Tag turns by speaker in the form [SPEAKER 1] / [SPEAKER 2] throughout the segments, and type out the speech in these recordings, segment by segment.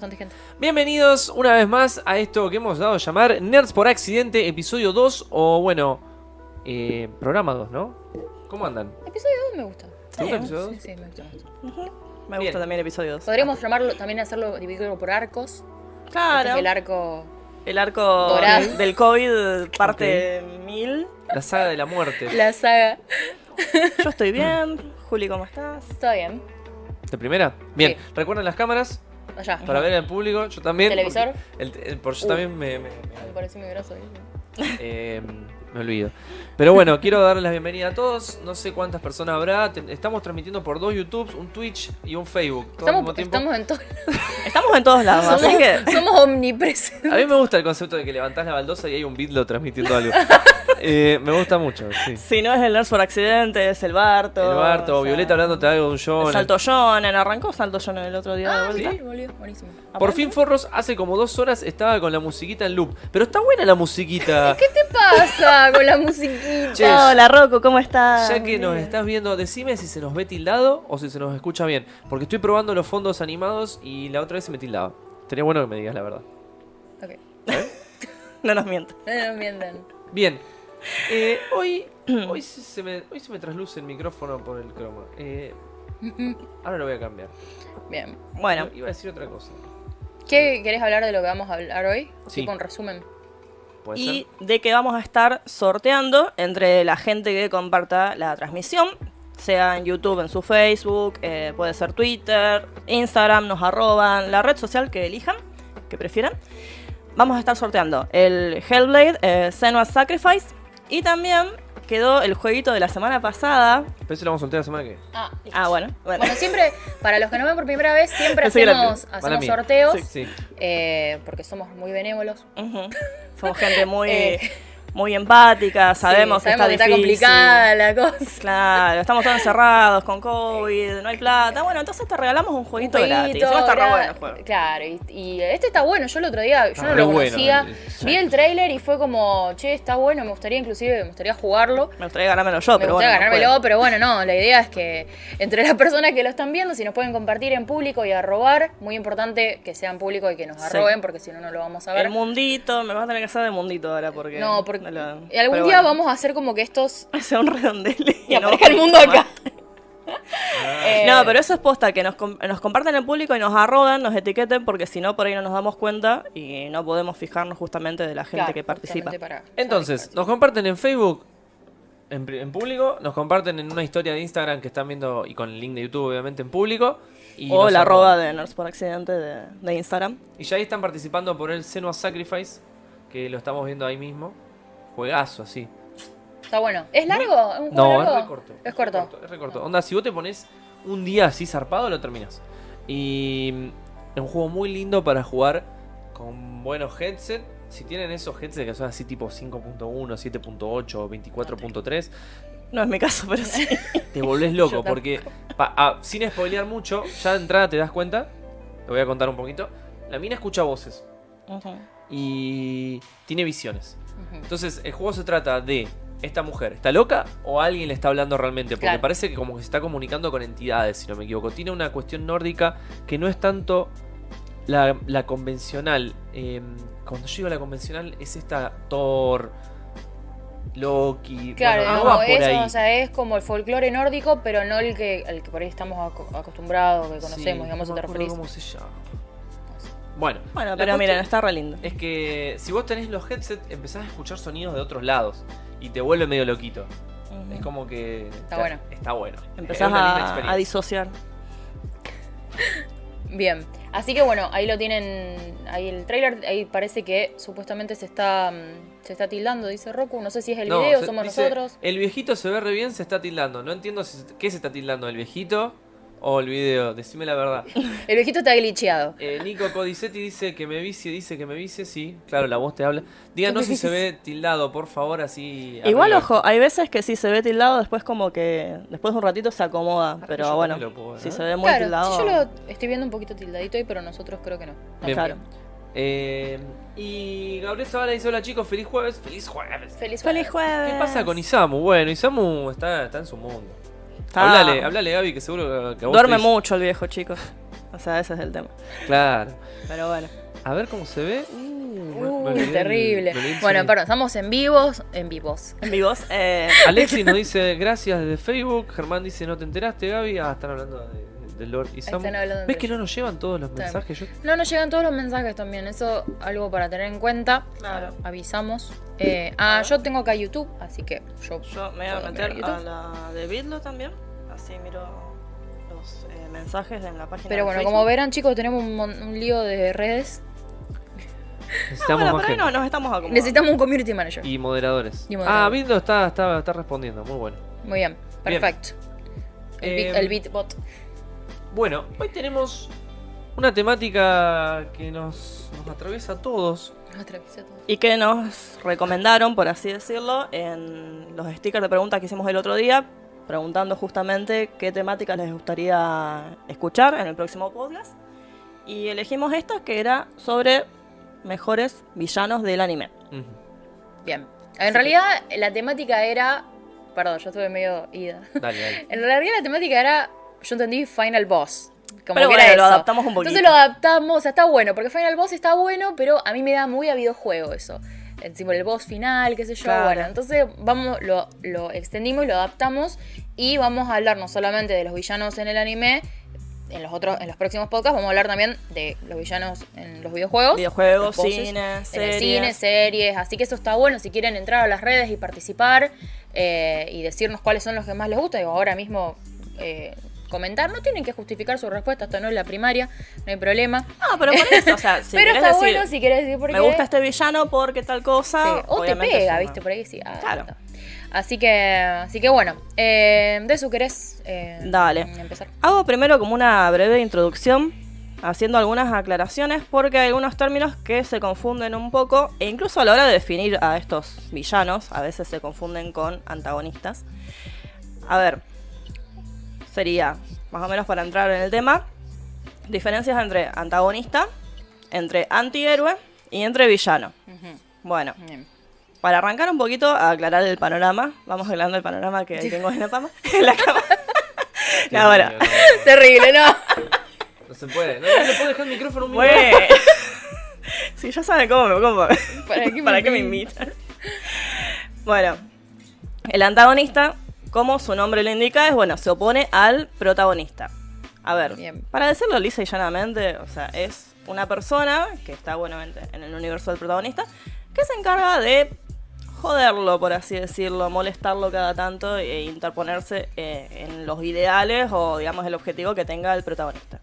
[SPEAKER 1] contingente.
[SPEAKER 2] Bienvenidos una vez más a esto que hemos dado a llamar Nerds por Accidente, episodio 2 o bueno, eh, programa 2, ¿no? ¿Cómo andan?
[SPEAKER 1] Episodio 2 me gusta.
[SPEAKER 2] ¿Te gusta el episodio 2?
[SPEAKER 1] Sí, sí, me gusta. mucho.
[SPEAKER 3] Me
[SPEAKER 2] Bien.
[SPEAKER 3] gusta también el episodio 2.
[SPEAKER 1] Podríamos llamarlo, también hacerlo, dividirlo por arcos.
[SPEAKER 3] Claro.
[SPEAKER 1] Este es El arco.
[SPEAKER 3] El arco
[SPEAKER 1] Dorado.
[SPEAKER 3] del COVID, parte 1000.
[SPEAKER 2] La saga de la muerte.
[SPEAKER 1] La saga.
[SPEAKER 3] Yo estoy bien. Juli, ¿cómo estás?
[SPEAKER 1] Está bien.
[SPEAKER 2] ¿De primera? Bien,
[SPEAKER 1] Sí.
[SPEAKER 2] recuerden las cámaras
[SPEAKER 1] Allá.
[SPEAKER 2] para ver al público, yo también.
[SPEAKER 1] ¿Televisor? Uh.
[SPEAKER 2] porque El, el- por yo también me, me-
[SPEAKER 1] Me pareció muy groso. ¿eh?
[SPEAKER 2] eh, me olvido. Pero bueno, quiero darles la bienvenida a todos. No sé cuántas personas habrá. Te- Estamos transmitiendo por dos YouTubes, un Twitch y un Facebook. Todo al mismo
[SPEAKER 1] Estamos,
[SPEAKER 2] tiempo. Ah,
[SPEAKER 1] estamos en todo.
[SPEAKER 3] Estamos en todos lados, así que.
[SPEAKER 1] Somos omnipresentes.
[SPEAKER 2] A mí me gusta el concepto de que levantás la baldosa y hay un Bidlo transmitiendo algo. Eh, me gusta mucho, sí.
[SPEAKER 3] Si no es el Nerds por accidente, es el Barto.
[SPEAKER 2] El Barto,
[SPEAKER 3] o sea,
[SPEAKER 2] Violeta hablándote algo de un show.
[SPEAKER 3] el Salto Jonan, arrancó Salto Jonan el otro día de
[SPEAKER 1] Ah,
[SPEAKER 3] vuelta.
[SPEAKER 1] mirá, volvió. Buenísimo.
[SPEAKER 2] Por fin Forros hace como dos horas estaba con la musiquita en loop. Pero está buena la musiquita.
[SPEAKER 1] ¿Qué te pasa con la musiquita?
[SPEAKER 2] Che,
[SPEAKER 3] Hola, Rocco, ¿cómo estás?
[SPEAKER 2] Ya que nos estás viendo, decime si se nos ve tildado o si se nos escucha bien. Porque estoy probando los fondos animados y la otra vez se me tildaba. Estaría bueno que me digas la verdad.
[SPEAKER 1] Ok.
[SPEAKER 3] No nos mientas.
[SPEAKER 1] No nos mientan.
[SPEAKER 2] Bien. Eh, hoy, hoy, se se me, hoy se me trasluce el micrófono por el croma. Eh, ahora lo voy a cambiar.
[SPEAKER 1] Bien.
[SPEAKER 3] Bueno,
[SPEAKER 2] Iba a decir otra cosa.
[SPEAKER 1] ¿Qué querés hablar de lo que vamos a hablar hoy?
[SPEAKER 2] Sí.
[SPEAKER 1] Tipo un resumen.
[SPEAKER 2] ¿Puede
[SPEAKER 3] y
[SPEAKER 2] ser?
[SPEAKER 3] de que vamos a estar sorteando entre la gente que comparta la transmisión, sea en YouTube, en su Facebook, eh, puede ser Twitter, Instagram, nos arroban, la red social que elijan, que prefieran. Vamos a estar sorteando el Hellblade, eh, Senua's Sacrifice y también quedó el jueguito de la semana pasada.
[SPEAKER 2] Pero eso lo vamos a soltar la semana que viene.
[SPEAKER 1] Ah,
[SPEAKER 3] Ah, bueno, bueno.
[SPEAKER 1] Bueno, siempre, para los que no ven por primera vez, siempre
[SPEAKER 3] Pensé que era
[SPEAKER 1] hacemos,
[SPEAKER 2] Mala
[SPEAKER 1] hacemos
[SPEAKER 2] mía.
[SPEAKER 1] sorteos,
[SPEAKER 2] Sí.
[SPEAKER 1] eh, porque somos muy benévolos.
[SPEAKER 3] Ujú. Somos gente muy,
[SPEAKER 1] Eh.
[SPEAKER 3] muy empática, sabemos,
[SPEAKER 1] Sí, sabemos
[SPEAKER 3] que
[SPEAKER 1] que
[SPEAKER 3] está
[SPEAKER 1] está
[SPEAKER 3] difícil.
[SPEAKER 1] complicada la cosa.
[SPEAKER 3] Claro, estamos todos encerrados con COVID, no hay plata. Bueno, entonces te regalamos un jueguito gratis.
[SPEAKER 1] Jueguito,
[SPEAKER 3] Encima está re
[SPEAKER 1] gra-
[SPEAKER 3] bueno el juego.
[SPEAKER 1] Claro, y, y este está bueno. Yo el otro día, yo
[SPEAKER 2] Ah,
[SPEAKER 1] no
[SPEAKER 2] re
[SPEAKER 1] lo
[SPEAKER 2] bueno,
[SPEAKER 1] conocía.
[SPEAKER 2] el- el-
[SPEAKER 1] Vi el trailer y fue como, che, está bueno, me gustaría inclusive, me gustaría jugarlo.
[SPEAKER 3] Me gustaría ganármelo yo,
[SPEAKER 1] me
[SPEAKER 3] pero
[SPEAKER 1] gustaría
[SPEAKER 3] bueno. no
[SPEAKER 1] ganármelo,
[SPEAKER 3] puedo.
[SPEAKER 1] pero bueno, no, la idea es que entre las personas que lo están viendo, si nos pueden compartir en público y arrobar, muy importante que sean público y que nos
[SPEAKER 3] Sí.
[SPEAKER 1] arroben, porque si no, no lo vamos a ver.
[SPEAKER 3] El mundito, me vas a tener que hacer de mundito ahora porque.
[SPEAKER 1] No, porque
[SPEAKER 3] lo-
[SPEAKER 1] y algún
[SPEAKER 3] pero
[SPEAKER 1] día
[SPEAKER 3] bueno.
[SPEAKER 1] vamos a hacer como que estos...
[SPEAKER 3] a hacer un redondel
[SPEAKER 1] Y aparezca el mundo acá. Eh,
[SPEAKER 3] No, pero eso es posta, que nos, com- nos compartan en público y nos arroben, nos etiqueten, porque si no, por ahí no nos damos cuenta y no podemos fijarnos justamente de la gente
[SPEAKER 1] claro,
[SPEAKER 3] que participa.
[SPEAKER 1] justamente para-
[SPEAKER 2] Entonces, nos comparten en Facebook, en, pri- en público, nos comparten en una historia de Instagram que están viendo y con el link de YouTube, obviamente, en público. Y
[SPEAKER 3] O
[SPEAKER 2] nos
[SPEAKER 3] la arroba
[SPEAKER 2] arroban.
[SPEAKER 3] de Nerds por accidente de, de Instagram.
[SPEAKER 2] Y ya ahí están participando por el Senua Sacrifice, que lo estamos viendo ahí mismo. Juegazo, así.
[SPEAKER 1] Está bueno. ¿Es largo? ¿Es un juego
[SPEAKER 2] No, es
[SPEAKER 1] largo?
[SPEAKER 2] recorto.
[SPEAKER 1] Es corto.
[SPEAKER 2] Es recorto. Onda, si vos te pones un día así zarpado, lo terminas. Y mm, es un juego muy lindo para jugar con buenos headset. Si tienen esos headsets que son así tipo 5.1, 7.8, 24.3,
[SPEAKER 3] No es mi caso, pero sí.
[SPEAKER 2] te volvés
[SPEAKER 3] Yo
[SPEAKER 2] loco.
[SPEAKER 3] tampoco.
[SPEAKER 2] Porque, pa- ah, sin spoilear mucho, ya de entrada te das cuenta. Te voy a contar un poquito. La mina escucha voces
[SPEAKER 3] Ujú.
[SPEAKER 2] y tiene visiones.
[SPEAKER 1] Ujú.
[SPEAKER 2] Entonces, el juego se trata de esta mujer, ¿está loca o alguien le está hablando realmente? Porque
[SPEAKER 1] Claro.
[SPEAKER 2] parece que como que se está comunicando con entidades, si no me equivoco. Tiene una cuestión nórdica que no es tanto la, la convencional. Eh, cuando yo digo la convencional, es esta Thor, Loki.
[SPEAKER 1] Claro,
[SPEAKER 2] bueno, no
[SPEAKER 1] como
[SPEAKER 2] va por
[SPEAKER 1] eso,
[SPEAKER 2] ahí.
[SPEAKER 1] o sea, es como el folclore nórdico, pero no el que, el que por ahí estamos aco- acostumbrados, que
[SPEAKER 2] Sí,
[SPEAKER 1] conocemos,
[SPEAKER 2] no
[SPEAKER 1] digamos, si te
[SPEAKER 2] me acuerdo
[SPEAKER 1] referís.
[SPEAKER 2] cómo se llama. Bueno,
[SPEAKER 3] Bueno,
[SPEAKER 2] la
[SPEAKER 3] pero miren,
[SPEAKER 2] cuestión-
[SPEAKER 3] está re lindo.
[SPEAKER 2] Es que si vos tenés los headsets, empezás a escuchar sonidos de otros lados y te vuelve medio loquito. Es como que. Está
[SPEAKER 1] bueno.
[SPEAKER 2] Está bueno. Es
[SPEAKER 3] Empezás
[SPEAKER 2] una linda
[SPEAKER 3] a, a
[SPEAKER 2] experiencia.
[SPEAKER 3] disociar.
[SPEAKER 1] Bien, así que bueno, ahí lo tienen, ahí el trailer, ahí parece que supuestamente se está mm, se está tildando, dice Roku, no sé si es el
[SPEAKER 2] No,
[SPEAKER 1] video,
[SPEAKER 2] se-
[SPEAKER 1] somos
[SPEAKER 2] dice,
[SPEAKER 1] nosotros.
[SPEAKER 2] El viejito se ve re bien, se está tildando. No entiendo si, qué se está tildando, el viejito o el video. Decime la verdad.
[SPEAKER 1] El viejito está glitcheado.
[SPEAKER 2] Eh, Nico Codicetti dice que me vicie, dice que me vicie, sí. Claro, la voz te habla. Díganos si se ve tildado, por favor, así.
[SPEAKER 3] Igual,
[SPEAKER 2] arriba.
[SPEAKER 3] ojo, hay veces que si se ve tildado, después como que... Después de un ratito se acomoda, pero
[SPEAKER 2] Ah, yo
[SPEAKER 3] bueno,
[SPEAKER 2] también lo puedo ver,
[SPEAKER 3] si
[SPEAKER 2] ¿eh?
[SPEAKER 3] se ve muy
[SPEAKER 1] Claro,
[SPEAKER 3] tildado...
[SPEAKER 1] sí, yo lo estoy viendo un poquito tildadito hoy, pero nosotros creo que no.
[SPEAKER 2] Bien.
[SPEAKER 3] Claro.
[SPEAKER 2] Eh, y Gabriel Zavala dice: Hola chicos, feliz jueves. Feliz jueves.
[SPEAKER 1] Feliz,
[SPEAKER 3] ¡Feliz jueves!
[SPEAKER 2] ¿Qué pasa con Isamu? Bueno, Isamu está, está en su mundo.
[SPEAKER 3] Está-
[SPEAKER 2] Háblale, háblale, Gaby, que seguro que a vos
[SPEAKER 3] Duerme
[SPEAKER 2] te-
[SPEAKER 3] mucho el viejo, chicos. O sea, ese es el tema.
[SPEAKER 2] Claro.
[SPEAKER 3] Pero bueno.
[SPEAKER 2] A ver cómo se ve. Uh, me- me
[SPEAKER 1] Uy,
[SPEAKER 2] olvidé el-
[SPEAKER 1] terrible.
[SPEAKER 2] me olvidé el
[SPEAKER 1] Bueno,
[SPEAKER 2] sonido.
[SPEAKER 1] perdón, estamos en vivos, en vivos.
[SPEAKER 3] En vivos. Eh,
[SPEAKER 2] Alexis nos dice gracias desde Facebook. Germán dice no te enteraste, Gaby. Ah, están hablando de, de Lord y Samu.
[SPEAKER 1] están hablando
[SPEAKER 2] ¿Ves
[SPEAKER 1] de-
[SPEAKER 2] que no nos llevan todos los
[SPEAKER 1] Está bien. Ah,
[SPEAKER 2] mensajes? Yo-
[SPEAKER 1] No, nos llegan todos los mensajes también, eso algo para tener en cuenta.
[SPEAKER 3] Claro.
[SPEAKER 1] Avisamos. Eh, ah, yo tengo acá YouTube, así que yo...
[SPEAKER 3] yo me voy a
[SPEAKER 1] ¿Puedo
[SPEAKER 3] meter
[SPEAKER 1] mirar
[SPEAKER 3] a la de Bitlo también. Así miro los eh, mensajes en la página.
[SPEAKER 1] Pero
[SPEAKER 3] de
[SPEAKER 1] bueno,
[SPEAKER 3] Facebook.
[SPEAKER 1] como verán chicos, tenemos un, mon- un lío de redes.
[SPEAKER 2] Necesitamos
[SPEAKER 3] bueno,
[SPEAKER 2] más
[SPEAKER 3] pero ahí
[SPEAKER 2] gente.
[SPEAKER 3] no, nos estamos acomodando.
[SPEAKER 1] Necesitamos un community manager.
[SPEAKER 2] Y moderadores.
[SPEAKER 1] Y
[SPEAKER 2] Ah,
[SPEAKER 1] moderadores.
[SPEAKER 2] Bindo está, está, está respondiendo. Muy bueno.
[SPEAKER 1] Muy bien,
[SPEAKER 2] Bien.
[SPEAKER 1] perfecto. El,
[SPEAKER 2] Em,
[SPEAKER 1] beat, el beatbot.
[SPEAKER 2] Bueno, hoy tenemos una temática que nos, nos atraviesa a todos.
[SPEAKER 1] Nos atravesó todo.
[SPEAKER 3] Y que nos recomendaron, por así decirlo, en los stickers de preguntas que hicimos el otro día, preguntando justamente qué temáticas les gustaría escuchar en el próximo podcast. Y elegimos esta que era sobre mejores villanos del anime.
[SPEAKER 2] Ujú,
[SPEAKER 1] Bien. En realidad la temática era... Perdón, yo estuve medio ida.
[SPEAKER 2] Dale, dale.
[SPEAKER 1] En realidad la temática era, yo entendí Final Boss. Como
[SPEAKER 3] Pero
[SPEAKER 1] que
[SPEAKER 3] bueno,
[SPEAKER 1] era eso.
[SPEAKER 3] lo adaptamos un poquito.
[SPEAKER 1] Entonces lo adaptamos, o sea, está bueno, porque Final Boss está bueno, pero a mí me da muy a videojuego eso. Encima el boss final, qué sé yo.
[SPEAKER 3] Claro.
[SPEAKER 1] Bueno, entonces vamos, lo, lo extendimos y lo adaptamos. Y vamos a hablar no solamente de los villanos en el anime, en los otros, en los próximos podcasts, vamos a hablar también de los villanos en los videojuegos.
[SPEAKER 3] Videojuegos,
[SPEAKER 1] los bosses,
[SPEAKER 3] cine,
[SPEAKER 1] en el
[SPEAKER 3] series.
[SPEAKER 1] cine, series, así que eso está bueno. Si quieren entrar a las redes y participar eh, y decirnos cuáles son los que más les gusta, digo, ahora mismo eh, comentar, no tienen que justificar su respuesta, esto no es la primaria, no hay problema.
[SPEAKER 3] Ah, pero por eso, o sea, si
[SPEAKER 1] Pero
[SPEAKER 3] querés
[SPEAKER 1] está
[SPEAKER 3] decir,
[SPEAKER 1] bueno si quieres decir por
[SPEAKER 3] me
[SPEAKER 1] qué.
[SPEAKER 3] gusta este villano porque tal
[SPEAKER 1] Sí,
[SPEAKER 3] cosa.
[SPEAKER 1] O te
[SPEAKER 3] obviamente
[SPEAKER 1] pega,
[SPEAKER 3] suma.
[SPEAKER 1] viste, por ahí sí. ah,
[SPEAKER 3] Claro.
[SPEAKER 1] está. Así que, así que bueno, eh, de su querés eh,
[SPEAKER 3] Dale.
[SPEAKER 1] empezar.
[SPEAKER 3] Hago primero como una breve introducción, haciendo algunas aclaraciones, porque hay algunos términos que se confunden un poco, e incluso a la hora de definir a estos villanos, a veces se confunden con antagonistas. A ver, sería, más o menos para entrar en el tema, diferencias entre antagonista, entre antihéroe y entre villano.
[SPEAKER 1] Ujú,
[SPEAKER 3] Bueno,
[SPEAKER 1] bien.
[SPEAKER 3] para arrancar un poquito a aclarar el panorama, vamos aclarando el panorama que tengo en la cama. En la cama. No, bueno.
[SPEAKER 2] Dios mío, no, no.
[SPEAKER 1] Terrible, ¿no?
[SPEAKER 2] No se puede. No, no le puedo dejar el micrófono un minuto.
[SPEAKER 3] Bueno. si ya saben cómo me cómo-
[SPEAKER 1] ¿Para qué me
[SPEAKER 3] ¿Para qué me
[SPEAKER 1] invitan?
[SPEAKER 3] invitan? Bueno, el antagonista, como su nombre lo indica, es bueno, se opone al protagonista. A ver,
[SPEAKER 1] Bien.
[SPEAKER 3] para decirlo lisa y llanamente, o sea, es una persona que está, bueno, en- en el universo del protagonista, que se encarga de joderlo, por así decirlo, molestarlo cada tanto e interponerse eh, en los ideales o, digamos, el objetivo que tenga el protagonista.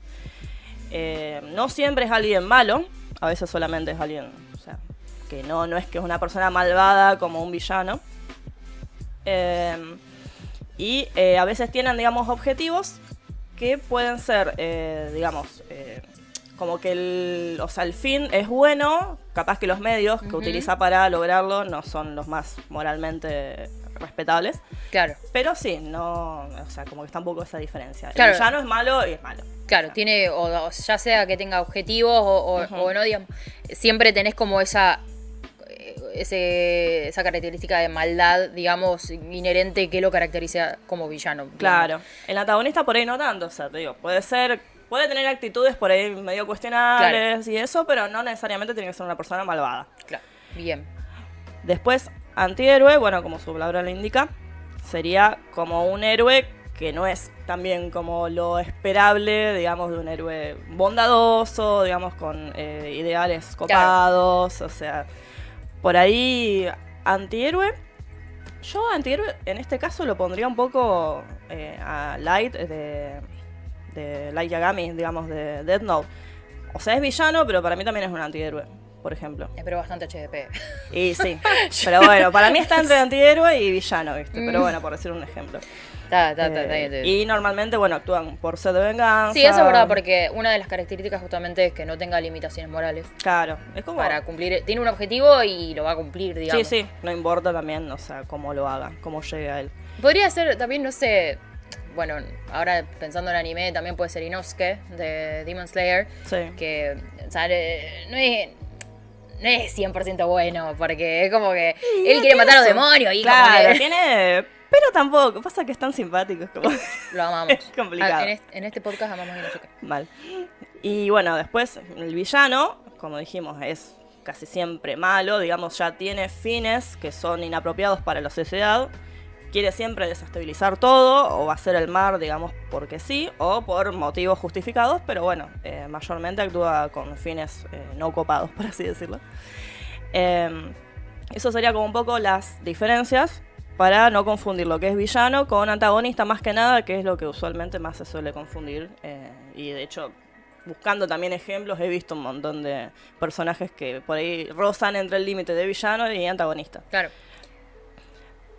[SPEAKER 3] Eh, no siempre es alguien malo, a veces solamente es alguien, o sea, que no, no es que es una persona malvada como un villano. Eh, y eh, a veces tienen, digamos, objetivos que pueden ser, eh, digamos, eh, como que el, o sea, el fin es bueno, capaz que los medios que
[SPEAKER 1] Ujú.
[SPEAKER 3] utiliza para lograrlo no son los más moralmente respetables,
[SPEAKER 1] Claro,
[SPEAKER 3] pero sí, no, o sea, como que está un poco esa diferencia.
[SPEAKER 1] Claro.
[SPEAKER 3] El villano es malo y es malo.
[SPEAKER 1] Claro, tiene, o, o ya sea que tenga objetivos o, o-
[SPEAKER 3] Ujú.
[SPEAKER 1] o no, digamos, siempre tenés como esa, eh, ese- esa característica de maldad, digamos, inherente que lo caracteriza como villano. digamos.
[SPEAKER 3] Claro. El antagonista por ahí no tanto, o sea, te digo, puede ser, puede tener actitudes por ahí medio cuestionables y eso, pero no necesariamente tiene que ser una persona malvada.
[SPEAKER 1] Claro, bien.
[SPEAKER 3] Después, antihéroe, bueno, como su palabra lo indica, sería como un héroe que no es también como lo esperable, digamos, de un héroe bondadoso, digamos, con eh, ideales copados, o sea, por ahí antihéroe. Yo antihéroe en este caso lo pondría un poco eh, a Light de, de Light Yagami, digamos, de Death Note. O sea, es villano, pero para mí también es un antihéroe, por ejemplo.
[SPEAKER 1] Espero bastante HDP.
[SPEAKER 3] Y sí, pero bueno, para mí está entre antihéroe y villano, ¿viste?
[SPEAKER 1] Mm.
[SPEAKER 3] Pero bueno, por decir un ejemplo.
[SPEAKER 1] Está, está, está, está bien,
[SPEAKER 3] Eh,
[SPEAKER 1] está bien.
[SPEAKER 3] y normalmente, bueno, actúan por sed de venganza.
[SPEAKER 1] Sí, eso es verdad, porque una de las características justamente es que no tenga limitaciones morales
[SPEAKER 3] Claro, es como...
[SPEAKER 1] para cumplir, tiene un objetivo y lo va a cumplir,
[SPEAKER 3] Oh. sí,
[SPEAKER 1] digamos.
[SPEAKER 3] sí, no importa también, o sea, cómo lo haga, cómo llegue a él.
[SPEAKER 1] Podría ser también, no sé, bueno, ahora pensando en anime, también puede ser Inosuke de Demon Slayer.
[SPEAKER 3] Sí.
[SPEAKER 1] que o sea, eh, no es no es 100% bueno, porque es como que él quiere matar a los demonios y como
[SPEAKER 3] Claro,
[SPEAKER 1] que-
[SPEAKER 3] tiene Pero tampoco, pasa que están simpáticos como
[SPEAKER 1] Lo amamos.
[SPEAKER 3] Es complicado.
[SPEAKER 1] Ah, en, est- en este podcast amamos a Inosuke.
[SPEAKER 3] mal. Y bueno, después el villano, como dijimos, es casi siempre malo, digamos, ya tiene fines que son inapropiados para la sociedad. Quiere siempre desestabilizar todo o hacer el mar, digamos, porque sí, o por motivos justificados, pero bueno, eh, mayormente actúa con fines eh, no copados, por así decirlo. Eh, eso sería como un poco las diferencias para no confundir lo que es villano con antagonista más que nada, que es lo que usualmente más se suele confundir. eh, y de hecho, buscando también ejemplos, he visto un montón de personajes que por ahí rozan entre el límite de villano y antagonista.
[SPEAKER 1] Claro.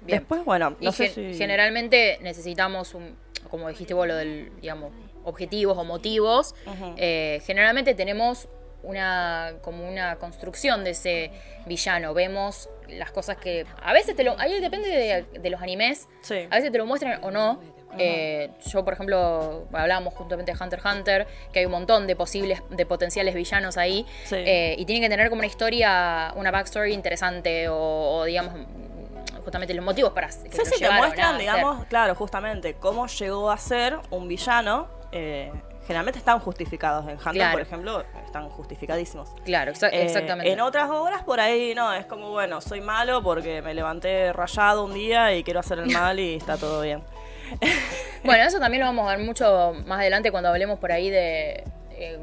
[SPEAKER 1] Bien.
[SPEAKER 3] Después, bueno,
[SPEAKER 1] Y
[SPEAKER 3] no sé
[SPEAKER 1] gen-
[SPEAKER 3] si...
[SPEAKER 1] generalmente necesitamos un, como dijiste vos, lo del, digamos, objetivos o motivos.
[SPEAKER 3] Ujú.
[SPEAKER 1] Eh, generalmente tenemos una como una construcción de ese villano. Vemos las cosas que a veces te lo ahí depende de, de los animes.
[SPEAKER 3] Sí.
[SPEAKER 1] A veces te lo muestran o no. Eh, yo, por ejemplo, hablábamos justamente de Hunter x Hunter, que hay un montón de posibles, de potenciales villanos ahí.
[SPEAKER 3] Sí.
[SPEAKER 1] Eh, y tienen que tener como una historia, una backstory interesante o, o, digamos, justamente los motivos para que
[SPEAKER 3] Sí,
[SPEAKER 1] lo
[SPEAKER 3] sí, te
[SPEAKER 1] llevaron a
[SPEAKER 3] muestran,
[SPEAKER 1] hacer.
[SPEAKER 3] digamos, claro, justamente cómo llegó a ser un villano. eh, generalmente están justificados. En Hunter,
[SPEAKER 1] Claro.
[SPEAKER 3] por ejemplo, están justificadísimos.
[SPEAKER 1] Claro, exa-
[SPEAKER 3] Eh,
[SPEAKER 1] exactamente.
[SPEAKER 3] En otras obras por ahí no, es como bueno, soy malo porque me levanté rayado un día y quiero hacer el mal y está todo bien.
[SPEAKER 1] Bueno, eso también lo vamos a ver mucho más adelante cuando hablemos por ahí de. eh,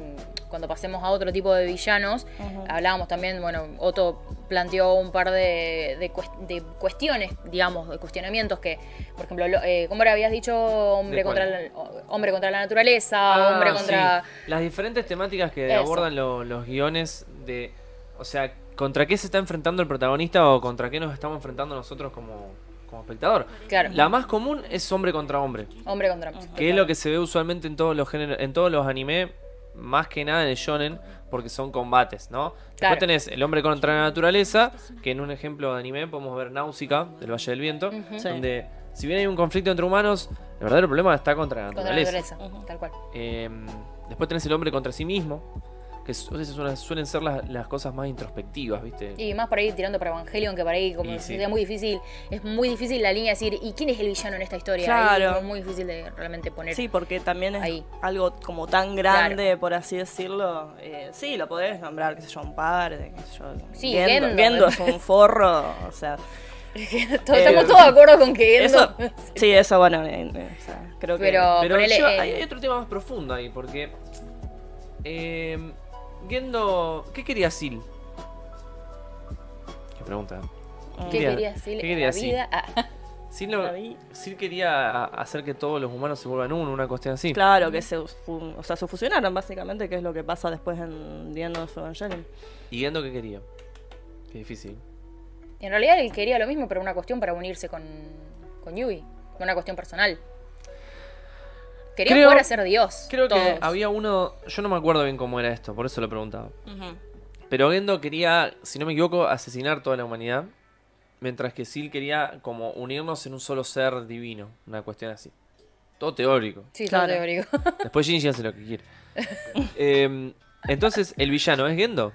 [SPEAKER 1] cuando pasemos a otro tipo de villanos. Hablábamos también, bueno, Otto planteó un par de, de cues- de cuestiones, digamos, de cuestionamientos que, por ejemplo, lo- eh, ¿cómo le habías dicho? Hombre
[SPEAKER 2] ¿De cuál?
[SPEAKER 1] contra, la, hombre contra la naturaleza,
[SPEAKER 2] Ah,
[SPEAKER 1] hombre
[SPEAKER 2] sí.
[SPEAKER 1] contra.
[SPEAKER 2] Las diferentes temáticas que
[SPEAKER 1] Eso.
[SPEAKER 2] abordan lo- los guiones de. O sea, contra qué se está enfrentando el protagonista o contra qué nos estamos enfrentando nosotros como, como espectador.
[SPEAKER 1] Claro,
[SPEAKER 2] La más común es hombre contra hombre,
[SPEAKER 1] hombre contra.
[SPEAKER 2] que es lo que se ve usualmente en todos los géneros, en todos los anime, más que nada en el shonen, porque son combates, ¿no?
[SPEAKER 1] Claro.
[SPEAKER 2] Después tenés el hombre contra la naturaleza, que en un ejemplo de anime podemos ver Náusica, del Valle del Viento,
[SPEAKER 1] Ujú.
[SPEAKER 3] Sí.
[SPEAKER 2] donde si bien hay un conflicto entre humanos, el verdadero problema está contra la
[SPEAKER 1] Contra la
[SPEAKER 2] naturaleza.
[SPEAKER 1] naturaleza,
[SPEAKER 3] Ujú.
[SPEAKER 1] tal cual.
[SPEAKER 2] Eh, después tenés el hombre contra sí mismo, que su- esas son- suelen ser las, las cosas más introspectivas, ¿viste?
[SPEAKER 1] Y más por ahí tirando para Evangelion que por ahí como
[SPEAKER 2] Y
[SPEAKER 1] que
[SPEAKER 2] sí.
[SPEAKER 1] sería muy difícil, es muy difícil la línea de decir, ¿y quién es el villano en esta historia?
[SPEAKER 3] Claro.
[SPEAKER 1] Y como muy difícil de realmente poner.
[SPEAKER 3] Sí, porque también es
[SPEAKER 1] Ahí.
[SPEAKER 3] algo como tan grande, por así decirlo. eh, sí, lo podés nombrar, qué sé yo, un par, de, qué sé yo.
[SPEAKER 1] Sí,
[SPEAKER 3] Gendo,
[SPEAKER 1] Gendo.
[SPEAKER 3] Gendo es un forro, o sea.
[SPEAKER 1] Todos-
[SPEAKER 2] Eh,
[SPEAKER 1] Estamos todos de acuerdo con que Gendo-
[SPEAKER 3] Eso, sí, eso bueno, eh, eh, o sea, creo que...
[SPEAKER 1] Pero-
[SPEAKER 2] Pero
[SPEAKER 1] ponele,
[SPEAKER 2] yo-
[SPEAKER 1] eh,
[SPEAKER 2] hay, hay otro tema más profundo ahí, porque. eh, Gendo. ¿Qué quería Sil? Qué pregunta.
[SPEAKER 3] Mm.
[SPEAKER 1] ¿Qué
[SPEAKER 2] Quería-
[SPEAKER 1] quería decir?
[SPEAKER 2] ¿qué quería
[SPEAKER 1] la
[SPEAKER 2] decir?
[SPEAKER 1] vida? Ah,
[SPEAKER 2] Sil, no-
[SPEAKER 3] La vi.
[SPEAKER 2] Sil quería a- hacer que todos los humanos se vuelvan uno, una cuestión así.
[SPEAKER 3] Claro, que se, fu- o sea, se fusionaron básicamente, que es lo que pasa después en The End of Evangelion.
[SPEAKER 2] ¿Y Gendo qué quería? Qué difícil.
[SPEAKER 1] en realidad él quería lo mismo, pero una cuestión para unirse con, con Yui, una cuestión personal. Quería
[SPEAKER 2] Creo-
[SPEAKER 1] jugar a ser Dios.
[SPEAKER 2] Creo que
[SPEAKER 1] todos.
[SPEAKER 2] había uno. Yo no me acuerdo bien cómo era esto, por eso lo preguntaba. Pero Gendo quería, si no me equivoco, asesinar toda la humanidad. Mientras que Sil quería como unirnos en un solo ser divino. Una cuestión así. Todo teórico.
[SPEAKER 1] Sí, todo
[SPEAKER 3] Claro.
[SPEAKER 1] teórico.
[SPEAKER 2] Después Shinji hace lo que quiere. Em, entonces, ¿el villano es Gendo?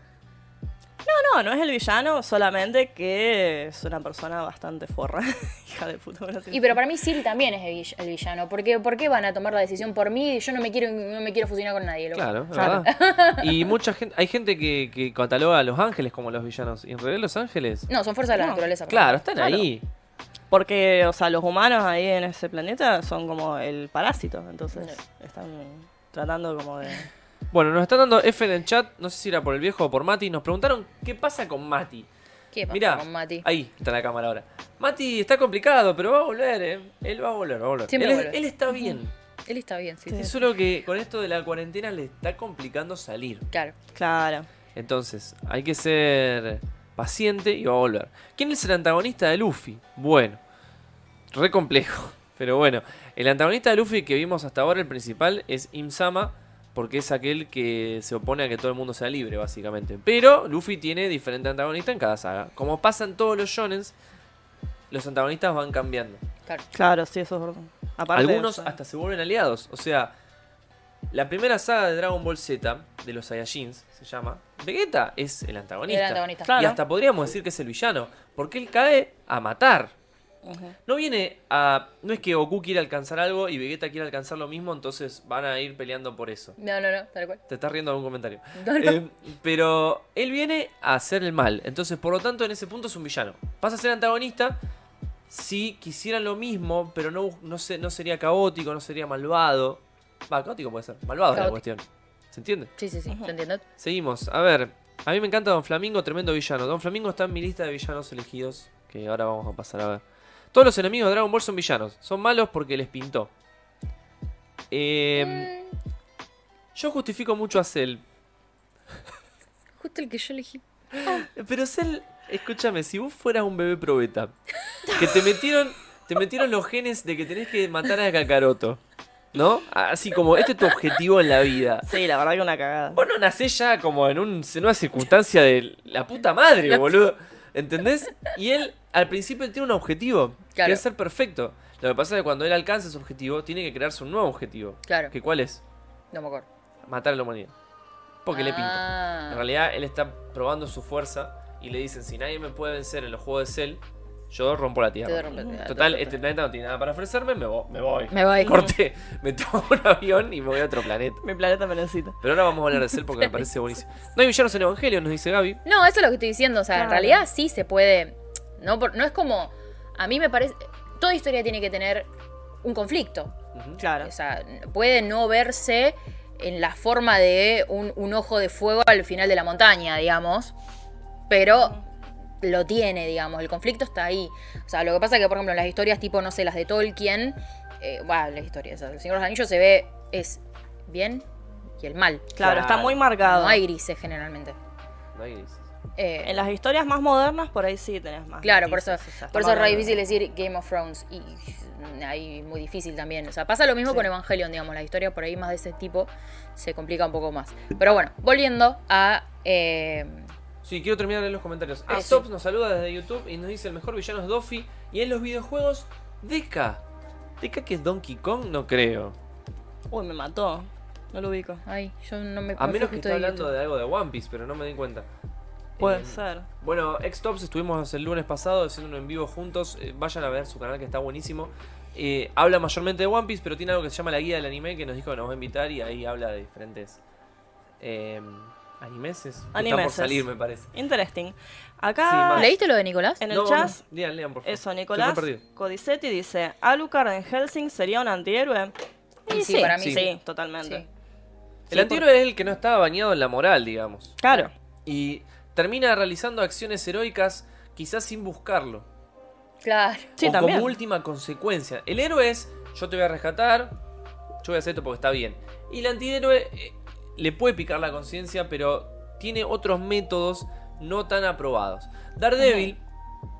[SPEAKER 3] No, no es el villano, solamente que es una persona bastante forra. Hija de puta, por así
[SPEAKER 1] Y pero para mí Sil también es el vill- el villano. Porque, ¿Por qué van a tomar la decisión por mí? Yo no me quiero, no me quiero fusionar con nadie. loco.
[SPEAKER 2] Claro, es ¿verdad? Y mucha gente, hay gente que, que cataloga a los ángeles como los villanos. Y en realidad los ángeles...
[SPEAKER 1] No, son fuerzas de la
[SPEAKER 3] No,
[SPEAKER 1] naturaleza. perdón.
[SPEAKER 2] Claro, están ahí.
[SPEAKER 3] decirlo. Porque, o sea, los humanos ahí en ese planeta son como el parásito, entonces están tratando como de...
[SPEAKER 2] Bueno, nos están dando F en el chat. No sé si era por el viejo o por Mati. Nos preguntaron qué pasa con Mati.
[SPEAKER 1] ¿Qué pasa
[SPEAKER 2] Mira,
[SPEAKER 1] con Mati?
[SPEAKER 2] ahí está la cámara ahora. Mati está complicado, pero va a volver, ¿eh? Él va a volver, va a volver.
[SPEAKER 1] Siempre
[SPEAKER 2] él,
[SPEAKER 1] vuelve.
[SPEAKER 2] él está bien.
[SPEAKER 1] Él está bien, sí.
[SPEAKER 2] Es
[SPEAKER 1] sí.
[SPEAKER 2] solo que con esto de la cuarentena le está complicando salir.
[SPEAKER 1] Claro.
[SPEAKER 3] Claro.
[SPEAKER 2] Entonces, hay que ser paciente y va a volver. ¿Quién es el antagonista de Luffy? Bueno, re complejo. Pero bueno, el antagonista de Luffy que vimos hasta ahora, el principal, es Imsama, porque es aquel que se opone a que todo el mundo sea libre, básicamente. Pero Luffy tiene diferente antagonista en cada saga. Como pasa en todos los shonens, los antagonistas van cambiando.
[SPEAKER 1] Claro.
[SPEAKER 3] Claro, sí, eso es verdad. Aparte,
[SPEAKER 2] Algunos
[SPEAKER 3] o sea,
[SPEAKER 2] hasta se vuelven aliados. O sea, la primera saga de Dragon Ball Z, de los Saiyajins, se llama, Vegeta es el antagonista.
[SPEAKER 1] El antagonista.
[SPEAKER 3] Claro.
[SPEAKER 2] Y hasta podríamos decir que es el villano, porque él cae a matar.
[SPEAKER 3] Ujú.
[SPEAKER 2] No viene a. No es que Goku quiera alcanzar algo y Vegeta quiera alcanzar lo mismo, entonces van a ir peleando por eso.
[SPEAKER 1] No, no, no, tal cual.
[SPEAKER 2] Te estás riendo de algún comentario.
[SPEAKER 1] No, no.
[SPEAKER 2] Eh, pero él viene a hacer el mal. Entonces, por lo tanto, en ese punto es un villano. Pasa a ser antagonista. Si quisieran lo mismo, pero no, no, se- no sería caótico, no sería malvado. Va, caótico puede ser. Malvado es la
[SPEAKER 1] Caótico.
[SPEAKER 2] cuestión. ¿Se entiende?
[SPEAKER 1] Sí, sí, sí,
[SPEAKER 3] Ujú.
[SPEAKER 1] ¿se entiende?
[SPEAKER 2] Seguimos. A ver. A mí me encanta Don Flamingo, tremendo villano. Don Flamingo está en mi lista de villanos elegidos. Que ahora vamos a pasar a ver. Todos los enemigos de Dragon Ball son villanos. Son malos porque les pintó. Eh,
[SPEAKER 1] Mm,
[SPEAKER 2] yo justifico mucho a Cell.
[SPEAKER 1] Justo el que yo elegí.
[SPEAKER 2] Pero Cell, escúchame, si vos fueras un bebé probeta, que te metieron, te metieron los genes de que tenés que matar a Kakaroto, ¿no? Así como, este es tu objetivo en la vida.
[SPEAKER 3] Sí, la verdad que una cagada.
[SPEAKER 2] Vos no nacés ya como en, un- en una circunstancia de la puta madre, boludo. ¿Entendés? Y él, al principio, él tiene un objetivo,
[SPEAKER 1] Claro.
[SPEAKER 2] que es ser perfecto. Lo que pasa es que cuando él alcanza ese objetivo, tiene que crearse un nuevo objetivo.
[SPEAKER 1] Claro.
[SPEAKER 2] ¿Que cuál es?
[SPEAKER 1] No me acuerdo.
[SPEAKER 2] Matar a la humanidad. Porque le pinta.
[SPEAKER 1] Ah.
[SPEAKER 2] En realidad él está probando su fuerza y le dicen, si nadie me puede vencer en los juegos de Cell, yo rompo la
[SPEAKER 1] Te
[SPEAKER 2] Tierra.
[SPEAKER 1] doy rompe-
[SPEAKER 2] Total,
[SPEAKER 1] te-
[SPEAKER 2] este planeta no tiene nada para ofrecerme, me, vo- me voy.
[SPEAKER 1] Me voy.
[SPEAKER 2] Corté, me tomo un avión y me voy a otro planeta.
[SPEAKER 3] Mi planeta me necesita.
[SPEAKER 2] Pero ahora vamos a hablar de Cell porque me parece buenísimo. No hay villanos en Evangelio, nos dice Gaby.
[SPEAKER 1] No, eso es lo que estoy diciendo. O sea, en
[SPEAKER 3] Claro.
[SPEAKER 1] realidad sí se puede. No, por- no es como. A mí me parece. Toda historia tiene que tener un conflicto.
[SPEAKER 2] Ujú.
[SPEAKER 3] Claro.
[SPEAKER 1] O sea, puede no verse en la forma de un, un ojo de fuego al final de la montaña, digamos. Pero lo tiene, digamos. El conflicto está ahí. O sea, lo que pasa es que, por ejemplo, en las historias tipo, no sé, las de Tolkien. eh, bueno, las historias. o sea, el Señor de los Anillos se ve. Es bien y el mal.
[SPEAKER 3] Claro, está
[SPEAKER 2] Claro.
[SPEAKER 3] muy
[SPEAKER 1] No
[SPEAKER 3] marcado.
[SPEAKER 1] hay grises generalmente.
[SPEAKER 2] No hay grises.
[SPEAKER 1] Eh,
[SPEAKER 3] En las historias más modernas por ahí sí tenés más.
[SPEAKER 1] Claro, por eso,
[SPEAKER 3] matices, o sea, está
[SPEAKER 1] por eso es re
[SPEAKER 3] marcado.
[SPEAKER 1] difícil decir Game of Thrones y y ahí muy difícil también. O sea, pasa lo mismo
[SPEAKER 3] Sí.
[SPEAKER 1] con Evangelion, digamos, la historia por ahí más de ese tipo se complica un poco más. Pero bueno, volviendo a... eh,
[SPEAKER 2] Sí, quiero terminar en los comentarios.
[SPEAKER 1] Ah,
[SPEAKER 2] Asops
[SPEAKER 1] sí.
[SPEAKER 2] nos saluda desde YouTube y nos dice el mejor villano es Doffy y en los videojuegos, Deca. Deca que es Donkey Kong, no creo.
[SPEAKER 3] Uy, me mató. No lo ubico.
[SPEAKER 1] ay, yo no me
[SPEAKER 2] A
[SPEAKER 1] me fui
[SPEAKER 2] menos
[SPEAKER 1] justo
[SPEAKER 2] que esté
[SPEAKER 1] de
[SPEAKER 2] hablando
[SPEAKER 1] YouTube.
[SPEAKER 2] de algo de One Piece, pero no me di cuenta.
[SPEAKER 3] Puede
[SPEAKER 2] Eh,
[SPEAKER 3] ser.
[SPEAKER 2] Bueno, X-Tops estuvimos el lunes pasado haciendo un en vivo juntos. Eh, vayan a ver su canal que está buenísimo. Eh, habla mayormente de One Piece, pero tiene algo que se llama la guía del anime que nos dijo que nos va a invitar y ahí habla de diferentes eh, animeses. que Están por
[SPEAKER 3] Animeses.
[SPEAKER 2] salir, me parece.
[SPEAKER 3] Interesting.
[SPEAKER 2] Sí,
[SPEAKER 3] Acá
[SPEAKER 2] mal.
[SPEAKER 1] ¿Leíste lo de Nicolás?
[SPEAKER 3] en el
[SPEAKER 2] No,
[SPEAKER 3] chat,
[SPEAKER 2] no, Lean, lean, por favor.
[SPEAKER 3] eso,
[SPEAKER 2] Estoy
[SPEAKER 3] Nicolás
[SPEAKER 2] re perdido.
[SPEAKER 3] Codicetti dice, ¿Alucard en Helsing sería un antihéroe?
[SPEAKER 1] Y
[SPEAKER 3] Y
[SPEAKER 1] sí, para mí
[SPEAKER 3] sí.
[SPEAKER 1] sí.
[SPEAKER 3] totalmente.
[SPEAKER 1] Sí.
[SPEAKER 2] El antihéroe es el que no estaba bañado en la moral, digamos.
[SPEAKER 3] Claro.
[SPEAKER 2] Y termina realizando acciones heroicas quizás sin buscarlo.
[SPEAKER 1] Claro.
[SPEAKER 3] Sí,
[SPEAKER 2] o
[SPEAKER 3] también.
[SPEAKER 2] como última consecuencia. El héroe es, yo te voy a rescatar, yo voy a hacer esto porque está bien. Y el antihéroe eh, le puede picar la conciencia, pero tiene otros métodos no tan aprobados. Daredevil,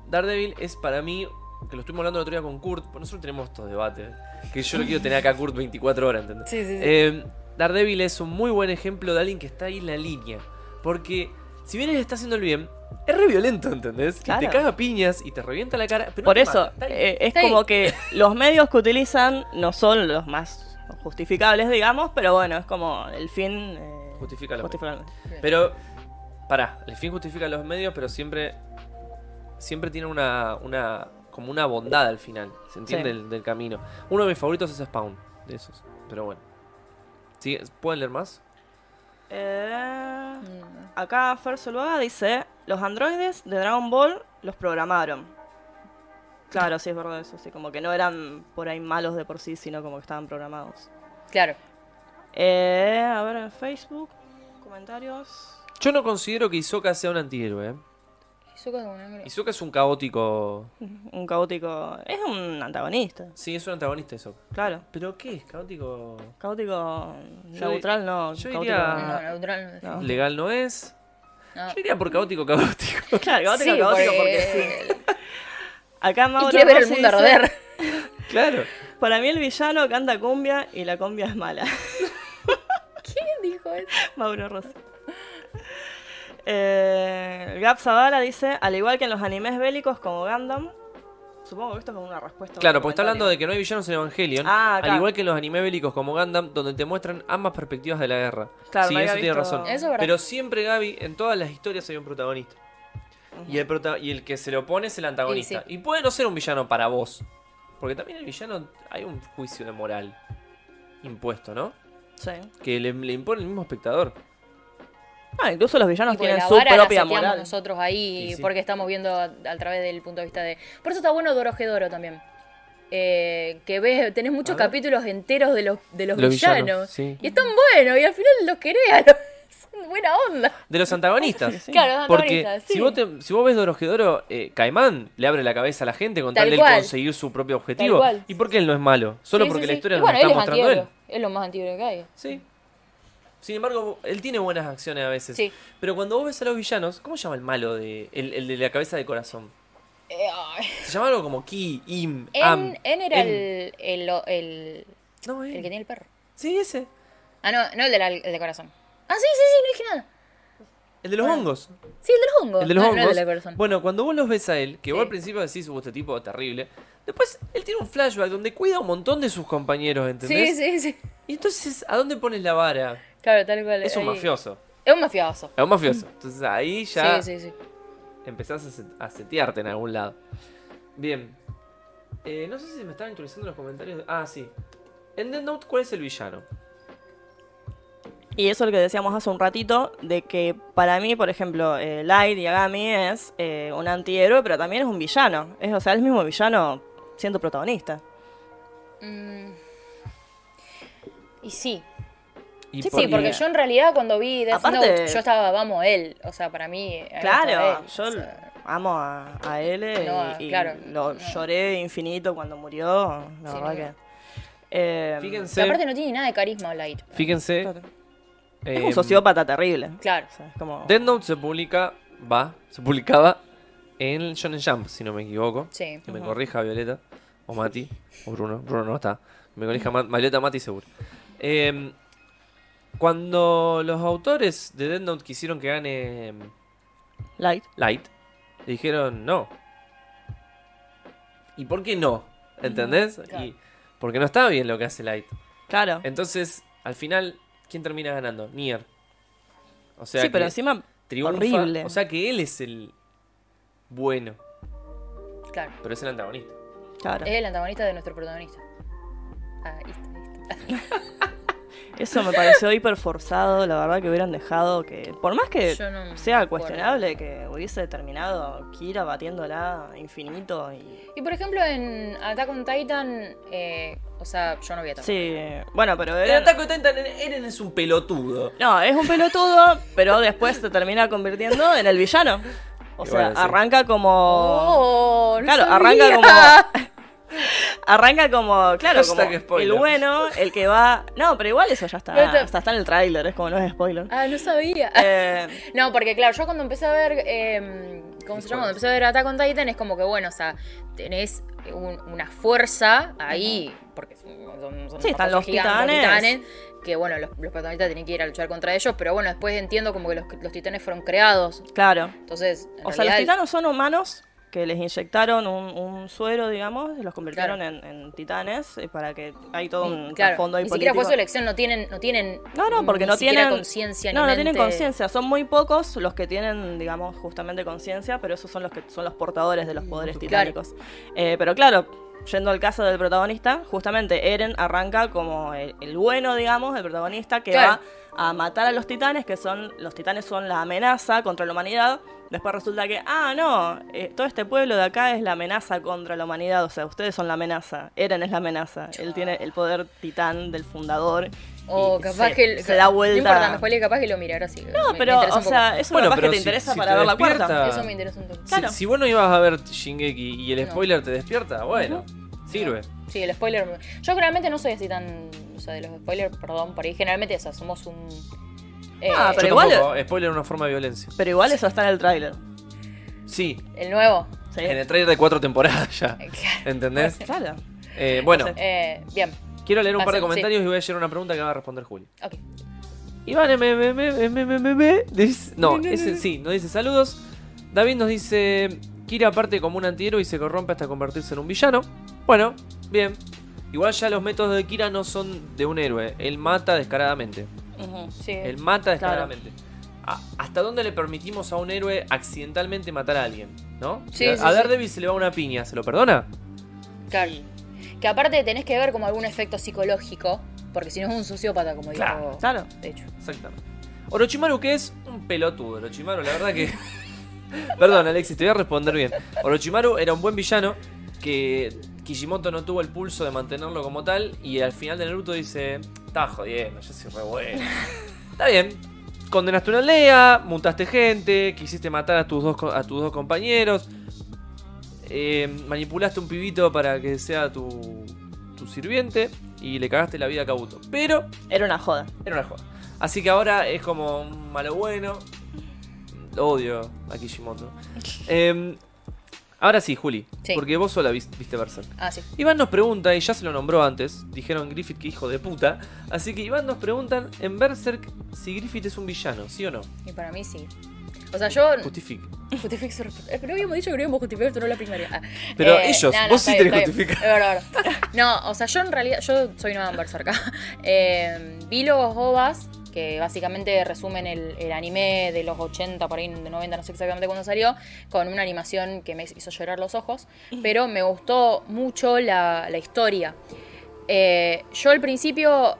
[SPEAKER 2] Daredevil es para mí, que lo estuvimos hablando el otro día con Kurt, porque nosotros tenemos estos debates, que yo lo quiero tener acá a Kurt 24 horas, ¿entendés?
[SPEAKER 1] Sí, sí, sí.
[SPEAKER 2] Eh, Daredevil es un muy buen ejemplo de alguien que está ahí en la línea. Porque si bien él está haciendo el bien, es re violento, ¿entendés? Que
[SPEAKER 3] Claro.
[SPEAKER 2] te caga piñas y te revienta la cara. pero no
[SPEAKER 3] Por
[SPEAKER 2] te
[SPEAKER 3] eso,
[SPEAKER 2] mata, está ahí.
[SPEAKER 3] eh, es
[SPEAKER 1] Sí.
[SPEAKER 3] como que los medios que utilizan no son los más justificables, digamos, pero bueno, es como el fin... eh,
[SPEAKER 2] Justifica los medios.
[SPEAKER 3] justificable.
[SPEAKER 2] Pero, pará, el fin justifica los medios, pero siempre. Siempre tiene una. una como una bondad al final. ¿Se entiende?
[SPEAKER 3] Sí.
[SPEAKER 2] Del, del camino. Uno de mis favoritos es Spawn, de esos. Pero bueno. ¿Sí? ¿Pueden leer más?
[SPEAKER 3] Eh,
[SPEAKER 1] Mm.
[SPEAKER 3] acá Fer Zuluaga dice, los androides de Dragon Ball los programaron. Claro, sí, es verdad eso, sí, como que no eran por ahí malos de por sí, sino como que estaban programados.
[SPEAKER 1] Claro.
[SPEAKER 3] Eh, a ver en Facebook, comentarios.
[SPEAKER 2] Yo no considero que Hisoka sea un antihéroe. ¿eh?
[SPEAKER 1] Hisoka es un hombre-
[SPEAKER 2] Hisoka es un caótico.
[SPEAKER 3] Un caótico. Es un antagonista,
[SPEAKER 2] Sí, es un antagonista Hisoka.
[SPEAKER 3] claro.
[SPEAKER 2] ¿Pero qué es? Caótico.
[SPEAKER 3] Caótico
[SPEAKER 2] Yo
[SPEAKER 3] neutral, no.
[SPEAKER 2] yo
[SPEAKER 3] caótico-
[SPEAKER 1] No,
[SPEAKER 2] diría-
[SPEAKER 1] neutral. No.
[SPEAKER 3] No.
[SPEAKER 2] Legal no es.
[SPEAKER 1] No.
[SPEAKER 2] Yo iría por caótico, caótico.
[SPEAKER 3] Claro, caótico,
[SPEAKER 1] Sí,
[SPEAKER 3] caótico,
[SPEAKER 1] porque-
[SPEAKER 3] porque sí. Acá
[SPEAKER 1] Y
[SPEAKER 3] Mauro
[SPEAKER 1] quiere ver el
[SPEAKER 3] Rossi
[SPEAKER 1] mundo
[SPEAKER 3] dice,
[SPEAKER 1] arder.
[SPEAKER 2] claro.
[SPEAKER 3] Para mí el villano canta cumbia y la cumbia es mala.
[SPEAKER 1] ¿Quién dijo eso?
[SPEAKER 3] Mauro Rossi. Eh, Gab Zavala dice, al igual que en los animes bélicos como Gundam, supongo que esto es como una respuesta. a un
[SPEAKER 2] Claro, porque está hablando
[SPEAKER 3] comentario.
[SPEAKER 2] de que no hay villanos en Evangelion.
[SPEAKER 3] Ah,
[SPEAKER 2] Al
[SPEAKER 3] claro.
[SPEAKER 2] igual que en los anime bélicos como Gundam, donde te muestran ambas perspectivas de la guerra.
[SPEAKER 3] Claro,
[SPEAKER 2] sí,
[SPEAKER 3] me
[SPEAKER 2] eso
[SPEAKER 3] había
[SPEAKER 2] tiene
[SPEAKER 3] visto-
[SPEAKER 2] razón.
[SPEAKER 1] Eso es verdad.
[SPEAKER 2] Pero siempre, Gaby, en todas las historias hay un protagonista. Y el, prota- y el que se le opone es el antagonista.
[SPEAKER 1] Y
[SPEAKER 2] Y puede no ser un villano para vos. Porque también el villano hay un juicio de moral impuesto, ¿no?
[SPEAKER 3] Sí.
[SPEAKER 2] Que le, le impone el mismo espectador.
[SPEAKER 3] Ah, incluso los villanos
[SPEAKER 1] Y porque
[SPEAKER 3] tienen
[SPEAKER 1] la
[SPEAKER 3] su
[SPEAKER 1] vara la
[SPEAKER 3] propia
[SPEAKER 1] seteamos
[SPEAKER 3] moral.
[SPEAKER 1] nosotros ahí
[SPEAKER 2] Y sí.
[SPEAKER 1] porque estamos viendo a, a través del punto de vista de... Por eso está bueno Dorojedoro también. Eh, que ves, tenés muchos
[SPEAKER 2] A ver.
[SPEAKER 1] capítulos enteros de los, de los,
[SPEAKER 2] Los
[SPEAKER 1] villanos.
[SPEAKER 2] villanos, sí.
[SPEAKER 1] Y están buenos y al final los querés. a los- Son buena onda.
[SPEAKER 2] De los antagonistas.
[SPEAKER 1] Claro, los
[SPEAKER 2] Porque
[SPEAKER 1] antagonistas, sí.
[SPEAKER 2] si, vos te- si vos ves Dorojedoro, eh, Caimán le abre la cabeza a la gente con
[SPEAKER 1] Tal
[SPEAKER 2] tal, de él
[SPEAKER 1] cual.
[SPEAKER 2] conseguir su propio objetivo.
[SPEAKER 1] cual.
[SPEAKER 2] ¿Y por qué él no es malo? Solo
[SPEAKER 1] Sí, sí,
[SPEAKER 2] porque la
[SPEAKER 1] sí.
[SPEAKER 2] historia
[SPEAKER 1] Y
[SPEAKER 2] nos
[SPEAKER 1] bueno,
[SPEAKER 2] está
[SPEAKER 1] él es
[SPEAKER 2] mostrando él.
[SPEAKER 1] antihéroe. Es lo más antihéroe que hay.
[SPEAKER 2] Sí. Sin embargo, él tiene buenas acciones a veces.
[SPEAKER 1] Sí.
[SPEAKER 2] Pero cuando vos ves a los villanos, ¿cómo se llama el malo de. el, el de la cabeza de corazón?
[SPEAKER 1] Eh, ay.
[SPEAKER 2] Se llama algo como Ki, Im, Am.
[SPEAKER 1] En, en era
[SPEAKER 2] En.
[SPEAKER 1] el- El, el,
[SPEAKER 2] No,
[SPEAKER 1] el
[SPEAKER 2] él.
[SPEAKER 1] que tiene el perro.
[SPEAKER 2] Sí, ese.
[SPEAKER 1] Ah, no, no el, de la- el de corazón. Ah, sí, sí, sí, no dije nada.
[SPEAKER 2] El de los hongos.
[SPEAKER 1] Sí, el de los hongos.
[SPEAKER 2] El de los
[SPEAKER 1] no,
[SPEAKER 2] hongos.
[SPEAKER 1] No el de la corazón.
[SPEAKER 2] Bueno, cuando vos los ves a él, que vos
[SPEAKER 1] Sí.
[SPEAKER 2] al principio decís, "Uh, este tipo terrible. Después él tiene un flashback donde cuida a un montón de sus compañeros, ¿entendés?
[SPEAKER 1] sí, sí, sí.
[SPEAKER 2] Y entonces, ¿a dónde pones la vara?
[SPEAKER 1] Claro, tal cual.
[SPEAKER 2] Es un
[SPEAKER 1] ahí.
[SPEAKER 2] mafioso.
[SPEAKER 1] Es un mafioso.
[SPEAKER 2] Es un mafioso. Entonces ahí ya
[SPEAKER 1] Sí, sí, sí.
[SPEAKER 2] empezás a, set- a setearte en algún lado. Bien. Eh, no sé si me están actualizando los comentarios. Ah, sí. En Dead Note, ¿cuál es el villano?
[SPEAKER 3] Y eso es lo que decíamos hace un ratito, de que para mí, por ejemplo, eh, Light Yagami es eh, un antihéroe, pero también es un villano. Es, o sea, el mismo villano siendo protagonista.
[SPEAKER 1] Mm. Y sí.
[SPEAKER 2] Y
[SPEAKER 1] Sí,
[SPEAKER 2] por-
[SPEAKER 1] sí, porque
[SPEAKER 2] y-
[SPEAKER 1] yo en realidad cuando vi Death
[SPEAKER 3] Aparte-
[SPEAKER 1] Note, yo estaba, vamos, él. O sea, para mí. era
[SPEAKER 3] Claro,
[SPEAKER 1] él,
[SPEAKER 3] yo
[SPEAKER 1] o sea,
[SPEAKER 3] amo a, a él eh,
[SPEAKER 1] No, a-
[SPEAKER 3] y, y
[SPEAKER 1] claro,
[SPEAKER 3] lo
[SPEAKER 1] no.
[SPEAKER 3] lloré infinito cuando murió. La
[SPEAKER 1] Sí,
[SPEAKER 3] verdad
[SPEAKER 1] no.
[SPEAKER 3] que. eh,
[SPEAKER 1] pero aparte
[SPEAKER 2] Fíjense.
[SPEAKER 1] no tiene nada de carisma Light.
[SPEAKER 2] Fíjense.
[SPEAKER 3] Es
[SPEAKER 2] em,
[SPEAKER 3] un sociópata terrible.
[SPEAKER 1] Claro.
[SPEAKER 3] O sea, es como.
[SPEAKER 2] Dead Note se publica, va, se publicaba en el Shonen Jump, si no me equivoco.
[SPEAKER 1] Sí.
[SPEAKER 2] Que me
[SPEAKER 3] Ujú.
[SPEAKER 2] corrija Violeta, o Mati, o Bruno. Bruno no está. Me corrija Ma- Violeta, Mati, seguro. Eh, cuando los autores de Dead Note quisieron que gane eh,
[SPEAKER 3] Light.
[SPEAKER 2] Light, le dijeron no. ¿Y por qué no? ¿Entendés?
[SPEAKER 1] claro.
[SPEAKER 2] Y porque no está bien lo que hace Light.
[SPEAKER 3] Claro.
[SPEAKER 2] Entonces, al final, ¿quién termina ganando? Nier. O sea
[SPEAKER 3] sí,
[SPEAKER 2] que-
[SPEAKER 3] pero encima.
[SPEAKER 2] triunfa.
[SPEAKER 3] Horrible.
[SPEAKER 2] O sea que él es el bueno,
[SPEAKER 1] Claro.
[SPEAKER 2] pero es el antagonista.
[SPEAKER 3] Claro.
[SPEAKER 1] Es el antagonista de nuestro protagonista. Ah, ahí está, ahí está.
[SPEAKER 3] Eso me pareció hiper forzado, la verdad que hubieran dejado que, por más que
[SPEAKER 1] Yo no me
[SPEAKER 3] sea
[SPEAKER 1] acuerdo.
[SPEAKER 3] cuestionable, que hubiese terminado Kira batiéndola infinito y...
[SPEAKER 1] Y por ejemplo, en Attack on Titan, eh, o sea, yo no vi Attack on
[SPEAKER 3] Sí, bueno, pero
[SPEAKER 2] El
[SPEAKER 3] Eren...
[SPEAKER 2] Attack on Titan, Eren es un pelotudo.
[SPEAKER 3] No, es un pelotudo, pero después se termina convirtiendo en el villano. O
[SPEAKER 2] Y
[SPEAKER 3] sea,
[SPEAKER 2] bueno, sí.
[SPEAKER 3] arranca como...
[SPEAKER 1] Oh, no
[SPEAKER 3] claro,
[SPEAKER 1] sabía.
[SPEAKER 3] arranca como... Arranca como, claro, como
[SPEAKER 2] Hashtag
[SPEAKER 3] el
[SPEAKER 2] spoiler.
[SPEAKER 3] bueno, el que va... No, pero igual eso ya está,
[SPEAKER 1] No está-
[SPEAKER 3] está, está en el tráiler, es como no es spoiler.
[SPEAKER 1] Ah, no sabía.
[SPEAKER 3] Eh,
[SPEAKER 1] No, porque claro, yo cuando empecé a ver. eh, ¿Cómo se llama? Cuando empecé a ver Attack on Titan, es como que bueno, o sea, tenés un- una fuerza ahí. Porque son, son- son
[SPEAKER 3] Sí, están
[SPEAKER 1] cosas
[SPEAKER 3] los titanes.
[SPEAKER 1] Que bueno, los, los protagonistas tienen que ir a luchar contra ellos. Pero bueno, después entiendo como que los, los titanes fueron creados.
[SPEAKER 3] claro.
[SPEAKER 1] Entonces, en
[SPEAKER 3] O sea, los
[SPEAKER 1] realidad,
[SPEAKER 3] titanos son humanos que les inyectaron un, un suero, digamos, y los convirtieron
[SPEAKER 1] Claro.
[SPEAKER 3] en, en titanes eh, para que hay todo un
[SPEAKER 1] claro,
[SPEAKER 3] fondo ahí
[SPEAKER 1] ni siquiera fue su
[SPEAKER 3] político.
[SPEAKER 1] elección, no tienen, no tienen
[SPEAKER 3] No, no, porque
[SPEAKER 1] Mm, ni
[SPEAKER 3] no
[SPEAKER 1] siquiera
[SPEAKER 3] tienen
[SPEAKER 1] conciencia
[SPEAKER 3] No,
[SPEAKER 1] ni
[SPEAKER 3] no tienen
[SPEAKER 1] mente.
[SPEAKER 3] conciencia. Son muy pocos los que tienen, digamos, justamente conciencia, pero esos son los que son los portadores de los poderes
[SPEAKER 1] Claro.
[SPEAKER 3] titánicos. Eh, pero claro, yendo al caso del protagonista, justamente Eren arranca como el, el bueno, digamos, el protagonista que
[SPEAKER 1] Claro.
[SPEAKER 3] va a matar a los titanes, que son los titanes son la amenaza contra la humanidad. Después resulta que, ah, no, eh, todo este pueblo de acá es la amenaza contra la humanidad, o sea, ustedes son la amenaza, Eren es la amenaza, él tiene el poder titán del fundador.
[SPEAKER 1] O
[SPEAKER 3] y
[SPEAKER 1] capaz
[SPEAKER 3] se-
[SPEAKER 1] que el-
[SPEAKER 3] se da vuelta.
[SPEAKER 1] No importa, me spoileé, capaz que lo mirara así.
[SPEAKER 3] No, pero, o sea, Ah. es una
[SPEAKER 2] Bueno,
[SPEAKER 3] capaz que
[SPEAKER 2] pero
[SPEAKER 3] te
[SPEAKER 2] si-
[SPEAKER 3] interesa
[SPEAKER 2] si
[SPEAKER 3] para
[SPEAKER 2] te
[SPEAKER 3] ver la
[SPEAKER 2] despierta-
[SPEAKER 3] cuarta.
[SPEAKER 1] eso me interesa un poco.
[SPEAKER 3] Claro.
[SPEAKER 2] Si, si vos no ibas a ver Shingeki y el
[SPEAKER 1] No.
[SPEAKER 2] spoiler te despierta, bueno, sirve.
[SPEAKER 1] Sí, el spoiler. Yo generalmente no soy así tan. O sea, de los spoilers, perdón, por ahí. Generalmente, o sea, somos un. eh,
[SPEAKER 3] Ah, pero
[SPEAKER 2] Yo
[SPEAKER 3] igual-
[SPEAKER 2] tampoco, spoiler es una forma de violencia.
[SPEAKER 3] Pero igual eso está en el tráiler.
[SPEAKER 2] Sí,
[SPEAKER 1] El nuevo.
[SPEAKER 3] ¿sí?
[SPEAKER 2] en el trailer de cuatro temporadas ya.
[SPEAKER 1] Eh, claro.
[SPEAKER 2] ¿Entendés?
[SPEAKER 3] Claro.
[SPEAKER 2] Eh, bueno,
[SPEAKER 1] Eh, bien,
[SPEAKER 2] quiero leer un par de
[SPEAKER 1] Pasemos,
[SPEAKER 2] comentarios y voy a leer una pregunta que va a responder Julio.
[SPEAKER 1] ok.
[SPEAKER 2] Iván em, M, M, M, M, M, M, M, em, dice- No, ese sí, nos dice saludos. David nos dice. Kira parte como un antihéroe y se corrompe hasta convertirse en un villano. Bueno, bien. Igual ya los métodos de Kira no son de un héroe. Él mata descaradamente.
[SPEAKER 3] Ujú.
[SPEAKER 1] Sí.
[SPEAKER 2] Él mata
[SPEAKER 3] Claro.
[SPEAKER 2] descaradamente. a- hasta dónde le permitimos a un héroe accidentalmente matar a alguien, ¿no?
[SPEAKER 1] Sí,
[SPEAKER 2] a
[SPEAKER 1] sí,
[SPEAKER 2] a
[SPEAKER 1] sí.
[SPEAKER 2] Daredevil se le va una piña, ¿se lo perdona?
[SPEAKER 1] Claro. Que aparte tenés que ver como algún efecto psicológico, porque si no es un sociópata, como digo.
[SPEAKER 2] Claro.
[SPEAKER 3] Claro, de hecho.
[SPEAKER 2] Exactamente. Orochimaru, que es un pelotudo. Orochimaru, la verdad que. Perdón, Alexis, te voy a responder bien. Orochimaru era un buen villano que Kishimoto no tuvo el pulso de mantenerlo como tal. Y al final de Naruto dice: Está jodiendo, yo soy re bueno. Está bien. Condenaste una aldea, mutaste gente, quisiste matar a tus dos, co- a tus dos compañeros. eh, manipulaste un pibito para que sea tu, tu sirviente y le cagaste la vida a Kabuto. Pero
[SPEAKER 3] Era una joda.
[SPEAKER 2] era una joda. Así que ahora es como un malo bueno. Odio a Kishimoto. Em, ahora sí, Juli.
[SPEAKER 1] Sí.
[SPEAKER 2] Porque vos sola vis- viste Berserk.
[SPEAKER 1] Ah, sí.
[SPEAKER 2] Iván nos pregunta, y ya se lo nombró antes, dijeron Griffith que hijo de puta. Así que Iván nos preguntan en Berserk si Griffith es un villano, ¿sí o no?
[SPEAKER 1] Y para mí sí. O sea, yo.
[SPEAKER 2] Justifique.
[SPEAKER 1] Justifico su respuesta. Eh, Pero habíamos dicho que no íbamos a justificar esto no la primaria. Ah.
[SPEAKER 2] Pero ellos, vos sí
[SPEAKER 1] está bien,
[SPEAKER 2] tenés
[SPEAKER 1] está bien.
[SPEAKER 2] justificar.
[SPEAKER 1] Es verdad, es verdad. No, o sea, yo en realidad, yo soy una Amber cerca. Eh, vi los OVAs, que básicamente resumen el, el anime de los 80, por ahí de 90, no sé exactamente cuándo salió, con una animación que me hizo llorar los ojos, pero me gustó mucho la, la historia. Eh, yo al principio,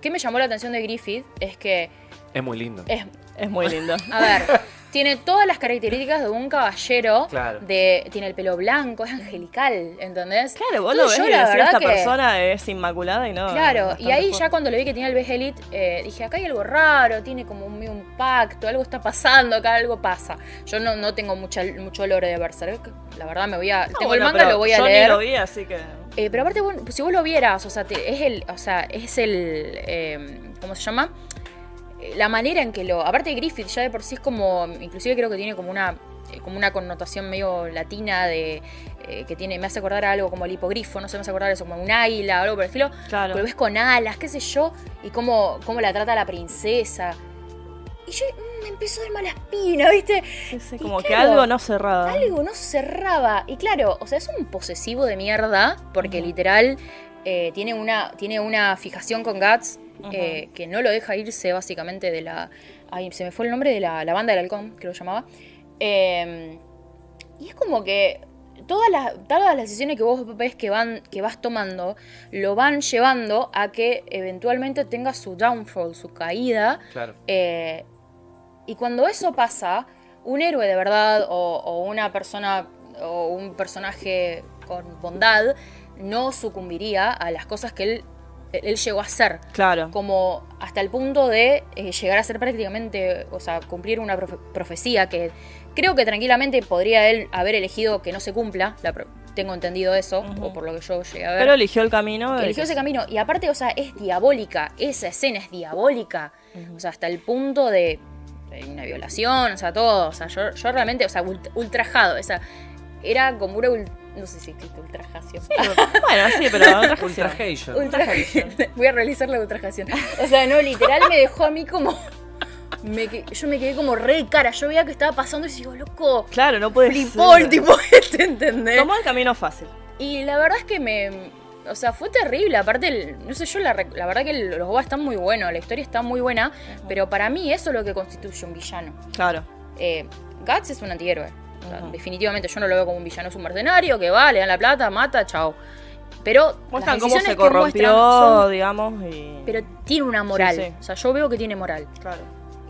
[SPEAKER 1] ¿qué me llamó la atención de Griffith? Es que
[SPEAKER 2] Es muy lindo.
[SPEAKER 1] es
[SPEAKER 3] Es muy lindo.
[SPEAKER 1] a ver, tiene todas las características de un caballero.
[SPEAKER 2] Claro.
[SPEAKER 1] De, tiene el pelo blanco, es angelical, ¿entendés?
[SPEAKER 3] Claro, vos lo
[SPEAKER 1] Entonces
[SPEAKER 3] ves
[SPEAKER 1] yo,
[SPEAKER 3] y
[SPEAKER 1] la
[SPEAKER 3] decís,
[SPEAKER 1] verdad
[SPEAKER 3] esta
[SPEAKER 1] que-
[SPEAKER 3] persona es inmaculada y no.
[SPEAKER 1] Claro, y
[SPEAKER 3] bastante
[SPEAKER 1] ahí
[SPEAKER 3] fuerte.
[SPEAKER 1] ya cuando le vi que tenía el Behelit, eh, dije, acá hay algo raro, tiene como un, medio un pacto, algo está pasando, acá algo pasa. Yo no, no tengo mucha, mucho lore de Berserk, la verdad me voy a...
[SPEAKER 3] No,
[SPEAKER 1] tengo
[SPEAKER 3] Ah, bueno,
[SPEAKER 1] el manga,
[SPEAKER 3] pero
[SPEAKER 1] lo voy a
[SPEAKER 3] yo
[SPEAKER 1] leer.
[SPEAKER 3] Ni lo vi, así que.
[SPEAKER 1] Eh, pero aparte, bueno, si vos lo vieras, o sea, te- es el. O sea, es el. eh, ¿Cómo se llama? Eh, La manera en que lo. Aparte Griffith ya de por sí es como. Inclusive creo que tiene como una. eh, como una connotación medio latina de. eh, que tiene. Me hace acordar a algo como el hipogrifo, no sé, me hace acordar eso, como un águila o algo por el estilo.
[SPEAKER 3] Claro.
[SPEAKER 1] Pero ves con alas, qué sé yo, y cómo, cómo la trata la princesa. Y yo mm, me empezó a dar mala espina, ¿viste?
[SPEAKER 3] Sí, sí,
[SPEAKER 1] y
[SPEAKER 3] como que
[SPEAKER 1] claro,
[SPEAKER 3] algo no cerrado.
[SPEAKER 1] Algo no cerraba. Y claro, o sea, es un posesivo de mierda, porque
[SPEAKER 3] Ujú.
[SPEAKER 1] literal eh, tiene, una, tiene una fijación con Guts eh, que no lo deja irse básicamente de la... Ay, se me fue el nombre de la, la banda del halcón, que lo llamaba. Eh, y es como que todas las, todas las decisiones que vos ves que, van, que vas tomando, lo van llevando a que eventualmente tenga su downfall, su caída.
[SPEAKER 2] Claro.
[SPEAKER 1] Eh, y cuando eso pasa, un héroe de verdad o, o una persona o un personaje con bondad no sucumbiría a las cosas que él, él llegó a hacer.
[SPEAKER 3] Claro.
[SPEAKER 1] Como hasta el punto de eh, llegar a ser prácticamente, o sea, cumplir una profe- profecía que creo que tranquilamente podría él haber elegido que no se cumpla. la pro- tengo entendido eso,
[SPEAKER 3] Ujú.
[SPEAKER 1] o por lo que yo llegué a ver.
[SPEAKER 3] Pero eligió el camino.
[SPEAKER 1] Que
[SPEAKER 3] de-
[SPEAKER 1] eligió ese camino. Y aparte, o sea, es diabólica. Esa escena es diabólica. O sea, hasta el punto de de una violación, o sea, todo. O sea, yo, yo realmente, o sea, ult- ultrajado. Esa era como una. ul- no sé si existe ultrajación.
[SPEAKER 3] Bueno, sí, pero otra cuestión.
[SPEAKER 2] Ultrajeyon.
[SPEAKER 1] Ultrajación. Voy a realizar la ultrajación. O sea, no, literal me dejó a mí como. me que- yo me quedé como re de cara. Yo veía que estaba pasando y digo, loco.
[SPEAKER 3] Claro, no puede
[SPEAKER 1] Flipó
[SPEAKER 3] ser.
[SPEAKER 1] el tipo este, ¿entendés?
[SPEAKER 3] Tomó el camino fácil.
[SPEAKER 1] Y la verdad es que me. O sea, fue terrible. Aparte, el- no sé, yo la, re- la verdad que los OVA están muy buenos, la historia está muy buena, pero para mí eso es lo que constituye un villano.
[SPEAKER 3] Claro.
[SPEAKER 1] Eh, Guts es un antihéroe. O sea,
[SPEAKER 3] Ujú.
[SPEAKER 1] Definitivamente yo no lo veo como un villano, es un mercenario que va, le dan la plata, mata, chao. Pero.
[SPEAKER 3] Muestran
[SPEAKER 1] las
[SPEAKER 3] cómo
[SPEAKER 1] decisiones
[SPEAKER 3] se
[SPEAKER 1] que
[SPEAKER 3] corrompió,
[SPEAKER 1] muestran son-
[SPEAKER 3] digamos, y.
[SPEAKER 1] pero tiene una moral.
[SPEAKER 3] Sí, sí.
[SPEAKER 1] O sea, yo veo que tiene moral.
[SPEAKER 3] Claro.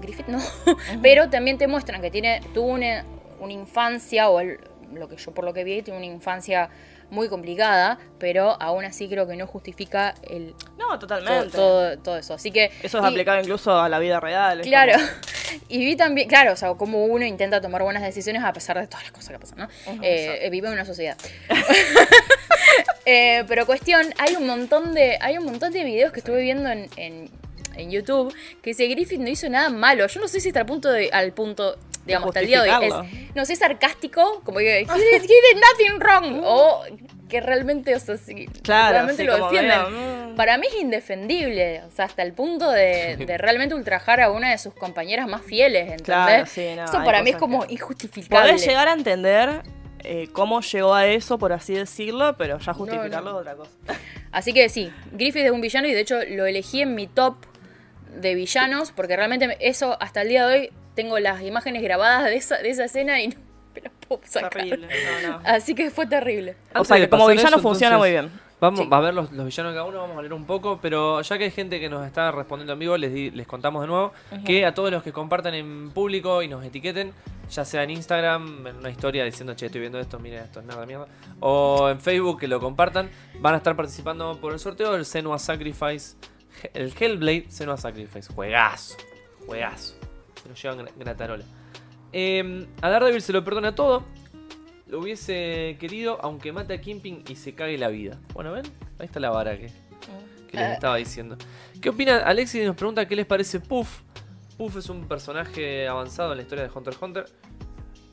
[SPEAKER 1] Griffith no. Pero también te muestran que tiene, tuvo una, una infancia, o el- lo que yo por lo que vi, tiene una infancia muy complicada, pero aún así creo que no justifica el,
[SPEAKER 3] No,
[SPEAKER 1] todo,
[SPEAKER 3] totalmente.
[SPEAKER 1] todo- todo eso. Así que.
[SPEAKER 3] Eso es
[SPEAKER 1] y-
[SPEAKER 3] aplicado incluso a la vida real. es
[SPEAKER 1] Claro.
[SPEAKER 3] como-
[SPEAKER 1] Y vi también, claro, o sea, cómo uno intenta tomar buenas decisiones a pesar de todas las cosas que pasan, ¿no? Eh, vive en una sociedad. Eh, pero cuestión, hay un montón de. Hay un montón de videos que estuve viendo en, en- en YouTube que dice Griffith no hizo nada malo. Yo no sé si está al punto de. al punto. Digamos, hasta el día de hoy. es-
[SPEAKER 3] justificarlo.
[SPEAKER 1] no sé, sarcástico, como que he did, he did nothing wrong. O que realmente, o sea, sí,
[SPEAKER 3] Uh. Claro,
[SPEAKER 1] realmente
[SPEAKER 3] sí,
[SPEAKER 1] lo
[SPEAKER 3] como
[SPEAKER 1] defienden.
[SPEAKER 3] medio, mm.
[SPEAKER 1] Para mí es indefendible, o sea, hasta el punto de, de realmente ultrajar a una de sus compañeras más fieles, ¿entendés?
[SPEAKER 3] Claro, sí, no,
[SPEAKER 1] Eso
[SPEAKER 3] hay
[SPEAKER 1] para mí es
[SPEAKER 3] cosas
[SPEAKER 1] como
[SPEAKER 3] que-
[SPEAKER 1] injustificable.
[SPEAKER 3] Podés llegar a entender eh, cómo llegó a eso, por así decirlo, pero ya justificarlo
[SPEAKER 1] no.
[SPEAKER 3] es otra cosa.
[SPEAKER 1] Así que sí, Griffith es un villano y de hecho lo elegí en mi top de villanos, porque realmente me- eso hasta el día de hoy tengo las imágenes grabadas de esa, de esa escena y no me las puedo sacar.
[SPEAKER 3] Terrible. No, no.
[SPEAKER 1] Así que fue terrible.
[SPEAKER 3] O
[SPEAKER 2] Antes
[SPEAKER 3] sea
[SPEAKER 2] de
[SPEAKER 3] que como
[SPEAKER 2] pasar
[SPEAKER 3] villano
[SPEAKER 2] eso,
[SPEAKER 3] funciona muy
[SPEAKER 2] entonces,
[SPEAKER 3] bien.
[SPEAKER 2] Vamos
[SPEAKER 1] Sí.
[SPEAKER 2] a ver los, los villanos cada uno, vamos a leer un poco, pero ya que hay gente que nos está respondiendo en vivo, les, di- les contamos de nuevo que a todos los que compartan en público y nos etiqueten, ya sea en Instagram, en una historia diciendo, che, estoy viendo esto, miren esto, es nada mierda, o en Facebook que lo compartan, van a estar participando por el sorteo del Senua Sacrifice, el Hellblade Senua Sacrifice, juegazo, juegazo, se lo llevan gra- gratarola. Eh, a Daredevil se lo perdona todo, lo hubiese querido aunque mate a Kimping y se cague la vida. Bueno, ven, ahí está la vara que, que les
[SPEAKER 1] Ah.
[SPEAKER 2] estaba diciendo. ¿Qué opina? Alexis nos pregunta qué les parece Puff. Puff es un personaje avanzado en la historia de Hunter x Hunter.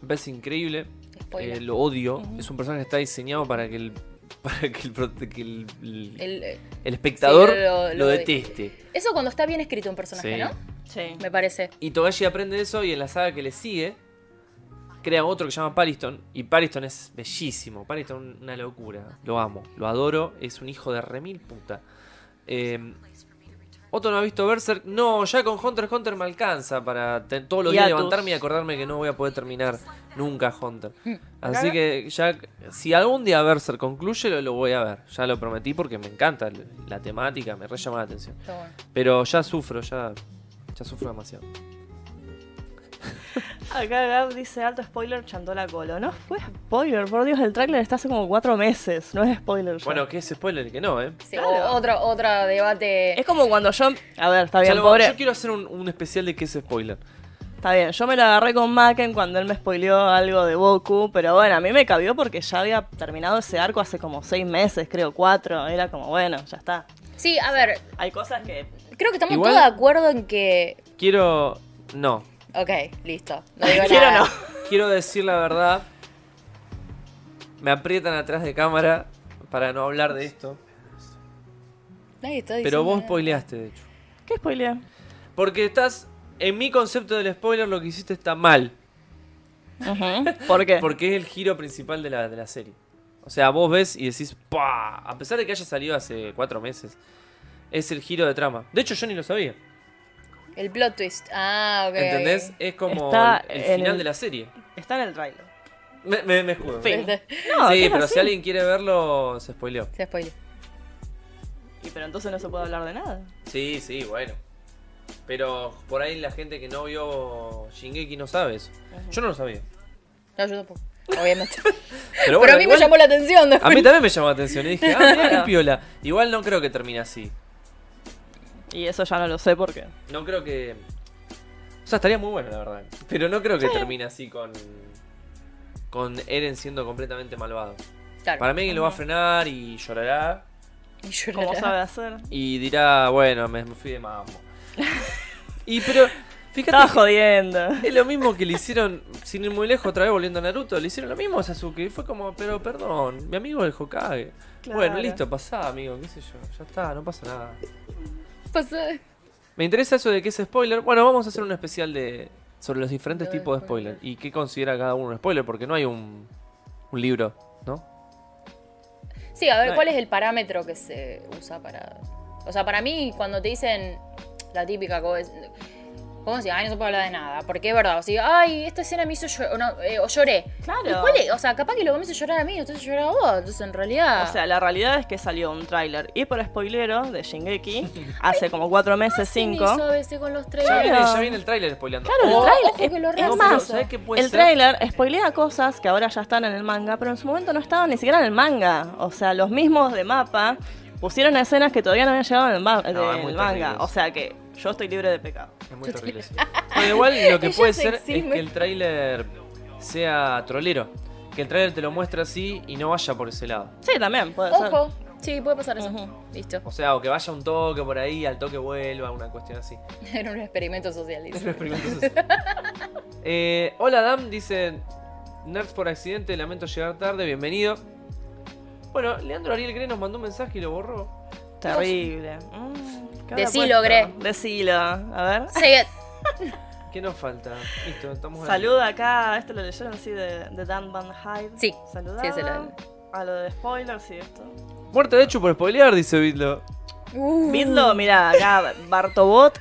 [SPEAKER 2] Me parece increíble.
[SPEAKER 1] Spoiler.
[SPEAKER 2] eh, lo odio.
[SPEAKER 3] Ujú.
[SPEAKER 2] Es un personaje que está diseñado para que el, para que el, pro- que el, el-
[SPEAKER 1] El- eh,
[SPEAKER 2] el espectador
[SPEAKER 1] sí, lo-
[SPEAKER 2] lo,
[SPEAKER 1] lo- lo-
[SPEAKER 2] deteste.
[SPEAKER 1] eso cuando está bien escrito un personaje,
[SPEAKER 2] Sí.
[SPEAKER 1] ¿no?
[SPEAKER 3] Sí.
[SPEAKER 1] Me parece.
[SPEAKER 2] Y Togashi aprende eso y en la saga que le sigue crea otro que se llama Pariston. Y Pariston es bellísimo. Pariston una locura. Lo amo, lo adoro. Es un hijo de remil puta. Eh, Otto no ha visto Berserk. No, ya con Hunter x Hunter me alcanza para te- todos los días
[SPEAKER 3] Hiatus.
[SPEAKER 2] levantarme y acordarme que no voy a poder terminar nunca Hunter.
[SPEAKER 1] Mm.
[SPEAKER 2] Así que ya, si algún día Berserk concluye, lo, lo voy a ver. Ya lo prometí porque me encanta la, la temática, me re llama la atención.
[SPEAKER 1] Está bueno.
[SPEAKER 2] Pero ya sufro, ya, ya sufro demasiado.
[SPEAKER 3] Ah, Acá Gab dice alto spoiler, Chandola Colo. No fue spoiler, por Dios, el trailer está hace como cuatro meses, no es spoiler. ya.
[SPEAKER 2] Bueno, que es spoiler que no, ¿eh?
[SPEAKER 1] Sí,
[SPEAKER 3] Claro.
[SPEAKER 1] o- otro, otro debate.
[SPEAKER 3] es como cuando yo. A ver, está
[SPEAKER 2] Ya
[SPEAKER 3] bien,
[SPEAKER 2] lo-
[SPEAKER 3] pobre.
[SPEAKER 2] Yo quiero hacer un, un especial de que es spoiler.
[SPEAKER 3] Está bien, yo me lo agarré con Macken cuando él me spoileó algo de Boku, pero bueno, a mí me cabió porque ya había terminado ese arco hace como seis meses, creo, cuatro. Era como, bueno, ya está.
[SPEAKER 1] Sí, a ver,
[SPEAKER 3] Hay cosas que.
[SPEAKER 1] creo que estamos
[SPEAKER 2] Igual-
[SPEAKER 1] todos de acuerdo en que.
[SPEAKER 2] Quiero. No.
[SPEAKER 1] Ok, listo. No digo
[SPEAKER 3] Quiero
[SPEAKER 1] nada.
[SPEAKER 3] no.
[SPEAKER 2] Quiero decir la verdad. Me aprietan atrás de cámara para no hablar de esto.
[SPEAKER 1] Nadie está
[SPEAKER 2] Pero
[SPEAKER 1] diciendo
[SPEAKER 2] vos
[SPEAKER 3] eh.
[SPEAKER 1] nada.
[SPEAKER 2] spoileaste, de hecho.
[SPEAKER 3] ¿Qué spoileé?
[SPEAKER 2] Porque estás. En mi concepto del spoiler, lo que hiciste está mal.
[SPEAKER 3] Ujú, ¿Por qué?
[SPEAKER 2] Porque es el giro principal de la, de la serie. O sea, vos ves y decís, ¡pah! A pesar de que haya salido hace cuatro meses, es el giro de trama. De hecho, yo ni lo sabía.
[SPEAKER 1] El plot twist. Ah, ok.
[SPEAKER 2] ¿Entendés? Es como
[SPEAKER 3] Está
[SPEAKER 2] el, el
[SPEAKER 3] en
[SPEAKER 2] final
[SPEAKER 3] el-
[SPEAKER 2] de la serie.
[SPEAKER 3] Está en el trailer.
[SPEAKER 2] Me, me, me escudo.
[SPEAKER 3] Fin.
[SPEAKER 2] Sí,
[SPEAKER 3] No,
[SPEAKER 1] Ah,
[SPEAKER 3] ¿qué es
[SPEAKER 2] pero
[SPEAKER 3] así?
[SPEAKER 2] si alguien quiere verlo, se spoileó.
[SPEAKER 1] Se spoileó.
[SPEAKER 3] Y pero entonces no se puede hablar de nada.
[SPEAKER 2] Sí, sí, bueno. Pero por ahí la gente que no vio Shingeki no sabe eso. Yo no lo sabía.
[SPEAKER 1] No, yo tampoco. Obviamente.
[SPEAKER 2] Pero,
[SPEAKER 1] Pero
[SPEAKER 2] bueno,
[SPEAKER 1] a mí
[SPEAKER 2] igual-
[SPEAKER 1] me llamó la atención.
[SPEAKER 2] A mí también me llamó la atención. Y dije, ah, mirá qué
[SPEAKER 3] Claro.
[SPEAKER 2] piola. Igual no creo que termine así.
[SPEAKER 3] Y eso ya no lo sé por qué.
[SPEAKER 2] No creo que. O sea, estaría muy bueno, la verdad. Pero no creo que termine así con. Con Eren siendo completamente malvado.
[SPEAKER 1] Claro.
[SPEAKER 2] Para mí alguien lo va a frenar y llorará.
[SPEAKER 1] Y yo
[SPEAKER 3] ¿Cómo
[SPEAKER 1] la-
[SPEAKER 3] sabe hacer?
[SPEAKER 2] Y dirá, bueno, me me fui de mambo. Y pero,
[SPEAKER 3] Estaba
[SPEAKER 2] fíjate,
[SPEAKER 3] jodiendo.
[SPEAKER 2] es lo mismo que le hicieron, sin ir muy lejos, otra vez volviendo a Naruto, le hicieron lo mismo a Sasuke. Y fue como, pero perdón, mi amigo es el Hokage. Bueno,
[SPEAKER 3] Claro.
[SPEAKER 2] listo, pasá, amigo, qué sé yo, ya está, no pasa nada.
[SPEAKER 1] Pasa-
[SPEAKER 2] Me interesa eso de que es spoiler. Bueno, vamos a hacer un especial de sobre los diferentes
[SPEAKER 1] Lo de
[SPEAKER 2] tipos de
[SPEAKER 1] spoiler.
[SPEAKER 2] spoiler y qué considera cada uno un spoiler, porque no hay un, un libro, ¿no?
[SPEAKER 1] Sí, a ver,
[SPEAKER 3] No.
[SPEAKER 1] ¿cuál es el parámetro que se usa para...? O sea, para mí, cuando te dicen la típica cosa... ¿Cómo decir? Ay, no se puede hablar de nada. Porque es verdad. O sea, ay, esta escena me hizo llorar. O, no, eh, o lloré.
[SPEAKER 3] Claro.
[SPEAKER 1] ¿Y cuál es? O sea, capaz que lo que me hizo llorar a mí, entonces llorar a vos. Entonces, en realidad...
[SPEAKER 3] O sea, la realidad es que salió un tráiler hiper spoilero de Shingeki hace como cuatro meses,
[SPEAKER 1] ¿quién
[SPEAKER 3] cinco.
[SPEAKER 1] hizo a veces con los trailers?
[SPEAKER 2] Ya,
[SPEAKER 3] Claro.
[SPEAKER 2] viene, ya viene el tráiler spoileando. Oh,
[SPEAKER 3] Claro,
[SPEAKER 2] O-
[SPEAKER 3] el tráiler.
[SPEAKER 1] ojo que lo
[SPEAKER 3] es ¿eh?
[SPEAKER 1] rehace.
[SPEAKER 3] más,
[SPEAKER 2] ¿Sabés qué puede
[SPEAKER 3] el
[SPEAKER 2] ser?
[SPEAKER 3] tráiler spoilea cosas que ahora ya están en el manga, pero en su momento no estaban ni siquiera en el manga. O sea, los mismos de mapa pusieron escenas que todavía no habían llegado en el, ma-
[SPEAKER 2] No, es
[SPEAKER 3] del
[SPEAKER 2] muy terrible
[SPEAKER 3] manga.
[SPEAKER 2] eso.
[SPEAKER 3] O sea que yo estoy libre de pecado.
[SPEAKER 2] Es muy terrible eso. Bueno, igual lo que
[SPEAKER 1] Ella
[SPEAKER 2] puede
[SPEAKER 1] se
[SPEAKER 2] ser
[SPEAKER 1] exime.
[SPEAKER 2] es que el tráiler sea trolero. Que el tráiler te lo muestre así y no vaya por ese lado.
[SPEAKER 3] Sí, también puede ser.
[SPEAKER 1] Ojo. Sí, puede pasar eso.
[SPEAKER 3] Ujú.
[SPEAKER 1] Listo.
[SPEAKER 2] O sea, o que vaya un toque por ahí, al toque vuelva, una cuestión así.
[SPEAKER 1] Era un experimento social,
[SPEAKER 2] Es
[SPEAKER 1] dice.
[SPEAKER 2] un experimento social. Eh, hola Dam, dice Nerds por accidente, lamento llegar tarde, bienvenido. Bueno, Leandro Ariel Gre nos mandó un mensaje y lo borró.
[SPEAKER 3] Terrible. Mm, ¿qué habrá
[SPEAKER 1] Decilo,
[SPEAKER 3] puesto?
[SPEAKER 1] Gre.
[SPEAKER 3] Decilo. A ver.
[SPEAKER 1] Say it.
[SPEAKER 2] ¿Qué nos falta? Listo, estamos ahí.
[SPEAKER 3] Saluda acá, esto lo leyeron así de, de Dan Van Hyde.
[SPEAKER 1] Sí,
[SPEAKER 3] Saluda.
[SPEAKER 1] sí, se lo-
[SPEAKER 3] A lo de spoilers y esto.
[SPEAKER 2] Muerte de hecho por spoilear, dice Vidlo.
[SPEAKER 1] Uh.
[SPEAKER 3] Vidlo, mira, acá Bartobot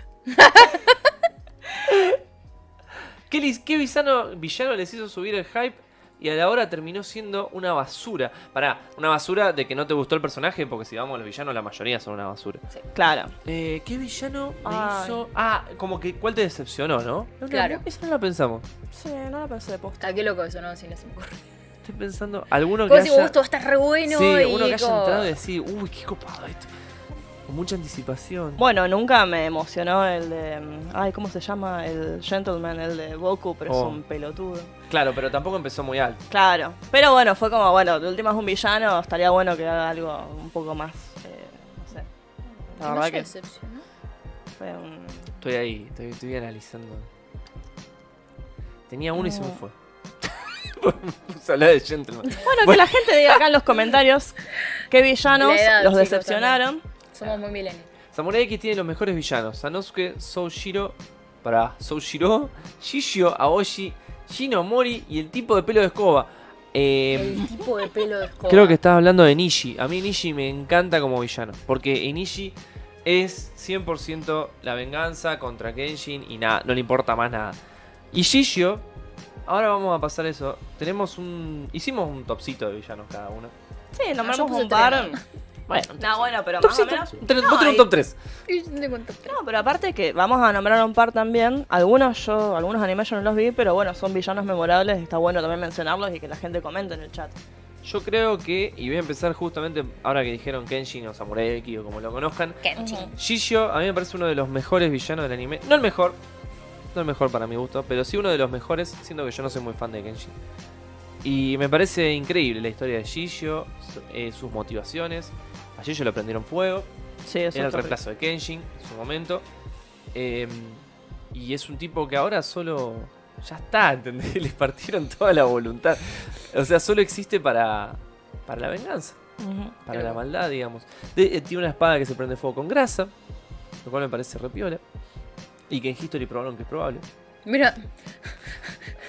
[SPEAKER 2] ¿Qué, lis- qué villano, villano les hizo subir el hype y a la hora terminó siendo una basura? Pará, una basura de que no te gustó el personaje, porque si vamos a los villanos, la mayoría son una basura.
[SPEAKER 3] Claro.
[SPEAKER 2] Eh, ¿Qué villano me
[SPEAKER 3] Ay.
[SPEAKER 2] hizo.? Ah, como que. ¿Cuál te decepcionó, no? No, no,
[SPEAKER 1] Claro.
[SPEAKER 2] no, Esa no la pensamos.
[SPEAKER 3] Sí, no la pensé de posta.
[SPEAKER 1] Ah, qué loco eso, ¿no? Si no se me ocurre.
[SPEAKER 2] Estoy pensando. Alguno que.
[SPEAKER 1] Como si
[SPEAKER 2] haya-
[SPEAKER 1] gusto va a estar re bueno.
[SPEAKER 2] sí,
[SPEAKER 1] y
[SPEAKER 2] uno que haya
[SPEAKER 1] como-
[SPEAKER 2] entrado y decir, uy, qué copado esto. Con mucha anticipación.
[SPEAKER 3] Bueno, nunca me emocionó el de. mm, Ay, ¿cómo se llama? El Gentleman, el de Boku, pero
[SPEAKER 2] Oh.
[SPEAKER 3] es un pelotudo.
[SPEAKER 2] Claro, pero tampoco empezó muy alto.
[SPEAKER 3] Claro. Pero bueno, fue como, bueno, de última es un villano, estaría bueno que haga algo un poco más. eh, no sé.
[SPEAKER 1] Que
[SPEAKER 3] La
[SPEAKER 1] no
[SPEAKER 3] verdad
[SPEAKER 1] haya
[SPEAKER 3] que
[SPEAKER 1] decepcionado.
[SPEAKER 3] fue un.
[SPEAKER 2] Estoy ahí, estoy, estoy analizando. Tenía uno y se me fue. Puse a hablar de Gentleman.
[SPEAKER 3] Bueno, que la gente diga acá en los comentarios qué villanos
[SPEAKER 1] La edad,
[SPEAKER 3] los
[SPEAKER 1] chicos,
[SPEAKER 3] decepcionaron.
[SPEAKER 1] Somos muy milenios.
[SPEAKER 2] Samurai X tiene los mejores villanos. Sanosuke, Soushiro, para Soushiro, Shishio, Aoshi, Shinomori y el tipo de pelo de escoba. Eh,
[SPEAKER 1] El tipo de pelo de escoba.
[SPEAKER 2] creo que estás hablando de Nishi. A mí Nishi me encanta como villano. Porque en Nishi es 100% la venganza contra Kenshin y nada, no le importa más nada. Y Shishio, ahora vamos a pasar eso. Tenemos un. Hicimos un topcito de villanos cada uno.
[SPEAKER 3] Sí,
[SPEAKER 1] yo
[SPEAKER 3] nombramos
[SPEAKER 1] puse
[SPEAKER 3] un par.
[SPEAKER 1] tres.
[SPEAKER 2] Bueno, un
[SPEAKER 3] No, bueno, pero más o
[SPEAKER 2] topcito.
[SPEAKER 3] menos.
[SPEAKER 2] Ten-
[SPEAKER 3] No,
[SPEAKER 2] vos Ah, tenés un
[SPEAKER 3] y-
[SPEAKER 2] top 3.
[SPEAKER 1] Y yo te cuento tres.
[SPEAKER 3] No, pero aparte que vamos a nombrar un par también. Algunos yo, algunos animes yo no los vi, pero bueno, son villanos memorables. Está bueno también mencionarlos y que la gente comente en el chat.
[SPEAKER 2] Yo creo que, y voy a empezar justamente ahora que dijeron Kenshin o Samurai X o como lo conozcan,
[SPEAKER 1] Kenchi.
[SPEAKER 2] Shishio a mí me parece uno de los mejores villanos del anime. No el mejor, no el mejor para mi gusto, pero sí uno de los mejores, siendo que yo no soy muy fan de Kenshin. Y me parece increíble la historia de Shishio, su- eh, sus motivaciones. A Shishio lo prendieron fuego,
[SPEAKER 3] Sí, eso
[SPEAKER 2] era el
[SPEAKER 3] está rico.
[SPEAKER 2] reemplazo de Kenshin en su momento. Eh, y es un tipo que ahora solo. Ya está, ¿entendés? Les partieron toda la voluntad. O sea, solo existe para. Para la venganza,
[SPEAKER 3] Ujú.
[SPEAKER 2] para
[SPEAKER 1] Pero-
[SPEAKER 2] la maldad, digamos. De- eh, tiene una espada que se prende fuego con grasa, lo cual me parece repiola. Y que en History probaron que es probable.
[SPEAKER 1] Mira,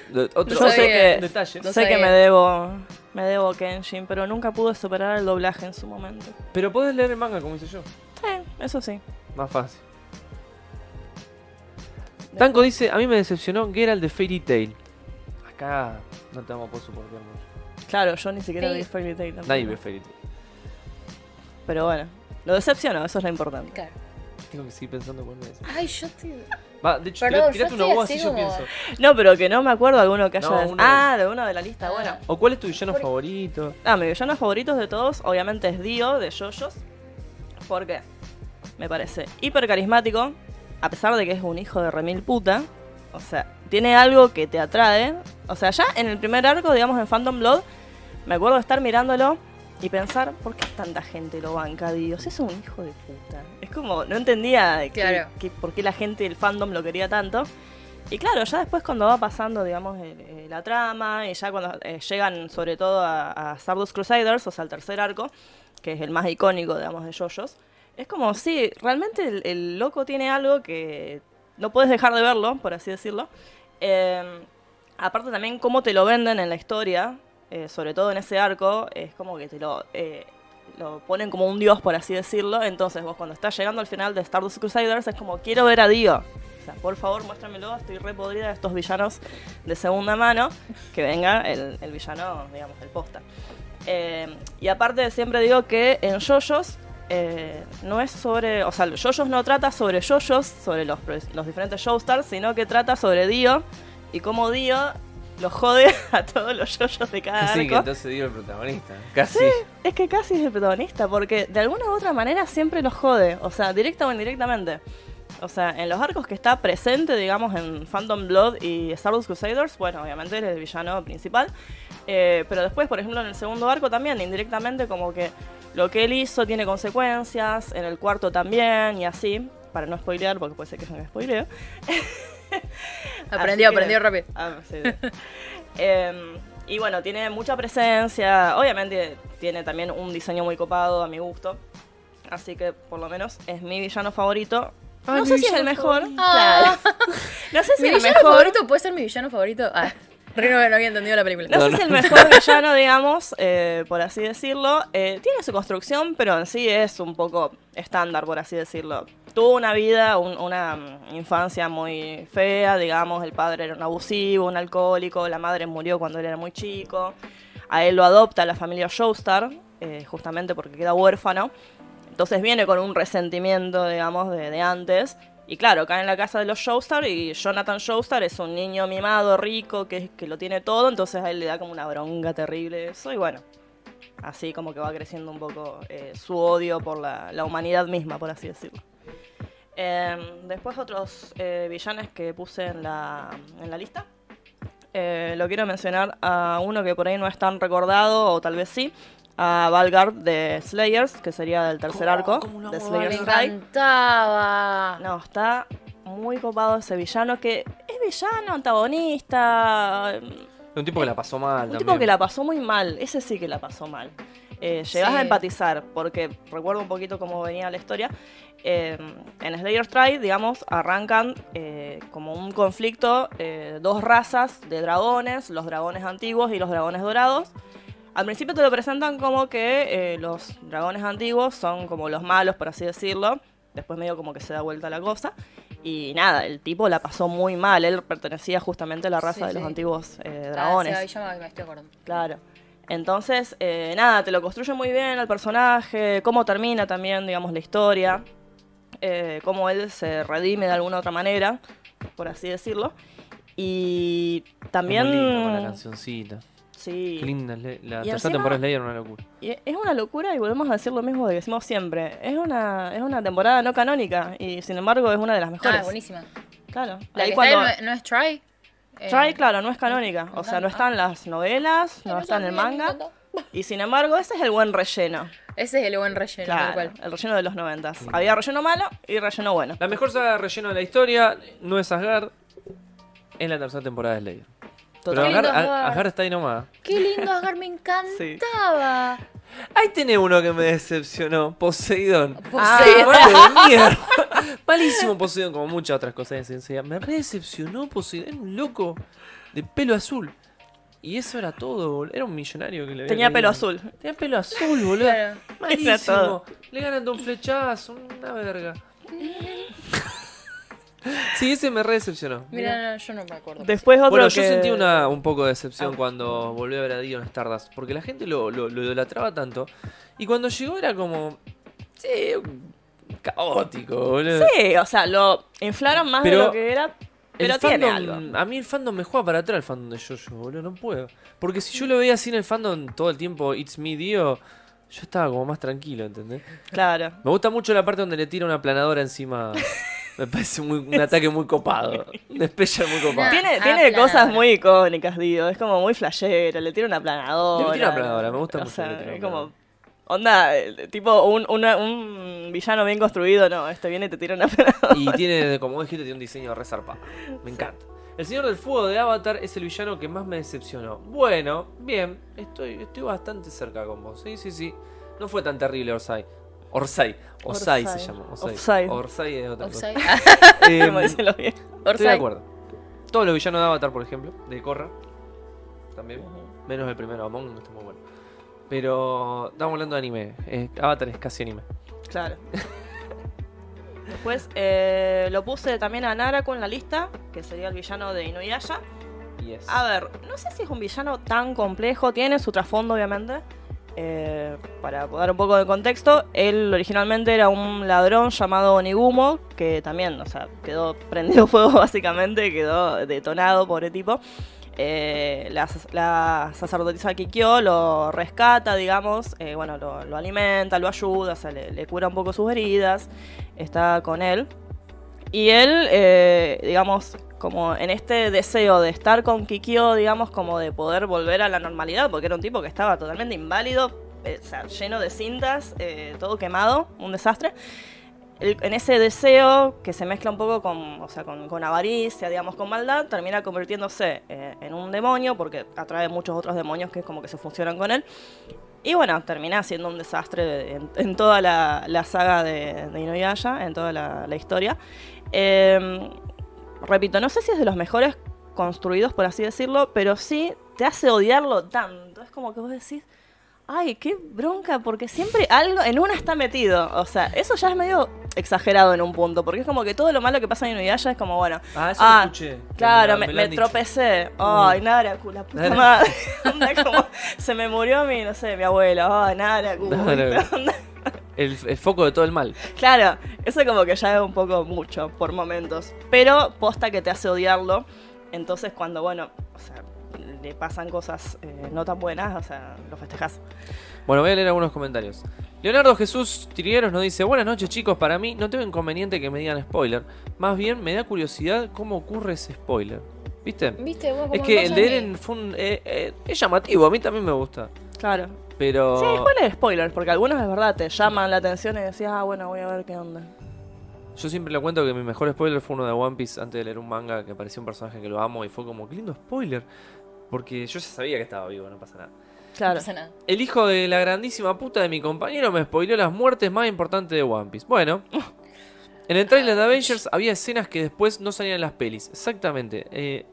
[SPEAKER 2] De- Otro
[SPEAKER 3] Yo sé
[SPEAKER 2] otro
[SPEAKER 3] que-
[SPEAKER 2] detalle.
[SPEAKER 1] No
[SPEAKER 3] sé que
[SPEAKER 1] sabía.
[SPEAKER 3] me debo, me debo Kenshin, pero nunca pude superar el doblaje en su momento.
[SPEAKER 2] Pero podés leer el manga como hice yo.
[SPEAKER 3] Sí, eso sí.
[SPEAKER 2] Más fácil. Tanco dice, a mí me decepcionó Geralt de Fairy Tail. Acá no te vamos a poder soportar mucho.
[SPEAKER 3] Claro, yo ni siquiera
[SPEAKER 1] Sí.
[SPEAKER 3] vi Fairy Tail tampoco.
[SPEAKER 2] Nadie ve Fairy Tail.
[SPEAKER 3] Pero bueno, lo decepcionó, eso es lo importante.
[SPEAKER 1] claro.
[SPEAKER 2] Tengo que seguir pensando cuál es.
[SPEAKER 1] Ay, yo te.
[SPEAKER 2] Va, de hecho,
[SPEAKER 1] Perdón,
[SPEAKER 2] tirá-
[SPEAKER 1] yo
[SPEAKER 2] tirate una
[SPEAKER 1] estoy
[SPEAKER 2] voz
[SPEAKER 1] así
[SPEAKER 2] así yo
[SPEAKER 1] como-
[SPEAKER 2] pienso.
[SPEAKER 3] No, pero que no me acuerdo alguno que haya.
[SPEAKER 2] No,
[SPEAKER 3] des-
[SPEAKER 2] uno de-
[SPEAKER 3] Ah, de uno de la lista,
[SPEAKER 1] Ah.
[SPEAKER 3] bueno.
[SPEAKER 2] ¿O cuál es tu villano
[SPEAKER 1] Por-
[SPEAKER 2] favorito?
[SPEAKER 3] Ah, mi villano favorito de todos, obviamente, es Dio de Yoyos. Porque me parece hiper carismático, a pesar de que es un hijo de remil puta. O sea, tiene algo que te atrae. O sea, ya en el primer arco, digamos, en Phantom Blood, me acuerdo de estar mirándolo y pensar, ¿por qué tanta gente lo banca, Dio? Si es un hijo de puta. Es como, no entendía qué-
[SPEAKER 1] Claro.
[SPEAKER 3] qué- por qué la gente del fandom lo quería tanto. Y claro, ya después cuando va pasando, digamos, el- eh, la trama, y ya cuando eh, llegan sobre todo a, a Stardust Crusaders, o sea, al tercer arco, que es el más icónico, digamos, de JoJo's, es como, sí, realmente el, el loco tiene algo que no puedes dejar de verlo, por así decirlo. Eh, aparte también cómo te lo venden en la historia, eh, sobre todo en ese arco, es como que te lo... eh, lo ponen como un dios, por así decirlo. Entonces, vos cuando estás llegando al final de Stardust Crusaders, es como quiero ver a Dio. O sea, por favor, muéstramelo. Estoy re podrida de estos villanos de segunda mano. Que venga el, el villano, digamos, el posta. Eh, y aparte, siempre digo que en JoJo's eh, no es sobre. O sea, JoJo's no trata sobre JoJo's, sobre los, pro- los diferentes showstars, sino que trata sobre Dio y cómo Dio lo jode a todos los JoJo's de cada
[SPEAKER 2] Casi que
[SPEAKER 3] Ah, arco.
[SPEAKER 2] entonces digo el protagonista. Casi.
[SPEAKER 3] Es que casi es el protagonista, porque de alguna u otra manera siempre los jode, o sea, directa o indirectamente. O sea, en los arcos que está presente, digamos, en Phantom Blood y Stardust Crusaders, bueno, obviamente él es el villano principal. Eh, pero después, por ejemplo, en el segundo arco también, indirectamente, como que lo que él hizo tiene consecuencias, en el cuarto también, y así, para no spoilear, porque puede ser que me spoileo.
[SPEAKER 1] Aprendió,
[SPEAKER 3] Así que-
[SPEAKER 1] aprendió rápido.
[SPEAKER 3] Ah, sí, sí. Em, y bueno, tiene mucha presencia. Obviamente tiene también un diseño muy copado a mi gusto. Así que por lo menos es mi villano favorito.
[SPEAKER 2] Ay,
[SPEAKER 3] no
[SPEAKER 2] mi
[SPEAKER 3] sé si es
[SPEAKER 2] villano
[SPEAKER 3] el mejor.
[SPEAKER 1] Ah.
[SPEAKER 3] Claro. No sé si
[SPEAKER 1] Mi
[SPEAKER 3] el
[SPEAKER 1] villano
[SPEAKER 3] mejor.
[SPEAKER 1] favorito puede ser mi villano favorito. Ah, re no, no había entendido la película.
[SPEAKER 3] No, sé si el mejor villano, digamos, eh, por así decirlo. Eh, tiene su construcción, pero en sí es un poco estándar, por así decirlo. tuvo una vida, un- una mm, infancia muy fea, digamos, el padre era un abusivo, un alcohólico, la madre murió cuando él era muy chico, a él lo adopta la familia Showstar, eh, justamente porque queda huérfano, entonces viene con un resentimiento, digamos, de, de antes. Y claro, cae en la casa de los Showstar y Jonathan Showstar es un niño mimado, rico, que, que lo tiene todo, entonces a él le da como una bronca terrible eso y bueno, así como que va creciendo un poco eh, su odio por la, la humanidad misma, por así decirlo. Eh, después otros eh, villanes que puse en la, en la lista. Eh, lo quiero mencionar a uno que por ahí no es tan recordado, o tal vez sí, a Valgard de Slayers, que sería del tercer
[SPEAKER 2] ¿Cómo-
[SPEAKER 3] arco
[SPEAKER 2] Oh, cómo no
[SPEAKER 3] de
[SPEAKER 2] amo a
[SPEAKER 1] Me
[SPEAKER 3] Slayers High.
[SPEAKER 1] encantaba.
[SPEAKER 3] No, está muy copado ese villano que es villano, antagonista.
[SPEAKER 2] Un tipo que la pasó mal.
[SPEAKER 3] Un tipo
[SPEAKER 2] también.
[SPEAKER 3] que la pasó muy mal, ese sí que la pasó mal. Eh, llegás
[SPEAKER 1] Sí.
[SPEAKER 3] a empatizar, porque recuerdo un poquito cómo venía la historia. Eh, en Slayer Strike, digamos, arrancan eh, como un conflicto eh, dos razas de dragones, los dragones antiguos y los dragones dorados. Al principio te lo presentan como que eh, los dragones antiguos son como los malos, por así decirlo. Después medio como que se da vuelta la cosa. Y nada, el tipo la pasó muy mal. Él pertenecía justamente a la raza
[SPEAKER 1] Sí,
[SPEAKER 3] de los
[SPEAKER 1] sí.
[SPEAKER 3] antiguos eh,
[SPEAKER 1] Ah,
[SPEAKER 3] dragones.
[SPEAKER 1] sí, ahí yo me- me estoy acordando. Ah,
[SPEAKER 3] Claro. Entonces, eh, nada, te lo construye muy bien el personaje, cómo termina también, digamos, la historia, eh, cómo él se redime de alguna otra manera, por así decirlo. Y
[SPEAKER 2] Es muy
[SPEAKER 3] también...
[SPEAKER 2] lindo con la cancioncita.
[SPEAKER 3] sí.
[SPEAKER 2] Qué linda. es Le- La
[SPEAKER 3] Y
[SPEAKER 2] tercera
[SPEAKER 3] encima-
[SPEAKER 2] temporada de Slayer era una locura.
[SPEAKER 3] Y es una locura y volvemos a decir lo mismo que decimos siempre. Es una, es una temporada no canónica y sin embargo es una de las mejores.
[SPEAKER 1] Ah, buenísima.
[SPEAKER 3] Claro.
[SPEAKER 1] La
[SPEAKER 3] Ahí
[SPEAKER 1] que
[SPEAKER 3] cuando-
[SPEAKER 1] está en- no es Try. Eh,
[SPEAKER 3] Try, claro, no es canónica.
[SPEAKER 1] no
[SPEAKER 3] O sea, no
[SPEAKER 1] está-
[SPEAKER 3] está en las novelas, no
[SPEAKER 1] no
[SPEAKER 3] está en el
[SPEAKER 1] sabía, me
[SPEAKER 3] manga.
[SPEAKER 1] encantó.
[SPEAKER 3] Y sin embargo, ese es el buen relleno.
[SPEAKER 1] Ese es el buen relleno, tal
[SPEAKER 3] Claro,
[SPEAKER 1] cual.
[SPEAKER 3] el relleno de los noventas. Había relleno malo y relleno bueno.
[SPEAKER 2] La mejor saga de relleno de la historia no es Asgard. Es la tercera temporada de Slayer. Pero
[SPEAKER 3] Total.
[SPEAKER 1] Qué lindo
[SPEAKER 2] Asgard,
[SPEAKER 1] Asgard.
[SPEAKER 2] Asgard está ahí nomás.
[SPEAKER 1] Qué lindo, Asgar, me encantaba.
[SPEAKER 2] Ahí tenés uno que me decepcionó, Poseidon.
[SPEAKER 1] Poseidon.
[SPEAKER 2] Ah, madre de mierda. Malísimo Poseidon, como muchas otras cosas de ciencia. Me re decepcionó Poseidon, era un loco de pelo azul. Y eso era todo, boludo. Era un millonario que le había
[SPEAKER 3] Tenía
[SPEAKER 2] caído.
[SPEAKER 3] pelo azul.
[SPEAKER 2] Tenía pelo azul, boludo.
[SPEAKER 1] Claro.
[SPEAKER 2] Malísimo.
[SPEAKER 3] Era todo.
[SPEAKER 2] Le ganan de un flechazo, una verga. Sí, ese me re decepcionó.
[SPEAKER 1] Mira, no, yo no me acuerdo.
[SPEAKER 3] Después otro
[SPEAKER 2] Bueno, yo
[SPEAKER 3] que- Ah.
[SPEAKER 2] sentí una, un poco de decepción cuando volví a ver a Dion Stardust, porque la gente lo, lo, lo idolatraba tanto. Y cuando llegó era como. Sí, caótico, boludo.
[SPEAKER 3] Sí, o sea, lo inflaron más
[SPEAKER 2] eh, Pero
[SPEAKER 3] de lo que era, pero tiene algo.
[SPEAKER 2] A mí el fandom me juega para atrás el fandom de Jojo, boludo, no puedo. Porque si yo lo veía así en el fandom todo el tiempo, It's Me Dio, yo estaba como más tranquilo, ¿entendés?
[SPEAKER 3] Claro.
[SPEAKER 2] Me gusta mucho la parte donde le tira una planadora encima. Me parece muy- un ataque muy copado. Un special muy copado.
[SPEAKER 1] Nah.
[SPEAKER 3] Tiene,
[SPEAKER 1] Ah,
[SPEAKER 3] tiene
[SPEAKER 1] aplanadora.
[SPEAKER 3] cosas muy icónicas, digo. Es como muy flashero, le tira una aplanadora.
[SPEAKER 2] Le tira una aplanadora, me gusta
[SPEAKER 3] O
[SPEAKER 2] mucho que le
[SPEAKER 3] sea,
[SPEAKER 2] tira
[SPEAKER 3] es
[SPEAKER 2] una
[SPEAKER 3] como... Onda, eh, tipo un, una- un villano bien construido, no, este viene y te tira una aplanadora.
[SPEAKER 2] Y tiene, como dijiste, tiene un diseño re zarpado. Me encanta. El Señor del Fuego de Avatar es el villano que más me decepcionó. Bueno, bien, estoy, estoy bastante cerca con vos. Sí, sí, sí. No fue tan terrible Orsay. Orsay. Orsay se
[SPEAKER 3] Orsay.
[SPEAKER 2] llama. Orsay.
[SPEAKER 3] Orsay.
[SPEAKER 2] Orsay es otra cosa.
[SPEAKER 1] Offside.
[SPEAKER 2] Em,
[SPEAKER 3] Como dicen los viejos.
[SPEAKER 2] estoy de
[SPEAKER 1] Orsay.
[SPEAKER 2] acuerdo. Todos los villanos de Avatar, por ejemplo, de Korra. También. Menos el primero, Among, no está muy bueno. Pero estamos hablando de anime. Eh, Avatar es casi anime.
[SPEAKER 3] Claro. Después eh, lo puse también a Naraku en la lista, que sería el villano de Inuyasha.
[SPEAKER 2] Yes.
[SPEAKER 3] A ver, no sé si es un villano tan complejo, tiene su trasfondo obviamente. Eh, para dar un poco de contexto, él originalmente era un ladrón llamado Onigumo, que también, o sea, quedó prendido fuego básicamente, quedó detonado, pobre tipo. Eh, la, sac- la sacerdotisa Kikyo lo rescata, digamos, eh, bueno, lo, lo alimenta, lo ayuda, o sea, le, le cura un poco sus heridas, está con él. Y él, eh, digamos, como en este deseo de estar con Kikyo, digamos, como de poder volver a la normalidad, porque era un tipo que estaba totalmente inválido, eh, o sea, lleno de cintas, eh, todo quemado, un desastre. El- en ese deseo que se mezcla un poco con, o sea, con, con avaricia, digamos, con maldad, termina convirtiéndose eh, en un demonio, porque atrae muchos otros demonios que como que se fusionan con él. Y bueno, termina siendo un desastre en, en toda la, la saga de, de Inuyasha, en toda la, la historia. Eh, repito, no sé si es de los mejores construidos, por así decirlo, pero sí te hace odiarlo tanto. Es como que vos decís, ay, qué bronca, porque siempre algo en una está metido. O sea, eso ya es medio exagerado en un punto, porque es como que todo lo malo que pasa en Inuyasha es como, bueno,
[SPEAKER 2] Ah, eso lo escuché.
[SPEAKER 3] Claro,
[SPEAKER 2] Me
[SPEAKER 3] me,
[SPEAKER 2] lo
[SPEAKER 3] me
[SPEAKER 2] han dicho. Mm.
[SPEAKER 3] tropecé. Ay, Naraku, la puta madre. Onda como, se me murió mi, no sé, mi abuelo. Ay, Naraku.
[SPEAKER 2] Naraku.
[SPEAKER 3] Onda-
[SPEAKER 2] El, el foco de todo el mal.
[SPEAKER 3] Claro, eso como que ya es un poco mucho por momentos. Pero posta que te hace odiarlo. Entonces cuando, bueno, o sea, le pasan cosas eh, no tan buenas, o sea, lo festejas.
[SPEAKER 2] Bueno, voy a leer algunos comentarios. Leonardo Jesús Trigueros nos dice, buenas noches chicos, para mí no tengo inconveniente que me digan spoiler. Más bien me da curiosidad cómo ocurre ese spoiler. ¿Viste?
[SPEAKER 1] ¿Viste? Bueno,
[SPEAKER 2] Es
[SPEAKER 1] como
[SPEAKER 2] que
[SPEAKER 1] me
[SPEAKER 2] el
[SPEAKER 1] pasa
[SPEAKER 2] de
[SPEAKER 1] a mí.
[SPEAKER 2] Eren fue un... eh, eh, es llamativo, a mí también me gusta.
[SPEAKER 3] Claro.
[SPEAKER 2] Pero...
[SPEAKER 3] Sí, bueno, spoilers, porque algunos es verdad, te llaman la atención y decís, ah, bueno, voy a ver qué onda.
[SPEAKER 2] Yo siempre le cuento que mi mejor spoiler fue uno de One Piece antes de leer un manga que apareció un personaje que lo amo y fue como, qué lindo spoiler. Porque yo ya sabía que estaba vivo, no pasa nada.
[SPEAKER 1] No
[SPEAKER 3] Claro.
[SPEAKER 1] pasa nada.
[SPEAKER 2] El hijo de la grandísima puta de mi compañero me spoileó las muertes más importantes de One Piece. Bueno. En el trailer de Avengers había escenas que después no salían en las pelis. Exactamente. eh,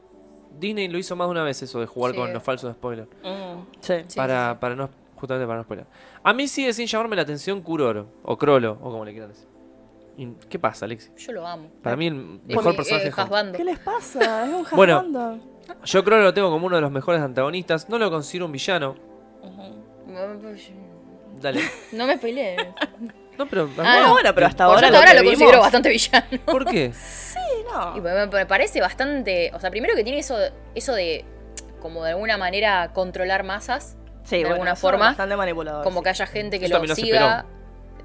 [SPEAKER 2] Disney lo hizo más de una vez eso de jugar
[SPEAKER 1] Sí.
[SPEAKER 2] con los falsos spoilers.
[SPEAKER 3] Mm, sí.
[SPEAKER 1] Sí,
[SPEAKER 2] para, para no... Justamente para no spoiler. A mí sigue sin llamarme la atención Kuroro. O Crollo, o como le quieran decir. Y- ¿Qué pasa, Alexi?
[SPEAKER 1] Yo lo amo.
[SPEAKER 2] Para mí el mejor
[SPEAKER 1] Es mi,
[SPEAKER 2] personaje
[SPEAKER 1] eh,
[SPEAKER 2] es Hanzo.
[SPEAKER 1] Hasbando.
[SPEAKER 3] ¿Qué les pasa? Es un
[SPEAKER 2] Bueno.
[SPEAKER 3] jazbando.
[SPEAKER 2] Yo creo que lo tengo como uno de los mejores antagonistas. No lo considero un villano. Dale.
[SPEAKER 1] No me peleé.
[SPEAKER 2] No, pero.
[SPEAKER 1] Ah,
[SPEAKER 3] No, bueno, pero hasta ahora,
[SPEAKER 1] Ahora, ahora
[SPEAKER 3] que
[SPEAKER 1] lo
[SPEAKER 3] vimos-
[SPEAKER 1] considero bastante villano.
[SPEAKER 2] ¿Por qué?
[SPEAKER 3] Sí, no.
[SPEAKER 1] Y me, me parece bastante. O sea, primero que tiene eso, eso de. Como de alguna manera controlar masas.
[SPEAKER 3] Sí,
[SPEAKER 1] de
[SPEAKER 3] bueno,
[SPEAKER 1] alguna
[SPEAKER 3] son
[SPEAKER 1] forma,
[SPEAKER 3] Bastante manipulador.
[SPEAKER 1] Como
[SPEAKER 3] sí.
[SPEAKER 1] que haya gente que
[SPEAKER 2] Eso
[SPEAKER 1] lo
[SPEAKER 2] también lo hace
[SPEAKER 1] siga.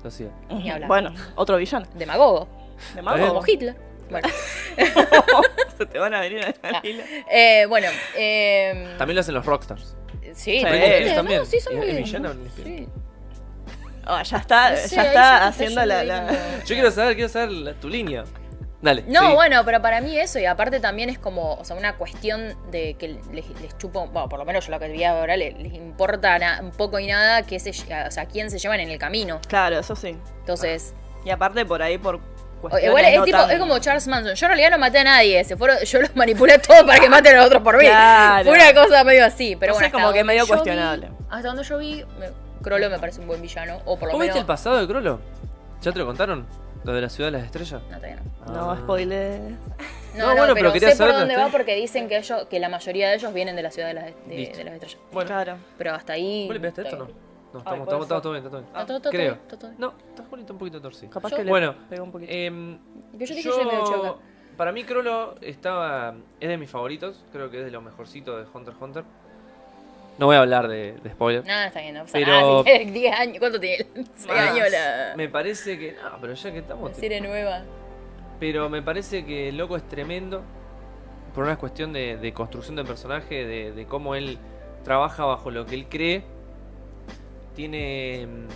[SPEAKER 2] Lo sigo.
[SPEAKER 1] Ni hablar.
[SPEAKER 3] Bueno, otro villano.
[SPEAKER 1] Demagogo.
[SPEAKER 3] De
[SPEAKER 2] bien.
[SPEAKER 3] mago.
[SPEAKER 1] Como Hitler. Bueno,
[SPEAKER 3] Se te van a venir a la fila.
[SPEAKER 1] eh, bueno eh,
[SPEAKER 2] También lo hacen los rockstars.
[SPEAKER 1] Sí,
[SPEAKER 3] Sí.
[SPEAKER 1] también.
[SPEAKER 3] Britney
[SPEAKER 2] Spears también.
[SPEAKER 1] No, sí, son
[SPEAKER 2] ¿Es-
[SPEAKER 1] muy
[SPEAKER 2] es villana Britney Spears?
[SPEAKER 1] Sí.
[SPEAKER 3] Ah, ya está,
[SPEAKER 1] No sé,
[SPEAKER 3] ya
[SPEAKER 1] ahí
[SPEAKER 3] está
[SPEAKER 1] se te
[SPEAKER 3] haciendo
[SPEAKER 1] yendo
[SPEAKER 3] la.
[SPEAKER 1] ahí
[SPEAKER 3] la-
[SPEAKER 1] como-
[SPEAKER 2] Yo quiero saber, quiero saber la- tu línea. Dale.
[SPEAKER 1] No,
[SPEAKER 2] seguí.
[SPEAKER 1] bueno, pero para mí eso, y aparte también es como, o sea, una cuestión de que les, les chupo, bueno, por lo menos yo lo que vi ahora, les, les importa na- un poco y nada que se, lle- o sea, quién se llevan en el camino.
[SPEAKER 3] Claro, eso sí.
[SPEAKER 1] Entonces,
[SPEAKER 3] Y aparte por ahí por cuestiones
[SPEAKER 1] igual es,
[SPEAKER 3] no
[SPEAKER 1] tipo,
[SPEAKER 3] tan-
[SPEAKER 1] es como Charles Manson, yo en realidad no maté a nadie, se fueron, yo los manipulé todo para que maten a los otros por mí.
[SPEAKER 3] Claro.
[SPEAKER 1] Fue una cosa medio así, pero
[SPEAKER 3] Entonces,
[SPEAKER 1] bueno. hasta
[SPEAKER 3] como que
[SPEAKER 1] donde
[SPEAKER 3] medio
[SPEAKER 1] yo vi-
[SPEAKER 3] cuestionable.
[SPEAKER 1] hasta donde yo vi, me- Crollo me parece un buen villano, o por lo
[SPEAKER 2] ¿Vos
[SPEAKER 1] menos...
[SPEAKER 2] viste el pasado de Crollo? ¿Ya te lo contaron? Lo de la ciudad de las estrellas.
[SPEAKER 1] No, todavía no.
[SPEAKER 2] Ah.
[SPEAKER 3] No, spoiler.
[SPEAKER 1] No,
[SPEAKER 2] No,
[SPEAKER 1] no,
[SPEAKER 2] bueno, pero
[SPEAKER 1] pero,
[SPEAKER 2] quería
[SPEAKER 1] sé por
[SPEAKER 2] saberlo,
[SPEAKER 1] dónde va
[SPEAKER 2] estoy-
[SPEAKER 1] porque dicen que ellos, que la mayoría de ellos vienen de la ciudad de las, de,
[SPEAKER 2] Listo.
[SPEAKER 1] de las estrellas.
[SPEAKER 2] Bueno.
[SPEAKER 3] Claro.
[SPEAKER 1] Pero hasta ahí.
[SPEAKER 2] ¿Vos le pegaste esto o no?
[SPEAKER 1] estoy-
[SPEAKER 2] No, estamos,
[SPEAKER 3] puede
[SPEAKER 2] estamos,
[SPEAKER 3] ser.
[SPEAKER 2] estamos todo bien, está todo bien.
[SPEAKER 1] No, todo, todo,
[SPEAKER 2] creo.
[SPEAKER 1] todo, todo.
[SPEAKER 2] No, estás bonito un poquito torcido.
[SPEAKER 3] Capaz
[SPEAKER 1] Yo-
[SPEAKER 3] que
[SPEAKER 2] Bueno,
[SPEAKER 3] le pegó un poquito.
[SPEAKER 2] Em,
[SPEAKER 1] Pero yo te dije que yo le medio choca.
[SPEAKER 2] para mí Crollo estaba es de mis favoritos, creo que es de los mejorcitos de Hunter x Hunter. No voy a hablar de, de spoiler.
[SPEAKER 1] Nada, está bien, no pasa
[SPEAKER 2] Pero-
[SPEAKER 1] nada. Si quieres, 10 años, ¿cuánto tiene? 6
[SPEAKER 2] Más.
[SPEAKER 1] años la.
[SPEAKER 2] Me parece que no, pero ya que estamos,
[SPEAKER 1] la serie nueva.
[SPEAKER 2] pero me parece que el loco es tremendo por una cuestión de, de construcción del personaje, de, de cómo él trabaja bajo lo que él cree. Tiene mm,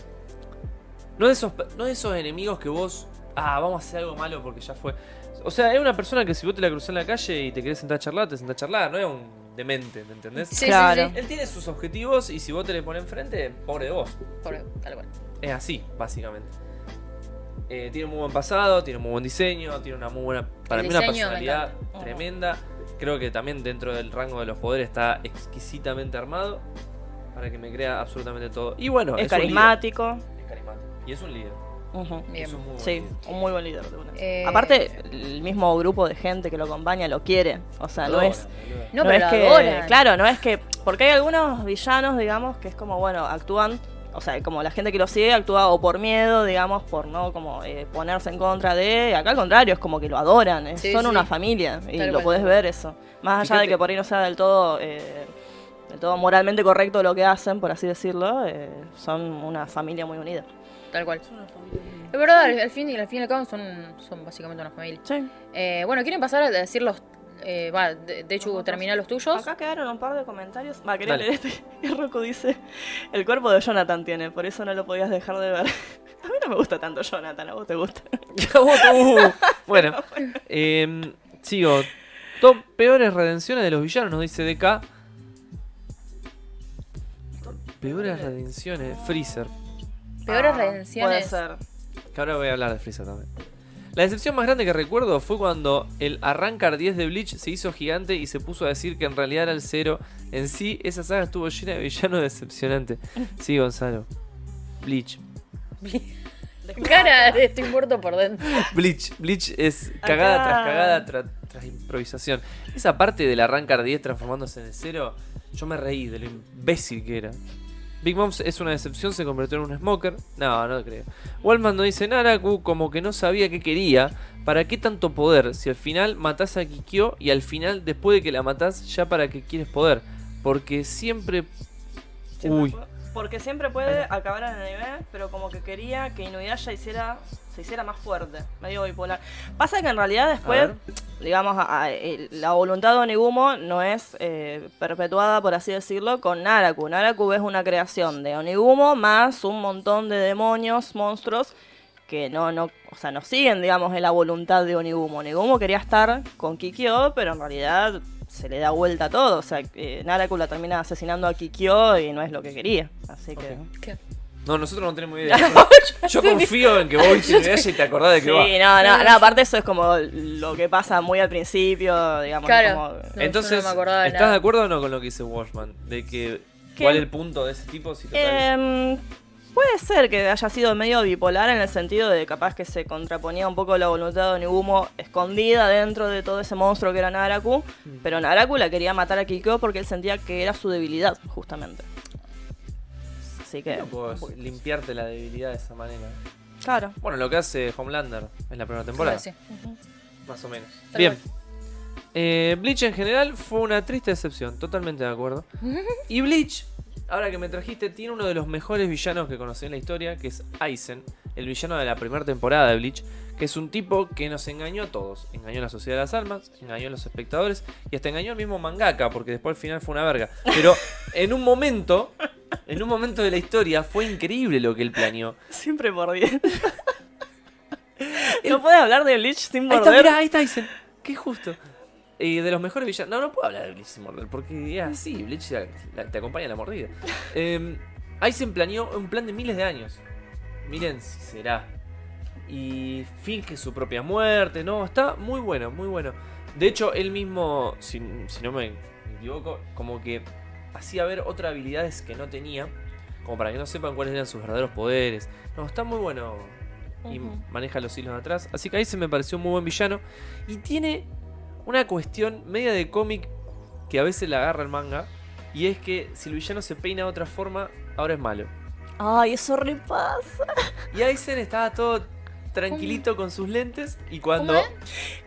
[SPEAKER 2] no de esos no de esos enemigos que vos ah, vamos a hacer algo malo porque ya fue. O sea, es una persona que si vos te la cruzás en la calle y te querés sentar a charlar, te sentás a charlar, no es un demente, ¿me entendés?
[SPEAKER 1] Sí,
[SPEAKER 3] Claro.
[SPEAKER 1] sí,
[SPEAKER 2] Él tiene sus objetivos y si vos te le pones enfrente, pobre de vos.
[SPEAKER 1] sí. Por- tal cual.
[SPEAKER 2] Es así, básicamente. Eh, tiene un muy buen pasado, tiene un muy buen diseño, tiene una muy buena. Para
[SPEAKER 1] El
[SPEAKER 2] mí, una
[SPEAKER 1] diseño me
[SPEAKER 2] personalidad
[SPEAKER 3] encanta.
[SPEAKER 2] tremenda. Creo que también dentro del rango de los poderes está exquisitamente armado. Para que me crea absolutamente todo. Y bueno,
[SPEAKER 3] es,
[SPEAKER 2] es, un
[SPEAKER 3] carismático.
[SPEAKER 2] líder. Es carismático. Y es un líder.
[SPEAKER 3] Ujú.
[SPEAKER 1] Bien.
[SPEAKER 2] Es un muy buen
[SPEAKER 3] Sí,
[SPEAKER 2] líder.
[SPEAKER 3] un muy buen líder de una.
[SPEAKER 1] Eh,
[SPEAKER 3] Aparte, el mismo grupo de gente que lo acompaña lo quiere. O sea, no
[SPEAKER 2] Adora,
[SPEAKER 3] es.
[SPEAKER 2] boludo.
[SPEAKER 1] No, pero
[SPEAKER 3] es
[SPEAKER 1] la
[SPEAKER 3] que,
[SPEAKER 1] adoran.
[SPEAKER 3] Claro, no es que. Porque hay algunos villanos, digamos, que es como, bueno, actúan. O sea, como la gente que lo sigue actúa o por miedo, digamos, por no como eh, ponerse en contra de. Acá al contrario, es como que lo adoran. eh,
[SPEAKER 1] Sí,
[SPEAKER 3] son
[SPEAKER 1] sí.
[SPEAKER 3] una familia y
[SPEAKER 1] Tal
[SPEAKER 3] lo
[SPEAKER 1] cual.
[SPEAKER 3] podés ver eso. Más allá
[SPEAKER 2] Fíjate-
[SPEAKER 3] de que por ahí no sea del todo. eh, del todo moralmente correcto lo que hacen, por así decirlo, eh, son una familia muy unida.
[SPEAKER 1] Tal cual. Es verdad, al, al fin, y- al fin y al cabo son, son básicamente una familia.
[SPEAKER 3] Sí.
[SPEAKER 1] Eh, bueno, ¿quieren pasar a decir los. Eh, va, de, de hecho, terminá los tuyos?
[SPEAKER 3] Acá quedaron un par de comentarios. Va, quería
[SPEAKER 2] Dale.
[SPEAKER 3] leer este. Y Rocco dice: El cuerpo de Jonathan tiene, por eso no lo podías dejar de ver. A mí no me gusta tanto Jonathan, a vos te gusta.
[SPEAKER 2] Uh, bueno, em, sigo. Top peores redenciones de los villanos, nos dice DK. Top peores redenciones. Freezer.
[SPEAKER 1] Peores
[SPEAKER 3] Ah,
[SPEAKER 1] redenciones.
[SPEAKER 3] Puede ser.
[SPEAKER 2] Que ahora voy a hablar de Freezer también. La decepción más grande que recuerdo fue cuando el Arrancar 10 de Bleach se hizo gigante y se puso a decir que en realidad era el cero. En sí, esa saga estuvo llena de villanos decepcionantes. Sí, Gonzalo. Bleach.
[SPEAKER 1] Cara, de estoy muerto por dentro.
[SPEAKER 2] Bleach, Bleach es cagada
[SPEAKER 3] Acá.
[SPEAKER 2] tras cagada tra- tras improvisación. Esa parte del arrancar 10 transformándose en el cero, yo me reí de lo imbécil que era. Big Moms es una decepción, se convirtió en un smoker. No, no creo. Wallman no dice Naraku como que no sabía qué quería. ¿Para qué tanto poder? Si al final matás a Kikyo y al final, después de que la matás, ya para qué quieres poder. Porque siempre. Uy.
[SPEAKER 3] Porque siempre puede acabar en el anime, pero como que quería que Inuyasha hiciera, se hiciera más fuerte, medio bipolar. Pasa que en realidad después,
[SPEAKER 2] ver.
[SPEAKER 3] digamos, a- a- el- la voluntad de Onigumo no es eh, perpetuada, por así decirlo, con Naraku. Naraku es una creación de Onigumo más un montón de demonios, monstruos, que no, no, o sea, no siguen, digamos, en la voluntad de Onigumo. Onigumo quería estar con Kikyo, pero en realidad se le da vuelta todo. O sea, eh, Naraku la termina asesinando a Kikyo y no es lo que quería. Así que...
[SPEAKER 2] Ok.
[SPEAKER 1] ¿Qué?
[SPEAKER 2] No, nosotros no tenemos idea. yo confío en que vos viste Inuyasha y te acordás de que
[SPEAKER 3] Sí,
[SPEAKER 2] va.
[SPEAKER 3] no, no, no, aparte eso es como lo que pasa muy al principio, digamos.
[SPEAKER 1] Claro.
[SPEAKER 3] como-
[SPEAKER 1] No, yo
[SPEAKER 2] Entonces,
[SPEAKER 1] no me acordaba de
[SPEAKER 2] ¿estás
[SPEAKER 1] nada.
[SPEAKER 2] de acuerdo o no con lo que dice Watchman? De que
[SPEAKER 3] ¿Qué?
[SPEAKER 2] cuál es el punto de ese tipo si total-
[SPEAKER 3] Em, puede ser que haya sido medio bipolar en el sentido de capaz que se contraponía un poco la voluntad de Onigumo escondida dentro de todo ese monstruo que era Naraku,
[SPEAKER 2] Mm.
[SPEAKER 3] pero Naraku la quería matar a Kikyo porque él sentía que era su debilidad, justamente. Así
[SPEAKER 1] Eh,
[SPEAKER 3] que,
[SPEAKER 2] no podés limpiarte la debilidad de esa manera.
[SPEAKER 3] claro.
[SPEAKER 2] Bueno, lo que hace Homelander en la primera temporada,
[SPEAKER 1] Sí.
[SPEAKER 2] más o menos.
[SPEAKER 1] Tal
[SPEAKER 2] Bien.
[SPEAKER 1] cual.
[SPEAKER 2] Eh, Bleach en general fue una triste decepción, totalmente de acuerdo. Y Bleach, ahora que me trajiste, tiene uno de los mejores villanos que conocí en la historia, que es Aizen, el villano de la primera temporada de Bleach, que es un tipo que nos engañó a todos. Engañó a la Sociedad de las Almas, engañó a los espectadores y hasta engañó al mismo mangaka, porque después al final fue una verga. Pero en un momento, en un momento de la historia, fue increíble lo que él planeó.
[SPEAKER 3] Siempre mordí. no puedes hablar de Bleach sin
[SPEAKER 2] Ahí está,
[SPEAKER 3] morder.
[SPEAKER 2] mirá, ahí está Aizen. Qué justo. Eh, de los mejores villanos. No, no puedo hablar de Bleach sin morder, porque es así, Bleach la- la- te acompaña en la mordida. Eh, Aizen planeó un plan de miles de años. Miren si será. Y finge su propia muerte, ¿no? Está muy bueno, muy bueno. De hecho, él mismo, si, si no me equivoco, como que hacía ver otras habilidades que no tenía, como para que no sepan cuáles eran sus verdaderos poderes. No, está muy bueno y
[SPEAKER 1] Ujú.
[SPEAKER 2] maneja los hilos de atrás. Así que ahí se me pareció un muy buen villano. Y tiene una cuestión media de cómic que a veces la agarra el manga. Y es que si el villano se peina de otra forma, ahora es malo.
[SPEAKER 3] Ay, eso repasa.
[SPEAKER 2] Y Aizen estaba todo tranquilito con sus lentes. Y cuando
[SPEAKER 1] ¿Cómo es?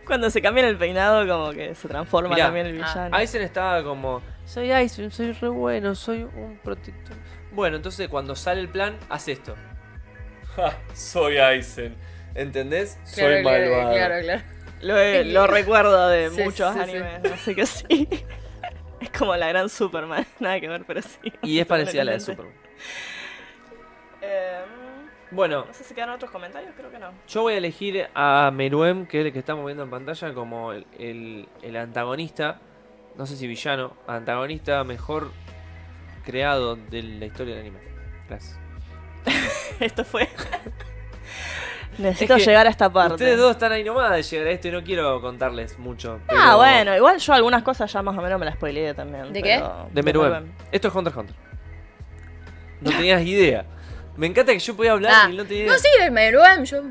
[SPEAKER 3] Cuando se cambian el peinado, como que se transforma
[SPEAKER 2] Mirá,
[SPEAKER 3] también el
[SPEAKER 1] ah,
[SPEAKER 3] villano.
[SPEAKER 2] Aizen estaba como: Soy Aizen, soy re bueno, soy un protector. Bueno, entonces cuando sale el plan, hace esto. Ja, soy Aizen. ¿Entendés?
[SPEAKER 1] Claro, claro, claro, claro.
[SPEAKER 3] Lo, lo recuerdo de
[SPEAKER 1] Sí,
[SPEAKER 3] muchos
[SPEAKER 1] sí, sí.
[SPEAKER 3] animes, así que sí. Es como la gran Superman, nada que ver, pero sí.
[SPEAKER 2] Y es parecida a la de
[SPEAKER 3] Totalmente.
[SPEAKER 2] Superman.
[SPEAKER 3] Eh,
[SPEAKER 2] Bueno,
[SPEAKER 3] no sé si quedan otros comentarios, creo que no.
[SPEAKER 2] Yo voy a elegir a Meruem, que es el que estamos viendo en pantalla, como el, el- el antagonista, no sé si villano, antagonista mejor creado de la historia del anime. Gracias.
[SPEAKER 3] Esto fue. Necesito
[SPEAKER 2] Es que
[SPEAKER 3] llegar a esta parte.
[SPEAKER 2] Ustedes dos están ahí nomás de llegar a esto y no quiero contarles mucho.
[SPEAKER 3] Ah,
[SPEAKER 2] pero-
[SPEAKER 3] bueno, igual yo algunas cosas ya más o menos me las spoileé también.
[SPEAKER 1] ¿De
[SPEAKER 3] pero-
[SPEAKER 2] De Meruem. Esto es Hunter x Hunter. No tenías idea. Me encanta que yo podía hablar
[SPEAKER 1] Ah,
[SPEAKER 2] y no
[SPEAKER 1] No,
[SPEAKER 2] tenía...
[SPEAKER 1] sí, de Meruem, yo.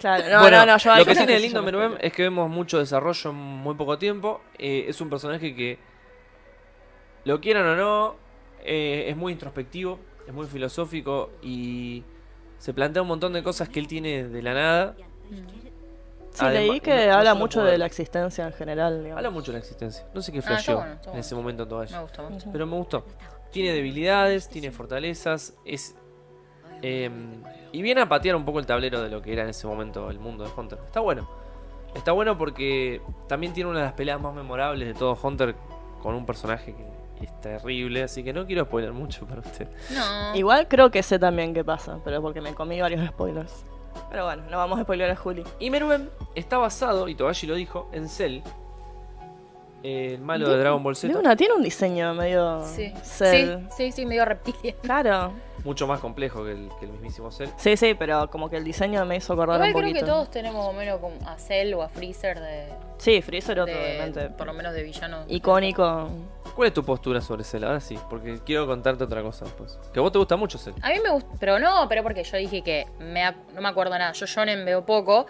[SPEAKER 3] Claro, no,
[SPEAKER 2] Bueno,
[SPEAKER 3] no, no, yo
[SPEAKER 2] lo que
[SPEAKER 3] yo-
[SPEAKER 2] tiene
[SPEAKER 3] yo-
[SPEAKER 2] de lindo
[SPEAKER 3] yo-
[SPEAKER 2] Meruem es que vemos mucho desarrollo en muy poco tiempo. Eh, es un personaje que, lo quieran o no, eh, es muy introspectivo, es muy filosófico y se plantea un montón de cosas que él tiene de la nada.
[SPEAKER 3] Sí,
[SPEAKER 2] Además-
[SPEAKER 3] leí
[SPEAKER 2] no-
[SPEAKER 3] que
[SPEAKER 2] no
[SPEAKER 3] habla
[SPEAKER 2] solo
[SPEAKER 3] mucho
[SPEAKER 2] poder.
[SPEAKER 3] de la existencia en general. digamos.
[SPEAKER 2] Habla mucho de la existencia. No sé qué
[SPEAKER 1] Ah, está
[SPEAKER 2] flasheó
[SPEAKER 1] bueno, está
[SPEAKER 2] en
[SPEAKER 1] bueno.
[SPEAKER 2] ese momento en
[SPEAKER 1] Me
[SPEAKER 2] toalla.
[SPEAKER 1] gusta mucho.
[SPEAKER 2] Pero me gustó. Tiene debilidades, tiene fortalezas, es... em, y viene a patear un poco el tablero de lo que era en ese momento el mundo de Hunter. Está bueno. Está bueno porque también tiene una de las peleas más memorables de todo Hunter con un personaje que es terrible, así que no quiero spoiler mucho para usted.
[SPEAKER 1] No.
[SPEAKER 3] Ah. Igual creo que sé también qué pasa, pero porque me comí varios spoilers. Pero bueno, no vamos a spoiler a Juli.
[SPEAKER 2] Y Meruem está basado, y Togashi lo dijo, en Cell, el malo de Dragon Ball Z,
[SPEAKER 3] Luna tiene un diseño medio.
[SPEAKER 1] Sí.
[SPEAKER 3] Cell.
[SPEAKER 1] sí, sí, sí, medio reptilia.
[SPEAKER 3] Claro.
[SPEAKER 2] mucho más complejo que el, que el mismísimo Cell.
[SPEAKER 3] Sí, sí, pero como que el diseño me hizo acordar
[SPEAKER 1] Igual
[SPEAKER 3] un
[SPEAKER 1] creo
[SPEAKER 3] poquito.
[SPEAKER 1] que todos tenemos más o menos como a Cell o a Freezer de,
[SPEAKER 3] Sí, Freezer otro,
[SPEAKER 1] de-
[SPEAKER 3] obviamente.
[SPEAKER 1] por lo menos de villano.
[SPEAKER 3] Icónico.
[SPEAKER 2] ¿Cuál es tu postura sobre Cell? Ahora sí, porque quiero contarte otra cosa después. Que a vos te gusta mucho Cell.
[SPEAKER 1] A mí me gusta, pero no, pero porque yo dije que me ac- no me acuerdo nada. Yo shonen veo poco.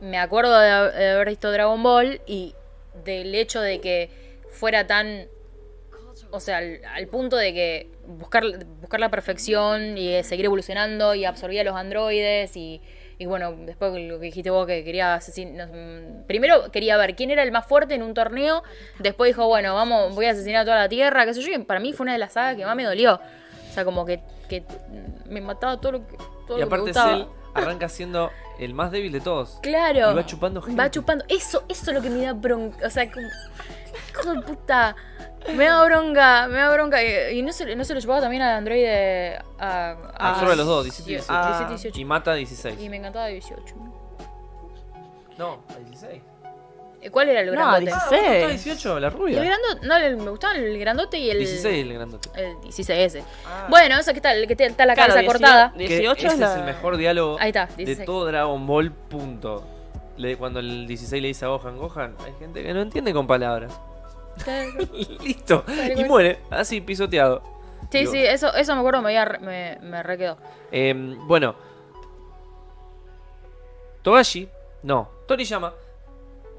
[SPEAKER 1] Me acuerdo de, ha- de haber visto Dragon Ball y del hecho de que fuera tan o sea, al, al punto de que buscar, buscar la perfección y eh, seguir evolucionando y absorbir a los androides y, y bueno, después lo que dijiste vos que quería asesinar... mm, Primero quería ver quién era el más fuerte en un torneo, después dijo, bueno, vamos, voy a asesinar a toda la Tierra, qué sé yo, y para mí fue una de las sagas que más me dolió. O sea, como que, que me mataba todo lo que... Todo
[SPEAKER 2] Y
[SPEAKER 1] lo que me
[SPEAKER 2] aparte
[SPEAKER 1] gustaba.
[SPEAKER 2] Cell arranca siendo el más débil de todos.
[SPEAKER 1] Claro.
[SPEAKER 2] Y va chupando gente.
[SPEAKER 1] Va chupando. Eso, eso es lo que me da bronca. O sea, como. Hijo de puta. Me da bronca, me da bronca. Y y no se, no se lo chupaba también al androide. A, a,
[SPEAKER 2] Ah, solo a los dos, 17 y 18.
[SPEAKER 1] a- 17
[SPEAKER 2] Y
[SPEAKER 1] 18.
[SPEAKER 2] mata
[SPEAKER 1] Y
[SPEAKER 2] 16.
[SPEAKER 1] me encantaba 18.
[SPEAKER 2] No, a 16.
[SPEAKER 1] Eh, ¿Cuál era el
[SPEAKER 3] No,
[SPEAKER 1] grandote?
[SPEAKER 3] 16.
[SPEAKER 2] Ah, ¿vos gustás 18, la rubia.
[SPEAKER 1] el grandote. No, el- me gustaban el grandote y el.
[SPEAKER 2] 16 el grandote.
[SPEAKER 1] El 16 ese.
[SPEAKER 2] Ah.
[SPEAKER 1] Bueno, eso que está, el que te- está la
[SPEAKER 3] Claro,
[SPEAKER 1] cabeza
[SPEAKER 3] 18
[SPEAKER 1] cortada.
[SPEAKER 2] Que
[SPEAKER 3] 18
[SPEAKER 2] ese
[SPEAKER 3] es,
[SPEAKER 2] es,
[SPEAKER 3] la-
[SPEAKER 2] el mejor diálogo
[SPEAKER 1] Ahí está,
[SPEAKER 2] de
[SPEAKER 1] 16.
[SPEAKER 2] todo Dragon Ball, punto. Le- cuando el 16 le dice a Gohan, Gohan, hay gente que no entiende con palabras. Listo. Y
[SPEAKER 1] cual.
[SPEAKER 2] muere, así pisoteado.
[SPEAKER 1] Sí,
[SPEAKER 2] Digo,
[SPEAKER 1] sí, eso, eso me acuerdo, me, había re- me, me re quedó.
[SPEAKER 2] eh, bueno. Togashi, no, Toriyama,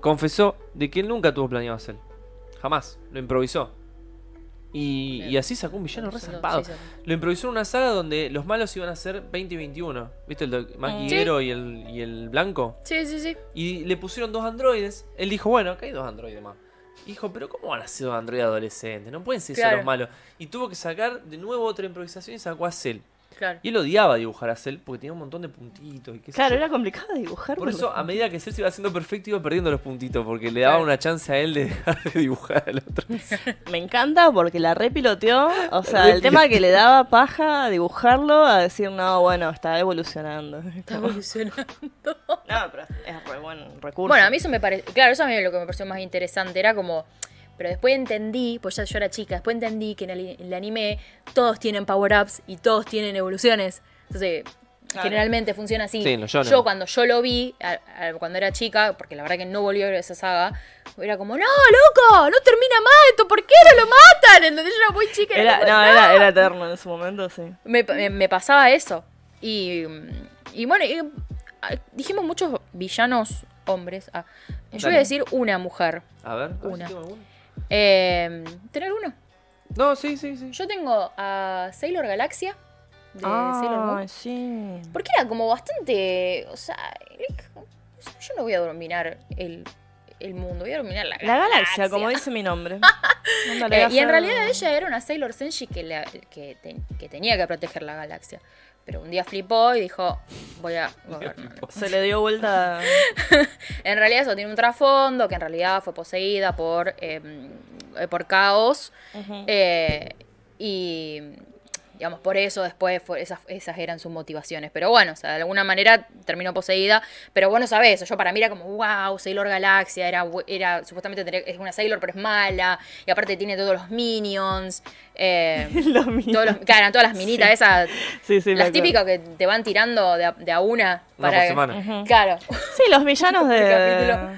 [SPEAKER 2] confesó de que él nunca tuvo planeado hacer. Jamás. Lo improvisó. Y, y así sacó un villano
[SPEAKER 1] Sí, sí.
[SPEAKER 2] resalpado. Lo improvisó en una saga donde los malos iban a ser 20 y 21. ¿Viste? El doc- maquillero y, el, y el blanco.
[SPEAKER 1] Sí, sí, sí.
[SPEAKER 2] Y le pusieron dos androides. Él dijo, bueno, acá hay dos androides más. Dijo, pero ¿cómo van a ser dos androides adolescentes? No pueden ser
[SPEAKER 1] Claro.
[SPEAKER 2] solo los malos. Y tuvo que sacar de nuevo otra improvisación y sacó a Cell.
[SPEAKER 1] Claro.
[SPEAKER 2] Y él odiaba dibujar a Cell porque tenía un montón de puntitos y qué sé
[SPEAKER 3] Claro,
[SPEAKER 2] yo.
[SPEAKER 3] era complicado dibujar.
[SPEAKER 2] Por eso, a medida que Cell se iba haciendo perfecto, iba perdiendo los puntitos porque le
[SPEAKER 1] Claro.
[SPEAKER 2] daba una chance a él de dejar de dibujar al otro. ah.
[SPEAKER 3] Me encanta porque la repiloteó. O sea,
[SPEAKER 2] repiloteó.
[SPEAKER 3] el tema que le daba paja a dibujarlo, a decir, no, bueno, está evolucionando.
[SPEAKER 1] Está evolucionando.
[SPEAKER 3] No, pero es re buen recurso.
[SPEAKER 1] Bueno, a mí eso me parece. Claro, eso a mí lo que me pareció más interesante era como. Pero después entendí, pues ya yo era chica, después entendí que en el, en el anime todos tienen power-ups y todos tienen evoluciones. Entonces,
[SPEAKER 3] Claro.
[SPEAKER 1] generalmente funciona así.
[SPEAKER 2] Sí, en los shonen.
[SPEAKER 1] yo cuando yo lo vi, a- a- cuando era chica, porque la verdad que no volvió a ver esa saga, era como, no, loco, no termina más esto, ¿por qué no lo matan? Entonces yo era muy chica. era
[SPEAKER 3] Era,
[SPEAKER 1] como,
[SPEAKER 3] no, era, era eterno en su momento, sí.
[SPEAKER 1] me, me- me pasaba eso. Y, y bueno, y, ah, dijimos muchos villanos hombres. Ah, yo voy
[SPEAKER 2] Dale.
[SPEAKER 1] a decir una mujer.
[SPEAKER 2] A ver, a ver si
[SPEAKER 1] Una.
[SPEAKER 2] tengo alguno.
[SPEAKER 1] Eh, ¿Tener uno?
[SPEAKER 2] No, sí, sí, sí.
[SPEAKER 1] Yo tengo a Sailor Galaxia de Sailor Moon.
[SPEAKER 3] sí.
[SPEAKER 1] Porque era como bastante. O sea, yo no voy a dominar el, el mundo, voy a dominar la
[SPEAKER 3] La galaxia, como dice mi nombre. Ándale,
[SPEAKER 1] Eh,
[SPEAKER 3] voy a
[SPEAKER 1] y en
[SPEAKER 3] hacer-
[SPEAKER 1] realidad ella era una Sailor Senshi que, la- que, te- que tenía que proteger la galaxia. Pero un día flipó y dijo, voy a gobernar.
[SPEAKER 3] Se le dio vuelta.
[SPEAKER 1] En realidad eso tiene un trasfondo, que en realidad fue poseída por, eh, eh, por Caos.
[SPEAKER 3] Ujú.
[SPEAKER 1] eh, y, digamos, por eso después fue- esas, esas eran sus motivaciones. Pero bueno, o sea, de alguna manera terminó poseída. Pero bueno, sabes, yo para mí era como, wow, Sailor Galaxia, era, bu- era supuestamente tener- es una Sailor pero es mala. Y aparte tiene todos los minions. eh,
[SPEAKER 3] Lo mismo.
[SPEAKER 1] todos los, claro, eran todas las minitas
[SPEAKER 3] Sí.
[SPEAKER 1] esas.
[SPEAKER 3] Sí, sí, me
[SPEAKER 1] las
[SPEAKER 3] acuerdo.
[SPEAKER 1] típicas que te van tirando de a, de a una.
[SPEAKER 2] Una por semana.
[SPEAKER 3] Ujú.
[SPEAKER 1] Claro.
[SPEAKER 3] Sí, los villanos de.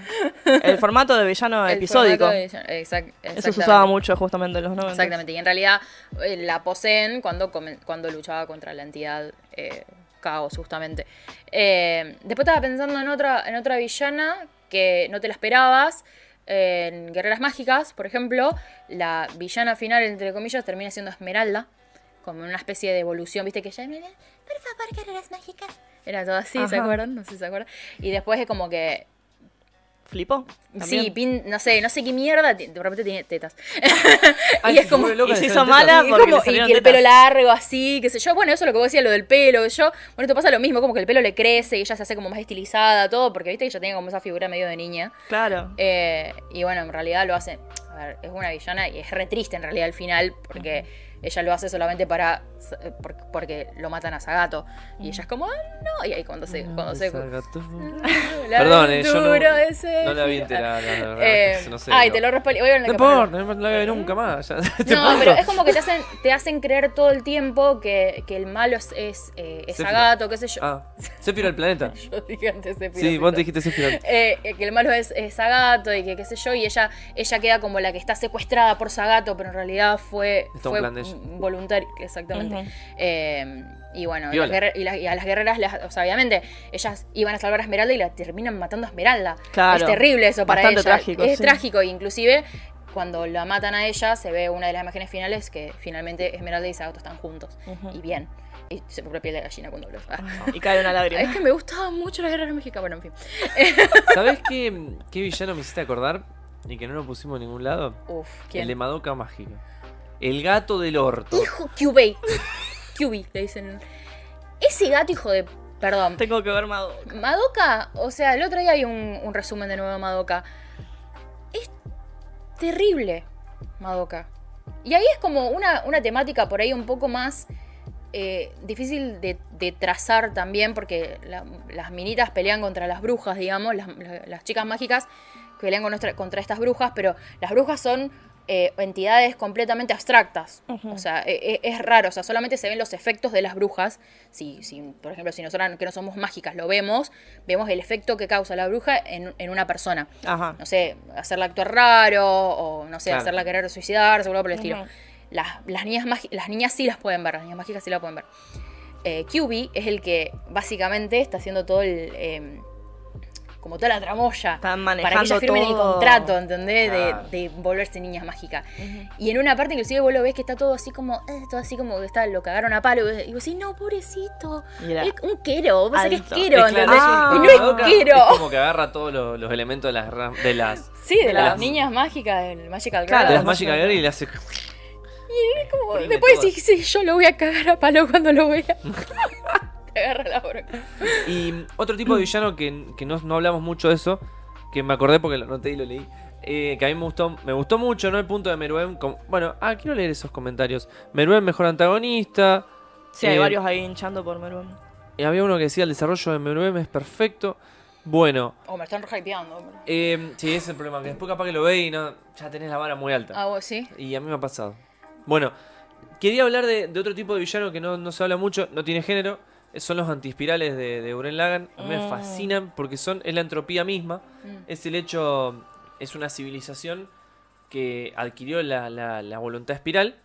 [SPEAKER 3] El formato de villano
[SPEAKER 1] El
[SPEAKER 3] episódico.
[SPEAKER 1] formato de- exact-
[SPEAKER 3] Eso se
[SPEAKER 1] exactamente.
[SPEAKER 3] usaba mucho justamente en los 90.
[SPEAKER 1] Exactamente. Y en realidad eh, la poseen cuando, comen- cuando luchaba contra la entidad eh, Caos, justamente. Eh, después estaba pensando en otra, en otra villana que no te la esperabas. eh, En Guerreras Mágicas, por ejemplo, la villana final, entre comillas, termina siendo Esmeralda, como una especie de evolución, viste que ella "Mira, por favor, guerreras mágicas. Era todo así, ¿se
[SPEAKER 3] Ajá.
[SPEAKER 1] acuerdan? No sé si se acuerdan. Y después es como que
[SPEAKER 3] Flipó.
[SPEAKER 1] Sí,
[SPEAKER 3] también.
[SPEAKER 1] pin- no sé, no sé qué mierda, ti- de repente tiene tetas.
[SPEAKER 2] Ay,
[SPEAKER 1] y es
[SPEAKER 2] se
[SPEAKER 1] como,
[SPEAKER 2] vuelve loca
[SPEAKER 3] y
[SPEAKER 2] de
[SPEAKER 3] se
[SPEAKER 2] ser
[SPEAKER 3] hizo
[SPEAKER 2] teta.
[SPEAKER 3] mala.
[SPEAKER 1] y
[SPEAKER 3] porque
[SPEAKER 1] como- y
[SPEAKER 3] le salieron
[SPEAKER 1] que el
[SPEAKER 3] tetas.
[SPEAKER 1] pelo largo así, qué sé yo. Bueno, eso es lo que vos decías, lo del pelo, qué sé yo. Bueno, te pasa lo mismo, como que el pelo le crece y ella se hace como más estilizada, todo, porque viste que ella tiene como esa figura medio de niña.
[SPEAKER 3] Claro.
[SPEAKER 1] Eh, y bueno, en realidad lo hace. A ver, es una villana y es re triste en realidad al final, porque Ella lo hace solamente para. eh, por- porque lo matan a Sagato. Y ella es como, ah, no. Y ahí cuando se. Cuando se La
[SPEAKER 2] Perdón, eh, yo no,
[SPEAKER 1] aventura de ser-
[SPEAKER 2] no la vi entera. la- la- la-
[SPEAKER 1] Eh,
[SPEAKER 2] no sé,
[SPEAKER 1] ay,
[SPEAKER 2] no.
[SPEAKER 1] te lo respondí. Voy a ver la
[SPEAKER 2] No
[SPEAKER 1] que poner.
[SPEAKER 2] importa, no la veo nunca más. ya, te
[SPEAKER 1] No,
[SPEAKER 2] pongo.
[SPEAKER 1] pero es como que te hacen, te hacen creer todo el tiempo que, que el malo es, es, eh, es
[SPEAKER 2] Sephiroth.
[SPEAKER 1] Agatha, qué sé yo.
[SPEAKER 2] Ah, Sephiroth el planeta.
[SPEAKER 1] Yo dije antes Sephiroth,
[SPEAKER 2] Sí, vos
[SPEAKER 1] pero-
[SPEAKER 2] te dijiste Sephiroth.
[SPEAKER 1] Eh, eh, que el malo es, es Sagato y que qué sé yo, y ella, ella queda como la que está secuestrada por Sagato, pero en realidad fue,
[SPEAKER 2] Está un
[SPEAKER 1] fue
[SPEAKER 2] plan de ella.
[SPEAKER 1] voluntario, exactamente.
[SPEAKER 3] Ujú.
[SPEAKER 1] Eh, y bueno, y,
[SPEAKER 2] Viola.
[SPEAKER 1] las guerre- y las- y a las guerreras, las- o sea, obviamente, ellas iban a salvar a Esmeralda y la terminan matando a Esmeralda.
[SPEAKER 3] Claro.
[SPEAKER 1] Es terrible eso para
[SPEAKER 3] Bastante
[SPEAKER 1] ella.
[SPEAKER 3] trágico,
[SPEAKER 1] es
[SPEAKER 3] sí.
[SPEAKER 1] trágico, inclusive cuando la matan a ella, se ve una de las imágenes finales que finalmente Esmeralda y Sagato están juntos.
[SPEAKER 3] Ujú.
[SPEAKER 1] Y bien. Y se pone piel de gallina cuando hablo. Ah.
[SPEAKER 3] Y cae una
[SPEAKER 1] Es
[SPEAKER 3] lágrima.
[SPEAKER 1] que me gustaban mucho las guerreras mexicanas. Bueno, en fin.
[SPEAKER 2] ¿Sabés qué, qué villano me hiciste acordar? Y que no lo pusimos en ningún lado.
[SPEAKER 1] Uf,
[SPEAKER 2] El
[SPEAKER 1] ¿quién?
[SPEAKER 2] de Madoka Mágica. El gato del orto.
[SPEAKER 1] Hijo QB. QB, le dicen. Ese gato, hijo de. Perdón.
[SPEAKER 3] Tengo que ver Madoka.
[SPEAKER 1] Madoka, o sea, el otro día hay un, un resumen de nuevo de Madoka. Es terrible, Madoka. Y ahí es como una, una temática por ahí un poco más eh, difícil de, de trazar también, porque la- las minitas pelean contra las brujas, digamos, las, la- las chicas mágicas pelean con nuestra- contra estas brujas, pero las brujas son eh, entidades completamente abstractas. O sea, e- e- es, raro, o sea, solamente se ven los efectos de las brujas. Si, si, por ejemplo, si nosotras que no somos mágicas lo vemos, vemos el efecto que causa la bruja en, en una persona
[SPEAKER 3] Ajá.
[SPEAKER 1] no sé, hacerla actuar raro o no sé,
[SPEAKER 2] Claro.
[SPEAKER 1] hacerla querer suicidarse o algo por el estilo.
[SPEAKER 3] Ujú.
[SPEAKER 1] Las, las niñas magi- las niñas sí las pueden ver, las niñas mágicas sí las pueden ver. Eh, QB es el que básicamente está haciendo todo el. eh, como toda la tramoya.
[SPEAKER 3] Están
[SPEAKER 1] para que
[SPEAKER 3] manejando
[SPEAKER 1] ellas firmen el
[SPEAKER 3] todo.
[SPEAKER 1] contrato, ¿entendés? De,
[SPEAKER 2] Claro.
[SPEAKER 1] de volverse niñas mágicas.
[SPEAKER 3] Ujú.
[SPEAKER 1] Y en una parte inclusive vos lo ves que está todo así como, eh, todo así como que está, lo cagaron a palo. Y vos decís, no, pobrecito.
[SPEAKER 3] Mira.
[SPEAKER 1] Es un quero, vos sabés que es
[SPEAKER 3] Alto.
[SPEAKER 1] quero,
[SPEAKER 2] Es claro,
[SPEAKER 1] ¿entendés?
[SPEAKER 2] es
[SPEAKER 1] y
[SPEAKER 2] un-
[SPEAKER 1] no Ah.
[SPEAKER 2] Madoka
[SPEAKER 1] es quero.
[SPEAKER 2] Es como que agarra todos los, los elementos de las, ra- de las,
[SPEAKER 1] Sí, de,
[SPEAKER 3] De
[SPEAKER 1] las,
[SPEAKER 2] las-
[SPEAKER 1] niñas mágicas del Magical
[SPEAKER 3] Claro,
[SPEAKER 2] de
[SPEAKER 1] Girl.
[SPEAKER 2] las
[SPEAKER 3] las
[SPEAKER 2] Magic
[SPEAKER 3] Magic
[SPEAKER 2] Girl y le hace.
[SPEAKER 1] Como-
[SPEAKER 2] Exprime
[SPEAKER 1] después
[SPEAKER 2] todo.
[SPEAKER 1] decís, sí, yo lo voy a cagar a palo cuando lo vea. Te agarra la bronca.
[SPEAKER 2] Y otro tipo de villano que, que no, no hablamos mucho de eso, que me acordé porque lo noté y lo leí. eh, que a mí me gustó, me gustó mucho, ¿no? El punto de Meruem. como- bueno, ah, quiero leer esos comentarios. Meruem, mejor antagonista.
[SPEAKER 3] Sí, hay
[SPEAKER 2] Eh,
[SPEAKER 3] varios ahí hinchando por Meruem.
[SPEAKER 2] Y había uno que decía: el desarrollo de Meruem es perfecto. Bueno,
[SPEAKER 1] Oh, me están hypeando. hombre.
[SPEAKER 2] eh, sí, ese es el problema. Que después capaz que lo ve y no, ya tenés la vara muy alta.
[SPEAKER 1] Ah, vos sí.
[SPEAKER 2] Y a mí me ha pasado. Bueno, quería hablar de, de otro tipo de villano que no, no se habla mucho, no tiene género. eh, Son los antispirales de, de Uren Lagan. A mí me
[SPEAKER 3] Mm.
[SPEAKER 2] fascinan porque son, es la entropía misma.
[SPEAKER 1] Mm.
[SPEAKER 2] Es el hecho, es una civilización que adquirió la, la- la voluntad espiral,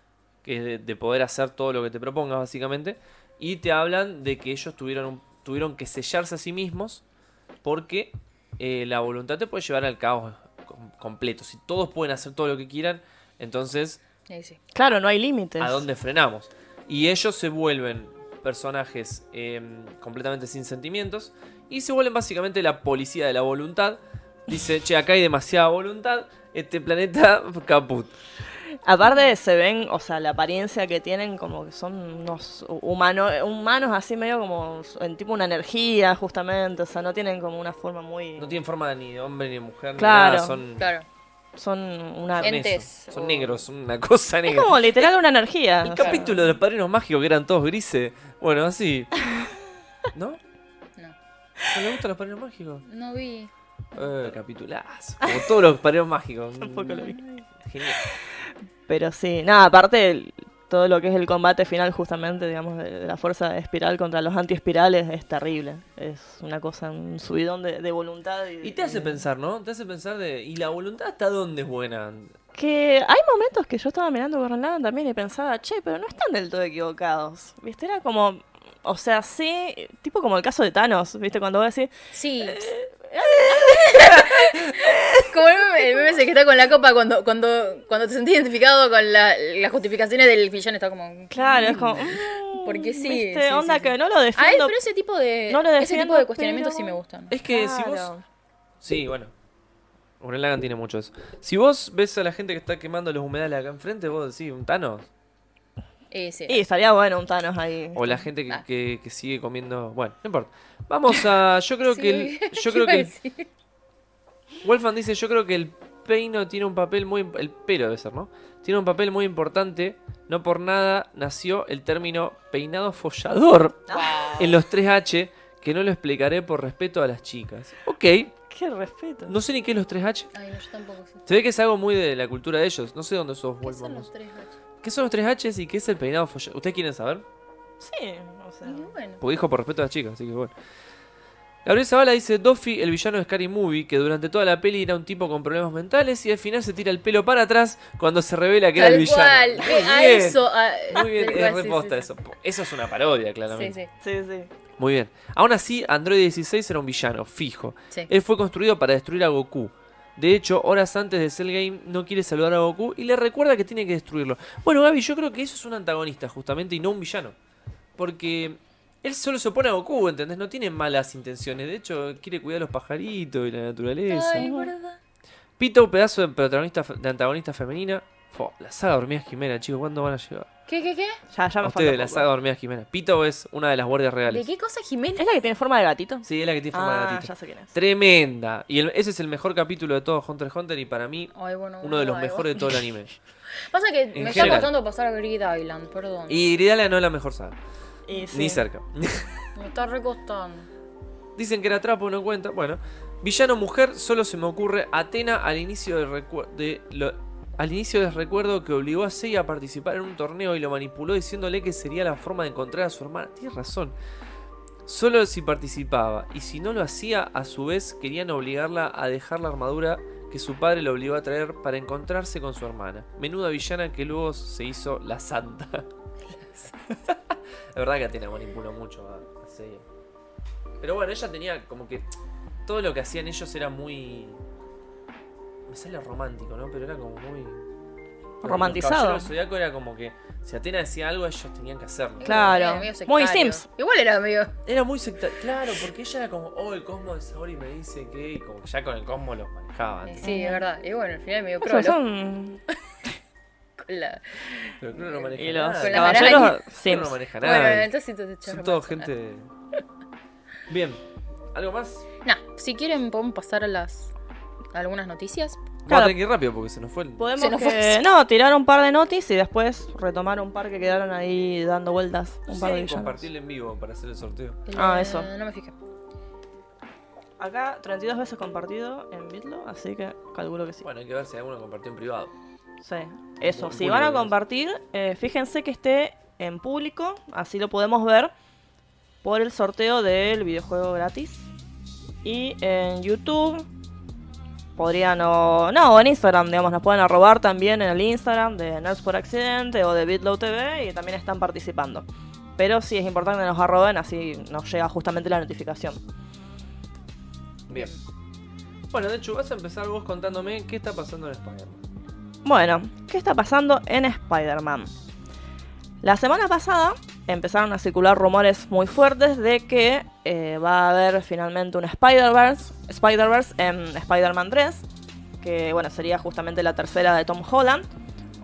[SPEAKER 2] que es de, de poder hacer todo lo que te propongas, básicamente. Y te hablan de que ellos tuvieron, un- tuvieron que sellarse a sí mismos porque eh, la voluntad te puede llevar al caos com- completo. Si todos pueden hacer todo lo que quieran, entonces
[SPEAKER 1] Ahí sí.
[SPEAKER 3] Claro, no hay límites.
[SPEAKER 2] a dónde frenamos. Y ellos se vuelven personajes eh, completamente sin sentimientos y se vuelven básicamente la policía de la voluntad. Dice, che, acá hay demasiada voluntad, este planeta caput.
[SPEAKER 3] Aparte se ven, o sea, la apariencia que tienen como que son unos humanos, humanos así medio como en tipo una energía justamente, o sea, no tienen como una forma muy...
[SPEAKER 2] No tienen forma ni de hombre ni de mujer, ni
[SPEAKER 3] Claro.
[SPEAKER 2] nada, son,
[SPEAKER 1] Claro.
[SPEAKER 3] Son una...
[SPEAKER 2] son
[SPEAKER 1] En-
[SPEAKER 3] Es
[SPEAKER 2] eso,
[SPEAKER 1] Entes,
[SPEAKER 2] son
[SPEAKER 1] o-
[SPEAKER 2] negros, son una cosa negra.
[SPEAKER 3] como literal una energía.
[SPEAKER 2] El
[SPEAKER 3] o sea.
[SPEAKER 2] capítulo de los padrinos mágicos que eran todos grises, bueno, así. ¿No? ¿No
[SPEAKER 1] No.
[SPEAKER 2] le gustan los padrinos mágicos?
[SPEAKER 1] No vi.
[SPEAKER 2] Eh, capitulazo. Como todos los padrinos mágicos.
[SPEAKER 3] Tampoco lo vi.
[SPEAKER 2] Genial.
[SPEAKER 3] Pero sí, nada, aparte el- todo lo que es el combate final justamente, digamos, de, de la fuerza de espiral contra los antiespirales es terrible. Es una cosa, un subidón de, de voluntad. Y,
[SPEAKER 2] Y te hace pensar, ¿no? Te hace pensar de. ¿Y la voluntad hasta dónde es buena?
[SPEAKER 3] Que hay momentos que yo estaba mirando Gurren Lagann también y pensaba, che, pero no están del todo equivocados. ¿Viste? Era como, o sea, sí, tipo como el caso de Thanos, ¿viste? Cuando vos decís,
[SPEAKER 1] Sí. Como el meme, el meme ese que está con la copa cuando, cuando, cuando te sentís identificado con la- las justificaciones del villano, está como.
[SPEAKER 3] claro, es como... mm,
[SPEAKER 1] Porque sí,
[SPEAKER 3] ¿viste?
[SPEAKER 1] sí, sí,
[SPEAKER 3] Onda
[SPEAKER 1] sí.
[SPEAKER 3] que no lo
[SPEAKER 1] Ay,
[SPEAKER 3] defiendo.
[SPEAKER 1] pero ese tipo de.
[SPEAKER 3] No lo
[SPEAKER 1] ese tipo
[SPEAKER 3] defiendo,
[SPEAKER 1] de cuestionamientos
[SPEAKER 3] pero-
[SPEAKER 1] sí me gustan.
[SPEAKER 2] Es que si vos.
[SPEAKER 3] Claro.
[SPEAKER 2] Sí, bueno. Urel Lagan tiene mucho eso. Si vos ves a la gente que está quemando los humedales acá enfrente, vos decís, un Thanos.
[SPEAKER 1] Eh, sí.
[SPEAKER 3] Y estaría bueno un Thanos ahí.
[SPEAKER 2] O la gente que,
[SPEAKER 1] Ah.
[SPEAKER 2] que- que sigue comiendo. Bueno, no importa. Vamos a. Yo creo
[SPEAKER 1] Sí.
[SPEAKER 2] que. el- yo
[SPEAKER 1] ¿Qué iba
[SPEAKER 2] creo
[SPEAKER 1] a
[SPEAKER 2] que. el-
[SPEAKER 1] decir?
[SPEAKER 2] Wolfman dice: Yo creo que el peino tiene un papel muy. El pelo debe ser, ¿no? tiene un papel muy importante. No por nada nació el término peinado follador
[SPEAKER 3] Ah,
[SPEAKER 2] en los 3H, que no lo explicaré por respeto a las chicas. Ok,
[SPEAKER 3] Qué respeto.
[SPEAKER 2] no sé ni qué es los 3H.
[SPEAKER 1] Ay, no, yo tampoco sé.
[SPEAKER 2] Se ve que es algo muy de la cultura de ellos. No sé dónde sos,
[SPEAKER 1] ¿Qué
[SPEAKER 2] vos,
[SPEAKER 1] son los
[SPEAKER 2] Momus.
[SPEAKER 1] tres H?
[SPEAKER 2] ¿Qué son los 3H y qué es el peinado follador? ¿Ustedes quieren saber?
[SPEAKER 3] Sí, o sea.
[SPEAKER 1] Y bueno.
[SPEAKER 2] Porque dijo por respeto a las chicas, así que bueno. Gabriel Zavala dice, Doffy, el villano de Scary Movie, que durante toda la peli era un tipo con problemas mentales y al final se tira el pelo para atrás cuando se revela que era el
[SPEAKER 1] Tal
[SPEAKER 2] villano.
[SPEAKER 1] cual.
[SPEAKER 2] Muy
[SPEAKER 1] eh, a
[SPEAKER 2] bien,
[SPEAKER 1] eso. a-
[SPEAKER 2] Muy bien,
[SPEAKER 1] tal
[SPEAKER 2] es
[SPEAKER 1] cual, sí,
[SPEAKER 2] reposta
[SPEAKER 1] sí, sí.
[SPEAKER 2] eso. Po- Eso es una parodia, claramente.
[SPEAKER 1] Sí, sí.
[SPEAKER 3] Sí, sí.
[SPEAKER 2] Muy bien. Aún así, Android 16 era un villano, fijo.
[SPEAKER 1] sí.
[SPEAKER 2] Él fue construido para destruir a Goku. De hecho, horas antes de Cell Game no quiere saludar a Goku y le recuerda que tiene que destruirlo. Bueno, Gaby, yo creo que eso es un antagonista justamente y no un villano. Porque él solo se opone a Goku, ¿entendés? No tiene malas intenciones. De hecho, quiere cuidar a los pajaritos y la naturaleza.
[SPEAKER 1] Ay, verdad.
[SPEAKER 2] Pita un pedazo de protagonista fe- de antagonista femenina. Fo, la saga Dormidas Jimena, chicos, ¿cuándo van a llegar?
[SPEAKER 1] ¿Qué, qué, qué?
[SPEAKER 3] Ya, ya
[SPEAKER 2] A
[SPEAKER 3] me
[SPEAKER 2] ustedes,
[SPEAKER 3] falta
[SPEAKER 2] la
[SPEAKER 3] poco.
[SPEAKER 2] saga Dormidas Jimena. Pito es una de las guardias
[SPEAKER 1] ¿De
[SPEAKER 2] reales.
[SPEAKER 1] qué cosa Jimena?
[SPEAKER 3] ¿Es la que tiene forma de gatito?
[SPEAKER 2] Sí, es la que tiene forma de
[SPEAKER 3] Ah,
[SPEAKER 2] gatito.
[SPEAKER 3] ya sé quién es.
[SPEAKER 2] Tremenda. Y el- ese es el mejor capítulo de todo Hunter x Hunter y para mí
[SPEAKER 1] Ay, bueno,
[SPEAKER 2] uno de los
[SPEAKER 1] ay,
[SPEAKER 2] mejores de todo el anime.
[SPEAKER 1] bueno. Pasa que me está
[SPEAKER 2] general.
[SPEAKER 1] costando pasar a Grid Island, perdón.
[SPEAKER 2] Y Iridala no es la mejor saga,
[SPEAKER 3] Y sí.
[SPEAKER 2] ni cerca.
[SPEAKER 1] Me está recostando.
[SPEAKER 2] Dicen que era trapo, no cuenta. Bueno, villano mujer, solo se me ocurre Atena al inicio del recuerdo. De lo- al inicio del recuerdo que obligó a Seiya a participar en un torneo y lo manipuló diciéndole que sería la forma de encontrar a su hermana. Tienes razón. Solo si participaba, y si no lo hacía, a su vez querían obligarla a dejar la armadura que su padre le obligó a traer para encontrarse con su hermana. Menuda villana que luego se hizo la santa. la verdad que Atena manipuló mucho a, a Seiya. Pero bueno, ella tenía como que todo lo que hacían ellos era muy. Me sale romántico, ¿no? Pero era como muy.
[SPEAKER 3] Romantizado.
[SPEAKER 2] El zodiaco era como que si Atena decía algo, ellos tenían que hacerlo.
[SPEAKER 3] Claro.
[SPEAKER 1] Era medio sectario.
[SPEAKER 3] Muy Sims.
[SPEAKER 1] Igual era medio.
[SPEAKER 2] Era muy secta- Claro, porque ella era como, oh, el cosmo de Saori me dice que. Y como que ya con el cosmo los manejaban.
[SPEAKER 1] Eh, Sí, es verdad. Y bueno, al final medio
[SPEAKER 3] Eso,
[SPEAKER 1] prolo.
[SPEAKER 3] son...
[SPEAKER 1] con la-
[SPEAKER 2] Pero Crono no maneja
[SPEAKER 3] Y los
[SPEAKER 2] nada.
[SPEAKER 1] Con la
[SPEAKER 3] caballeros
[SPEAKER 2] Crono
[SPEAKER 3] Sims.
[SPEAKER 2] no maneja nada.
[SPEAKER 1] Bueno, entonces te- te
[SPEAKER 2] Son
[SPEAKER 1] charlo
[SPEAKER 2] todo
[SPEAKER 1] más,
[SPEAKER 2] gente. Bien. ¿Algo más?
[SPEAKER 1] Nah, si quieren podemos pasar a las a algunas noticias.
[SPEAKER 2] Vamos a
[SPEAKER 3] Claro.
[SPEAKER 2] tener que ir rápido porque se nos fue el.
[SPEAKER 1] Se
[SPEAKER 3] Podemos
[SPEAKER 1] nos
[SPEAKER 3] que-
[SPEAKER 1] fue.
[SPEAKER 3] no, tirar un par de notis y después retomar un par que quedaron ahí dando vueltas. Un
[SPEAKER 2] Sí,
[SPEAKER 3] par de villanos.
[SPEAKER 2] compartirlo en vivo para hacer el sorteo.
[SPEAKER 3] Ah,
[SPEAKER 1] Eh,
[SPEAKER 3] eso.
[SPEAKER 1] No me fijé.
[SPEAKER 3] Acá 32 veces compartido en Bitlo, así que calculo que sí.
[SPEAKER 2] Bueno, hay que ver si alguno compartió en privado.
[SPEAKER 3] Sí, eso.
[SPEAKER 2] Muy-
[SPEAKER 3] Si
[SPEAKER 2] muy
[SPEAKER 3] van a
[SPEAKER 2] buenas.
[SPEAKER 3] compartir, eh, fíjense que esté en público, así lo podemos ver, por el sorteo del videojuego gratis. Y en YouTube, podrían o... No, o en Instagram, digamos, nos pueden arrobar también en el Instagram de Nerds por Accidente o de Bitlow TV y también están participando. Pero sí es importante que nos arroben, así nos llega justamente la notificación.
[SPEAKER 2] Bien. Bueno, de hecho, vas a empezar vos contándome qué está pasando en Spider-Man.
[SPEAKER 3] Bueno, ¿qué está pasando en Spider-Man? La semana pasada empezaron a circular rumores muy fuertes de que eh, va a haber finalmente un Spider-Verse Spider en Spider-Man 3, que bueno, sería justamente la tercera de Tom Holland.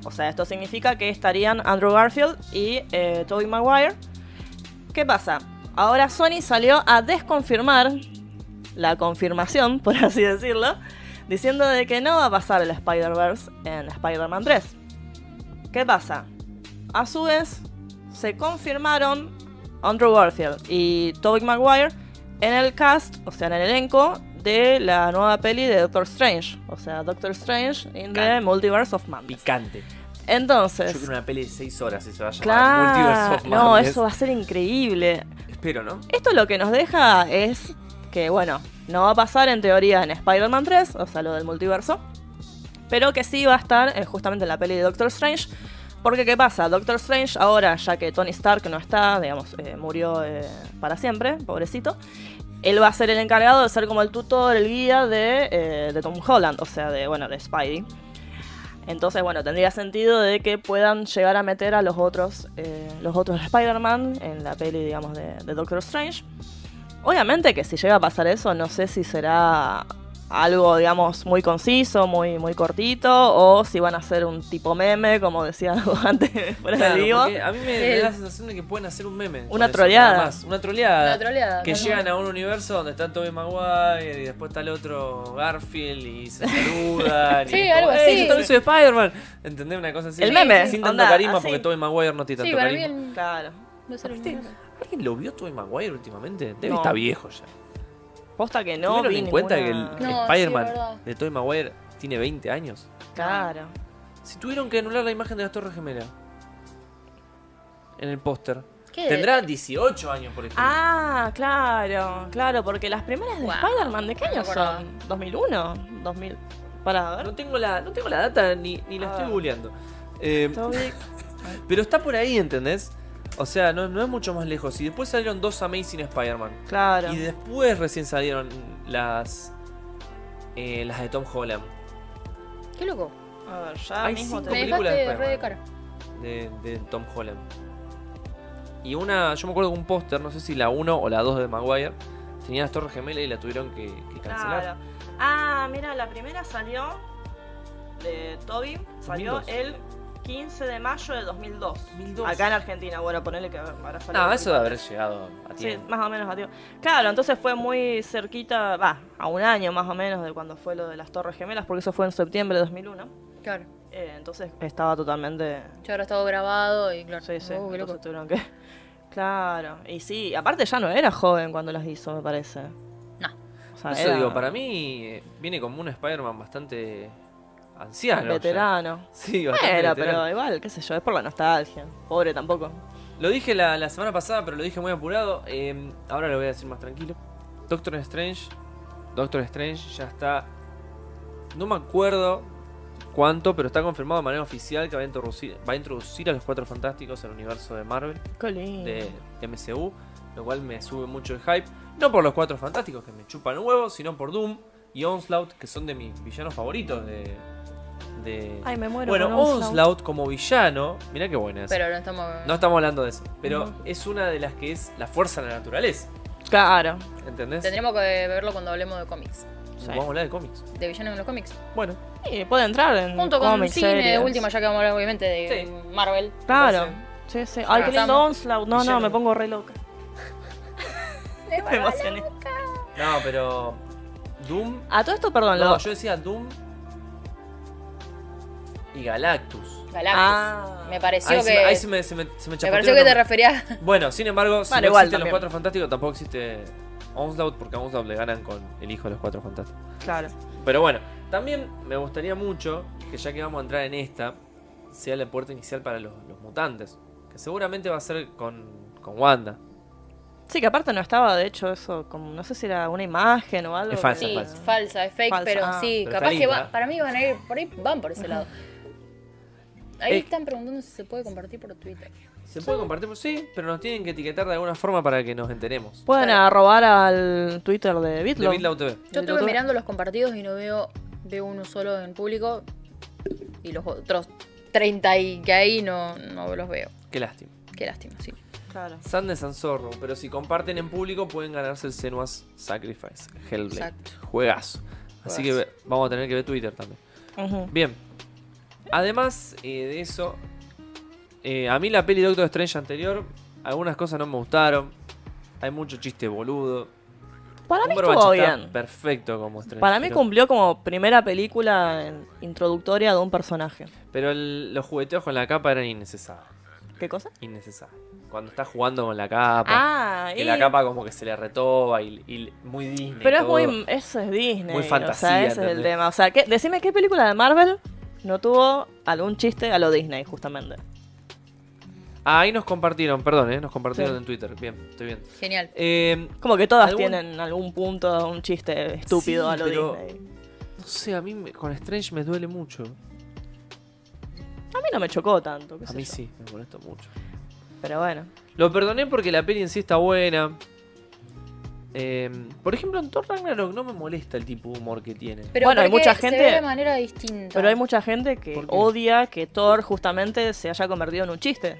[SPEAKER 3] O sea, esto significa que estarían Andrew Garfield y eh, Tobey Maguire. ¿Qué pasa? Ahora Sony salió a desconfirmar la confirmación, por así decirlo, diciendo de que no va a pasar el Spider-Verse en Spider-Man 3. ¿Qué pasa? A su vez, se confirmaron Andrew Garfield y Tobey Maguire en el cast, o sea, en el elenco de la nueva peli de Doctor Strange, o sea, Doctor Strange in the Multiverse of Madness.
[SPEAKER 2] Picante. Yo
[SPEAKER 3] Entonces,
[SPEAKER 2] quiero una peli de 6 horas, eso va a llamar
[SPEAKER 3] claro,
[SPEAKER 2] Multiverse of
[SPEAKER 3] no,
[SPEAKER 2] Madness.
[SPEAKER 3] eso va a ser increíble.
[SPEAKER 2] Espero, ¿no?
[SPEAKER 3] Esto lo que nos deja es que, bueno, no va a pasar en teoría en Spider-Man 3, o sea, lo del multiverso, pero que sí va a estar eh, justamente en la peli de Doctor Strange. Porque, ¿qué pasa? Doctor Strange ahora, ya que Tony Stark no está, digamos, eh, murió eh, para siempre, pobrecito, él va a ser el encargado de ser como el tutor, el guía de, eh, de Tom Holland, o sea, de, bueno, de Spidey. Entonces, bueno, tendría sentido de que puedan llegar a meter a los otros, eh, los otros Spider-Man en la peli, digamos, de, de Doctor Strange. Obviamente que si llega a pasar eso, no sé si será algo, digamos, muy conciso, muy, muy cortito, o si van a hacer un tipo meme, como decía vos antes fuera
[SPEAKER 2] Claro,
[SPEAKER 3] del vivo.
[SPEAKER 2] porque a mí me, me
[SPEAKER 1] Sí.
[SPEAKER 2] da la sensación de que pueden hacer un meme. con
[SPEAKER 3] Una
[SPEAKER 2] eso,
[SPEAKER 3] troleada.
[SPEAKER 2] nada más. Una troleada.
[SPEAKER 1] Una troleada,
[SPEAKER 2] Que
[SPEAKER 1] tal
[SPEAKER 2] llegan
[SPEAKER 1] cual.
[SPEAKER 2] a un universo donde están Tobey Maguire y después está el otro Garfield y se saludan.
[SPEAKER 1] Sí,
[SPEAKER 2] y es como,
[SPEAKER 1] algo
[SPEAKER 2] "Eh,
[SPEAKER 1] así.
[SPEAKER 2] Yo también soy Spider-Man. ¿Entendés una cosa así?
[SPEAKER 3] El meme,
[SPEAKER 2] Sin tanto
[SPEAKER 3] onda,
[SPEAKER 2] carisma
[SPEAKER 3] así.
[SPEAKER 2] porque Tobey Maguire no tiene
[SPEAKER 1] Sí,
[SPEAKER 2] tanto
[SPEAKER 1] para mí
[SPEAKER 2] carisma.
[SPEAKER 1] el-
[SPEAKER 3] Claro.
[SPEAKER 1] no es el
[SPEAKER 2] Aparte,
[SPEAKER 1] único.
[SPEAKER 2] ¿Alguien lo vio Tobey Maguire últimamente? Debe
[SPEAKER 3] No.
[SPEAKER 2] está viejo ya.
[SPEAKER 3] Posta que no.
[SPEAKER 2] ¿Tuvieron
[SPEAKER 3] vi
[SPEAKER 2] en cuenta que el
[SPEAKER 3] ninguna-
[SPEAKER 2] que
[SPEAKER 1] No, sí,
[SPEAKER 2] Spider-Man
[SPEAKER 1] verdad.
[SPEAKER 2] de Tobey Maguire tiene 20 años?
[SPEAKER 3] Claro.
[SPEAKER 2] Si tuvieron que anular la imagen de las Torres Gemelas en el póster.
[SPEAKER 1] ¿Qué?
[SPEAKER 2] Tendrá 18 años, por ejemplo.
[SPEAKER 3] Ah, claro, claro, porque las primeras de
[SPEAKER 1] Wow.
[SPEAKER 3] Spider-Man, ¿de qué
[SPEAKER 1] No me
[SPEAKER 3] año
[SPEAKER 1] acordaba.
[SPEAKER 3] son? ¿2001? 2000. Para ver.
[SPEAKER 2] No tengo la, no tengo la data ni, ni la
[SPEAKER 3] Ah.
[SPEAKER 2] estoy googleando. Eh,
[SPEAKER 3] Toby.
[SPEAKER 2] pero está por ahí, ¿entendés? O sea, no, no es mucho más lejos. Y después salieron dos Amazing Spider-Man.
[SPEAKER 3] Claro.
[SPEAKER 2] Y después recién salieron las eh, las de Tom Holland.
[SPEAKER 1] Qué loco.
[SPEAKER 3] A ver, ya
[SPEAKER 2] Hay
[SPEAKER 3] mismo
[SPEAKER 2] cinco
[SPEAKER 1] Me
[SPEAKER 3] te-
[SPEAKER 2] películas de
[SPEAKER 1] dejaste
[SPEAKER 2] Spider-Man.
[SPEAKER 1] re de cara.
[SPEAKER 2] De, de Tom Holland. Y una, yo me acuerdo de un póster, no sé si la 1 o la 2 de Maguire, tenía las Torres Gemelas y la tuvieron que, que cancelar.
[SPEAKER 3] Claro. Ah, mira, la primera salió de Toby, salió
[SPEAKER 2] 2002.
[SPEAKER 3] el 15 de mayo de 2002.
[SPEAKER 2] 2002.
[SPEAKER 3] Acá en Argentina, bueno, ponele que habrá salido.
[SPEAKER 2] No, eso de haber llegado a
[SPEAKER 3] Sí,
[SPEAKER 2] tiempo.
[SPEAKER 3] más o menos, tío. Claro, entonces fue muy cerquita, va, a un año más o menos de cuando fue lo de las Torres Gemelas, porque eso fue en septiembre de 2001.
[SPEAKER 1] Claro.
[SPEAKER 3] Eh, entonces estaba totalmente
[SPEAKER 1] Ya habrá estado grabado y claro.
[SPEAKER 3] Sí, sí,
[SPEAKER 1] Oh, qué
[SPEAKER 3] entonces
[SPEAKER 1] loco.
[SPEAKER 3] tuvieron que... Claro, y sí, aparte ya no era joven cuando las hizo, me parece.
[SPEAKER 1] No.
[SPEAKER 3] O
[SPEAKER 2] Por
[SPEAKER 3] sea,
[SPEAKER 2] Eso
[SPEAKER 3] era
[SPEAKER 2] digo, para mí eh, viene como un Spider-Man bastante anciano. ya.
[SPEAKER 3] Veterano.
[SPEAKER 2] Sí, bastante
[SPEAKER 3] Era,
[SPEAKER 2] veterano.
[SPEAKER 3] pero igual, qué sé yo, es por la nostalgia. Pobre tampoco.
[SPEAKER 2] Lo dije la, la semana pasada, pero lo dije muy apurado. eh, ahora lo voy a decir más tranquilo. Doctor Strange. Doctor Strange ya está. No me acuerdo cuánto, pero está confirmado de manera oficial que va a introducir, va a, introducir a los cuatro fantásticos al universo de Marvel,
[SPEAKER 3] Qué lindo.
[SPEAKER 2] de MCU, lo cual me sube mucho el hype. No por los cuatro fantásticos que me chupan huevos, sino por Doom y Onslaught, que son de mis villanos favoritos de. de-
[SPEAKER 3] Ay, me muero.
[SPEAKER 2] bueno,
[SPEAKER 3] con
[SPEAKER 2] Onslaught.
[SPEAKER 3] Onslaught.
[SPEAKER 2] como villano. Mirá qué buena es.
[SPEAKER 1] Pero no estamos.
[SPEAKER 2] No estamos hablando de eso, pero
[SPEAKER 3] Ujú.
[SPEAKER 2] es una de las que es la fuerza de la naturaleza,
[SPEAKER 3] Claro.
[SPEAKER 2] ¿entendés?
[SPEAKER 1] Tendremos que verlo cuando hablemos de cómics.
[SPEAKER 2] Vamos
[SPEAKER 3] Sí.
[SPEAKER 2] a hablar de cómics.
[SPEAKER 1] De villanos en los cómics.
[SPEAKER 2] Bueno,
[SPEAKER 3] Sí, puede entrar en
[SPEAKER 1] Junto con
[SPEAKER 3] Mm, cómics,
[SPEAKER 1] cine, de
[SPEAKER 3] series.
[SPEAKER 1] última, ya que vamos a hablar obviamente de
[SPEAKER 2] Sí.
[SPEAKER 1] Marvel.
[SPEAKER 3] Claro.
[SPEAKER 2] Entonces,
[SPEAKER 3] Sí, sí. Ay, qué lindo
[SPEAKER 1] Estamos-
[SPEAKER 3] Onslaught. No, no,
[SPEAKER 2] Villano.
[SPEAKER 3] me pongo re loca. Me emocioné.
[SPEAKER 2] no, pero Doom,
[SPEAKER 3] A todo esto, perdón,
[SPEAKER 2] no,
[SPEAKER 3] lo...
[SPEAKER 2] yo decía Doom y Galactus.
[SPEAKER 1] Galactus. Me pareció
[SPEAKER 2] ahí
[SPEAKER 1] que.
[SPEAKER 2] se me- ahí se me, se me, se me
[SPEAKER 1] me
[SPEAKER 2] chapoteó
[SPEAKER 1] pareció
[SPEAKER 2] el
[SPEAKER 1] que te
[SPEAKER 2] nombre.
[SPEAKER 1] referías.
[SPEAKER 2] Bueno, sin embargo, si
[SPEAKER 3] Bueno,
[SPEAKER 2] no existen
[SPEAKER 3] igual
[SPEAKER 2] los
[SPEAKER 3] también.
[SPEAKER 2] Cuatro Fantásticos, tampoco existe Onslaught, porque a Onslaught le ganan con el hijo de los Cuatro Fantásticos.
[SPEAKER 3] Claro.
[SPEAKER 2] Pero bueno, también me gustaría mucho que ya que vamos a entrar en esta, sea la puerta inicial para los, los mutantes. Que seguramente va a ser con, con Wanda.
[SPEAKER 3] Sí, que aparte no estaba, de hecho, eso, como no sé si era una imagen o algo.
[SPEAKER 2] Es falsa,
[SPEAKER 1] Sí,
[SPEAKER 3] que-
[SPEAKER 2] es
[SPEAKER 1] falsa, es fake,
[SPEAKER 3] Falsa,
[SPEAKER 1] pero
[SPEAKER 3] ah.
[SPEAKER 1] sí,
[SPEAKER 2] Pero está
[SPEAKER 1] capaz que
[SPEAKER 2] linda.
[SPEAKER 1] va, para mí van a ir, por ahí van por ese lado. Ahí
[SPEAKER 2] Eh.
[SPEAKER 1] están preguntando si se puede compartir por Twitter.
[SPEAKER 2] ¿Se puede compartir? Pues sí, pero nos tienen que etiquetar de alguna forma para que nos enteremos.
[SPEAKER 3] Pueden
[SPEAKER 1] Claro.
[SPEAKER 3] arrobar al Twitter de
[SPEAKER 2] De
[SPEAKER 3] Bitlo.
[SPEAKER 2] Midlaw TV.
[SPEAKER 1] Yo
[SPEAKER 3] ¿Y el
[SPEAKER 1] estuve
[SPEAKER 3] otro?
[SPEAKER 1] mirando los compartidos y no veo, veo uno solo en público y los otros 30 y que ahí no, no los veo.
[SPEAKER 2] Qué lástima.
[SPEAKER 1] Qué lástima, sí.
[SPEAKER 3] Claro.
[SPEAKER 2] Sande Sanzorro, pero si comparten en público pueden ganarse el Senua's Sacrifice. Hellblade.
[SPEAKER 1] Exacto.
[SPEAKER 2] Juegazo. Así que
[SPEAKER 1] Juegazo.
[SPEAKER 2] ve- vamos a tener que ver Twitter también. Bien. Además eh, de eso, eh, a mí la peli Doctor Strange anterior, algunas cosas no me gustaron. Hay mucho chiste boludo.
[SPEAKER 3] Para mí
[SPEAKER 2] Cumberbatch
[SPEAKER 3] estuvo
[SPEAKER 2] está
[SPEAKER 3] bien.
[SPEAKER 2] Perfecto como Strange.
[SPEAKER 3] Para mí
[SPEAKER 2] pero-
[SPEAKER 3] cumplió como primera película en- introductoria de un personaje.
[SPEAKER 2] Pero el- los jugueteos con la capa eran innecesarios.
[SPEAKER 3] ¿Qué cosa?
[SPEAKER 2] Innecesarios. Cuando está jugando con la capa.
[SPEAKER 3] Ah,
[SPEAKER 2] que
[SPEAKER 3] y-
[SPEAKER 2] la capa como que se le retoba y, y muy Disney.
[SPEAKER 3] Pero es
[SPEAKER 2] todo.
[SPEAKER 3] muy. Eso es Disney.
[SPEAKER 2] Muy fantasía,
[SPEAKER 3] O sea, ese es el
[SPEAKER 2] ¿entendés?
[SPEAKER 3] tema. O sea, ¿qué- decime qué película de Marvel no tuvo algún chiste a lo Disney, justamente.
[SPEAKER 2] Ah, Ahí nos compartieron, perdón, eh, nos compartieron
[SPEAKER 3] Sí.
[SPEAKER 2] en Twitter. Bien, estoy bien.
[SPEAKER 1] Genial.
[SPEAKER 2] Eh,
[SPEAKER 3] Como que todas
[SPEAKER 2] Algún-
[SPEAKER 3] tienen algún punto, un chiste estúpido
[SPEAKER 2] Sí,
[SPEAKER 3] a lo
[SPEAKER 2] pero-
[SPEAKER 3] Disney.
[SPEAKER 2] no sé, a mí me- con Strange me duele mucho.
[SPEAKER 3] A mí no me chocó tanto. qué
[SPEAKER 2] A
[SPEAKER 3] sé
[SPEAKER 2] mí
[SPEAKER 3] yo.
[SPEAKER 2] sí, me molesta mucho.
[SPEAKER 3] Pero bueno.
[SPEAKER 2] Lo perdoné porque la peli en sí está buena. Eh, por ejemplo, en Thor Ragnarok no me molesta el tipo de humor que tiene.
[SPEAKER 1] Pero
[SPEAKER 3] Bueno, hay
[SPEAKER 1] porque
[SPEAKER 3] mucha
[SPEAKER 1] Se ve
[SPEAKER 3] gente-
[SPEAKER 1] de manera distinta.
[SPEAKER 3] Pero hay mucha gente que
[SPEAKER 2] ¿Por qué?
[SPEAKER 3] odia que Thor justamente se haya convertido en un chiste.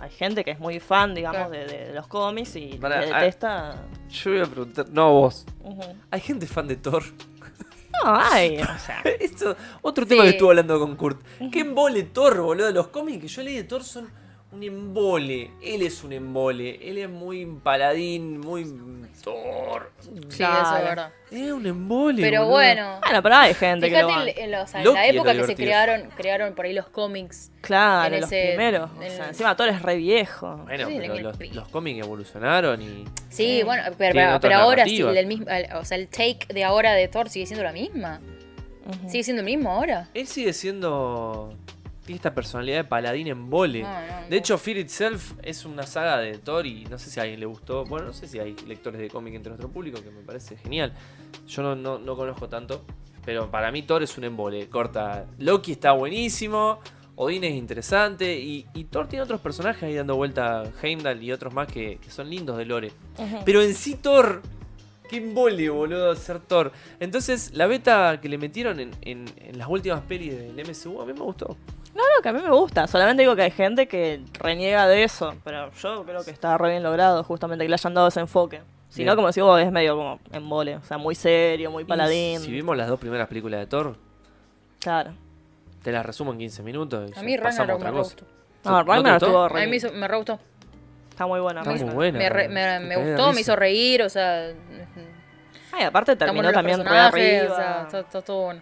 [SPEAKER 3] Hay gente que es muy fan, digamos,
[SPEAKER 1] Claro.
[SPEAKER 3] de, de- de los cómics y
[SPEAKER 2] Pará,
[SPEAKER 3] que
[SPEAKER 2] ah.
[SPEAKER 3] detesta.
[SPEAKER 2] Yo voy a preguntar, no a vos.
[SPEAKER 3] Ujú.
[SPEAKER 2] ¿Hay gente fan de Thor?
[SPEAKER 3] No, hay, o sea.
[SPEAKER 2] Esto- otro
[SPEAKER 1] Sí.
[SPEAKER 2] tema que estuve hablando con Kurt. Qué embole Thor, boludo. Los cómics que yo leí de Thor son un embole. Él es un embole. Él es muy paladín, muy Thor.
[SPEAKER 1] Sí, eso es
[SPEAKER 3] Claro.
[SPEAKER 1] verdad.
[SPEAKER 2] Es un embole.
[SPEAKER 1] Pero
[SPEAKER 2] boludo.
[SPEAKER 1] bueno.
[SPEAKER 3] Bueno, pero hay gente que lo
[SPEAKER 1] Fíjate
[SPEAKER 3] banca.
[SPEAKER 1] en- en, los- en
[SPEAKER 2] Loki
[SPEAKER 1] la
[SPEAKER 2] era
[SPEAKER 1] época que se
[SPEAKER 2] divertido.
[SPEAKER 1] crearon, crearon por ahí los cómics.
[SPEAKER 3] Claro,
[SPEAKER 1] en
[SPEAKER 3] los
[SPEAKER 1] ese-
[SPEAKER 3] primeros. O
[SPEAKER 1] en-
[SPEAKER 3] sea, encima Thor es re viejo.
[SPEAKER 2] Bueno,
[SPEAKER 1] Sí,
[SPEAKER 2] pero
[SPEAKER 1] le-
[SPEAKER 2] los, los cómics evolucionaron y.
[SPEAKER 1] Sí,
[SPEAKER 3] Sí.
[SPEAKER 1] bueno, pero,
[SPEAKER 2] Tienen
[SPEAKER 1] pero-
[SPEAKER 2] otra
[SPEAKER 1] pero ahora sí,
[SPEAKER 2] narrativa.
[SPEAKER 1] el mismo, el- o sea, el take de ahora de Thor sigue siendo la misma. Sigue siendo el mismo ahora.
[SPEAKER 2] Él sigue siendo. Tiene esta personalidad de paladín embole.
[SPEAKER 1] No, no, no.
[SPEAKER 2] De hecho, Fear Itself es una saga de Thor y no sé si a alguien le gustó. Bueno, no sé si hay lectores de cómic entre nuestro público, que me parece genial. Yo no, no, no conozco tanto, pero para mí Thor es un embole. Corta. Loki está buenísimo, Odín es interesante y, y Thor tiene otros personajes ahí dando vuelta, Heimdall y otros más que, que son lindos de lore. Pero en sí Thor, qué embole, boludo, ser Thor. Entonces, la beta que le metieron en, en- en las últimas pelis del MCU a mí me gustó.
[SPEAKER 3] Claro que a mí me gusta. Solamente digo que hay gente que reniega de eso. Pero yo creo que está re bien logrado, justamente que le hayan dado ese enfoque. Si
[SPEAKER 2] Bien.
[SPEAKER 3] no, como decís vos, es medio como embole. O sea, muy serio, muy
[SPEAKER 2] Y
[SPEAKER 3] paladín.
[SPEAKER 2] Si vimos las dos primeras películas de Thor,
[SPEAKER 3] Claro.
[SPEAKER 2] Te las resumo en 15 minutos. y
[SPEAKER 1] A
[SPEAKER 2] ya
[SPEAKER 1] mí
[SPEAKER 2] pasamos a
[SPEAKER 1] Ragnarok me
[SPEAKER 2] otra
[SPEAKER 1] re
[SPEAKER 2] cosa.
[SPEAKER 1] gustó.
[SPEAKER 3] No,
[SPEAKER 2] ¿No te
[SPEAKER 3] Ragnar
[SPEAKER 2] gustó?
[SPEAKER 3] estuvo
[SPEAKER 1] A mí
[SPEAKER 3] re
[SPEAKER 1] me, hizo- me re gustó.
[SPEAKER 3] Está muy buena.
[SPEAKER 2] Está
[SPEAKER 1] Me-
[SPEAKER 2] muy
[SPEAKER 3] Ragnar.
[SPEAKER 2] buena,
[SPEAKER 1] Me, re-
[SPEAKER 2] Ragnarok.
[SPEAKER 1] me-
[SPEAKER 2] Me
[SPEAKER 1] me
[SPEAKER 2] cagué de
[SPEAKER 1] gustó, me
[SPEAKER 2] risa.
[SPEAKER 1] hizo reír, o sea.
[SPEAKER 3] Ay, aparte
[SPEAKER 1] estamos
[SPEAKER 3] terminó también re
[SPEAKER 1] o sea,
[SPEAKER 3] arriba.
[SPEAKER 1] está, está todo bueno.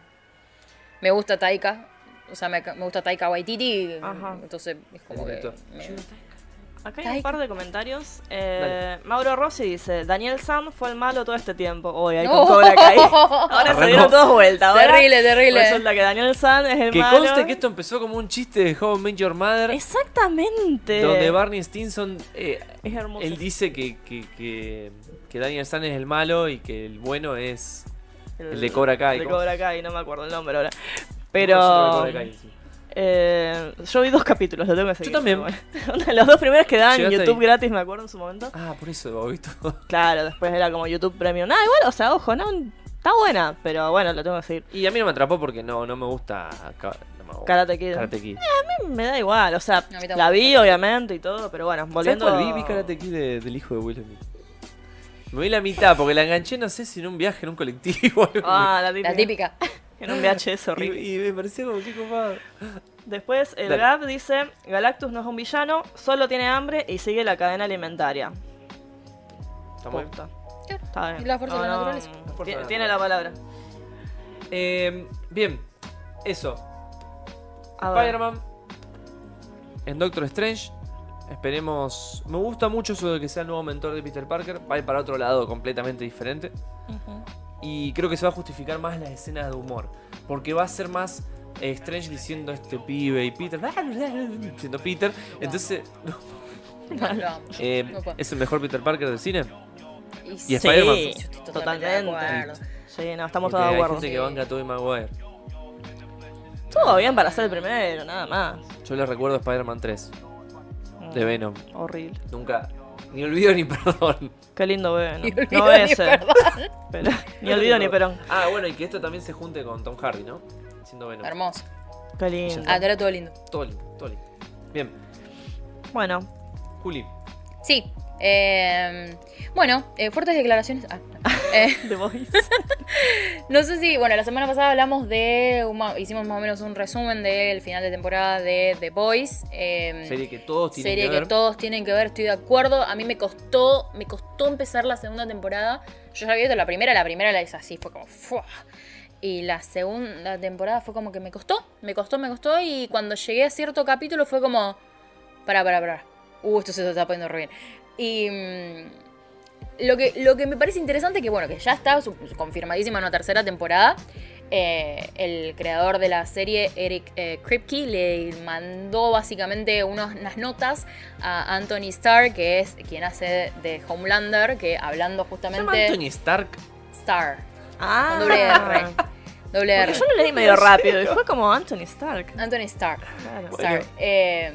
[SPEAKER 1] Me gusta Taika. O sea, me, me gusta Taika Waititi.
[SPEAKER 3] Ajá.
[SPEAKER 1] Entonces, es como
[SPEAKER 2] El
[SPEAKER 1] que.
[SPEAKER 2] director.
[SPEAKER 1] me-
[SPEAKER 3] Acá
[SPEAKER 1] Ay,
[SPEAKER 3] hay un par de comentarios. Eh, Mauro Rossi dice: Daniel San fue el malo todo este tiempo. Hoy hay
[SPEAKER 1] No.
[SPEAKER 3] con Cobra Kai. Ahora se dieron todos vuelta. Ahora
[SPEAKER 1] Terrible, terrible.
[SPEAKER 3] Resulta que Daniel San es el
[SPEAKER 2] Que
[SPEAKER 3] malo.
[SPEAKER 2] conste que esto empezó como un chiste de How I Met Your Mother.
[SPEAKER 3] Exactamente.
[SPEAKER 2] Donde Barney Stinson. eh,
[SPEAKER 3] Es Este- hermoso.
[SPEAKER 2] él dice que, que, que, que Daniel San es el malo y que el bueno es. el de Cobra Kai,
[SPEAKER 3] El de
[SPEAKER 2] ¿cómo?
[SPEAKER 3] Cobra Kai, no me acuerdo el nombre ahora.
[SPEAKER 2] Nosotros
[SPEAKER 3] Pero.
[SPEAKER 2] de Cobra Kai, sí.
[SPEAKER 3] eh, yo vi dos capítulos, lo tengo que seguir.
[SPEAKER 2] también.
[SPEAKER 3] Bueno, Los dos primeros que daban en
[SPEAKER 2] Llegaste
[SPEAKER 3] YouTube
[SPEAKER 2] ahí.
[SPEAKER 3] gratis, me acuerdo en su momento.
[SPEAKER 2] Ah, por eso lo he visto.
[SPEAKER 3] Claro, después era como YouTube Premium. Nada, igual, o sea, ojo, no, está buena, pero bueno, lo tengo que seguir.
[SPEAKER 2] Y a mí no me atrapó porque no, no me gusta. ca- no me gusta.
[SPEAKER 3] Karate Kid.
[SPEAKER 2] Karate Kid.
[SPEAKER 3] Mm, Me da igual, o sea,
[SPEAKER 1] A mí tampoco.
[SPEAKER 3] la vi obviamente y todo, pero bueno,
[SPEAKER 2] ¿Sabés
[SPEAKER 3] volviendo
[SPEAKER 2] cuál vi? Vi Karate Kid de- del hijo de Will Smith. Me vi la mitad porque la enganché, no sé si en un viaje, en un colectivo.
[SPEAKER 3] Ah, la típica.
[SPEAKER 1] La típica.
[SPEAKER 3] En un VHS
[SPEAKER 2] y,
[SPEAKER 3] horrible.
[SPEAKER 2] y me pareció como que copado.
[SPEAKER 3] Después el
[SPEAKER 2] Dale.
[SPEAKER 3] Gab dice, Galactus no es un villano, solo tiene hambre y sigue la cadena alimentaria.
[SPEAKER 2] Está muy-
[SPEAKER 3] Punto.
[SPEAKER 1] Claro.
[SPEAKER 3] Está bien.
[SPEAKER 1] Y la fuerza de la naturaleza.
[SPEAKER 2] La fuerza
[SPEAKER 3] Ti-
[SPEAKER 2] de la
[SPEAKER 3] Tiene
[SPEAKER 2] naturaleza.
[SPEAKER 3] la palabra.
[SPEAKER 2] Eh, bien, eso.
[SPEAKER 3] A ver.
[SPEAKER 2] Spider-Man en Doctor Strange. Esperemos. Me gusta mucho eso de que sea el nuevo mentor de Peter Parker. Va a ir para otro lado completamente diferente. Y creo que se va a justificar más las escenas de humor. Porque va a ser más eh, Strange diciendo este pibe y Peter. Siendo Peter. Entonces,
[SPEAKER 1] No, lo amo.
[SPEAKER 2] eh,
[SPEAKER 1] No puedo.
[SPEAKER 2] ¿es el mejor Peter Parker del cine?
[SPEAKER 1] Y
[SPEAKER 2] Y
[SPEAKER 1] sí,
[SPEAKER 2] Spider-Man.
[SPEAKER 3] Sí,
[SPEAKER 1] yo estoy totalmente de
[SPEAKER 3] totalmente.
[SPEAKER 1] acuerdo.
[SPEAKER 3] Sí, no,
[SPEAKER 2] Porque
[SPEAKER 3] estamos todos de
[SPEAKER 2] hay
[SPEAKER 3] acuerdo.
[SPEAKER 2] gente que banca a Tobey Maguire.
[SPEAKER 3] Todo bien para ser el primero, nada más.
[SPEAKER 2] Yo les recuerdo Spider-Man 3
[SPEAKER 3] Mm.
[SPEAKER 2] de Venom.
[SPEAKER 3] Horrible.
[SPEAKER 2] Nunca. Ni olvido ni perdón.
[SPEAKER 3] Qué lindo Venom.
[SPEAKER 1] Ni olvido
[SPEAKER 3] No es
[SPEAKER 1] ni
[SPEAKER 3] ese.
[SPEAKER 1] perdón.
[SPEAKER 3] Pero- Ni olvido ni perón.
[SPEAKER 2] Ah, bueno, y que esto también se junte con Tom Hardy, ¿no? Siendo Venom.
[SPEAKER 1] Hermoso.
[SPEAKER 3] Qué lindo.
[SPEAKER 1] Ah, era todo lindo.
[SPEAKER 2] Toli, Toli. Bien,
[SPEAKER 3] Bueno,
[SPEAKER 2] Juli.
[SPEAKER 1] Mm. Sí. eh, bueno, eh, fuertes declaraciones. Ah, no. Eh,
[SPEAKER 3] The Voice.
[SPEAKER 1] no sé si, bueno, la semana pasada hablamos de, un ma- hicimos más o menos un resumen del final de temporada de The Boys. eh,
[SPEAKER 2] Serie que todos tienen
[SPEAKER 1] serie
[SPEAKER 2] que
[SPEAKER 1] que,
[SPEAKER 2] ver.
[SPEAKER 1] todos tienen que ver, estoy de acuerdo. A mí me costó, me costó empezar la segunda temporada. Yo ya había visto la primera, la primera la hice así, fue como ¡fua! Y la segunda temporada fue como que me costó, me costó, me costó. Y cuando llegué a cierto capítulo fue como. Pará, pará, pará. Uh, esto se está poniendo re bien. Y. mm, lo que, lo que me parece interesante que, bueno, que ya está su- su- confirmadísima una tercera temporada. Eh, el creador de la serie, Eric eh, Kripke, le mandó básicamente unos- unas notas a Anthony Starr, que es quien hace de Homelander, que hablando
[SPEAKER 2] ¿Se llama
[SPEAKER 1] justamente...
[SPEAKER 2] Anthony Stark?
[SPEAKER 1] Starr.
[SPEAKER 3] Ah.
[SPEAKER 1] Con doble R. Doble R.
[SPEAKER 3] Porque yo lo leí medio rápido y fue como Anthony Stark.
[SPEAKER 1] Anthony Starr.
[SPEAKER 3] Claro.
[SPEAKER 1] Starr. Eh,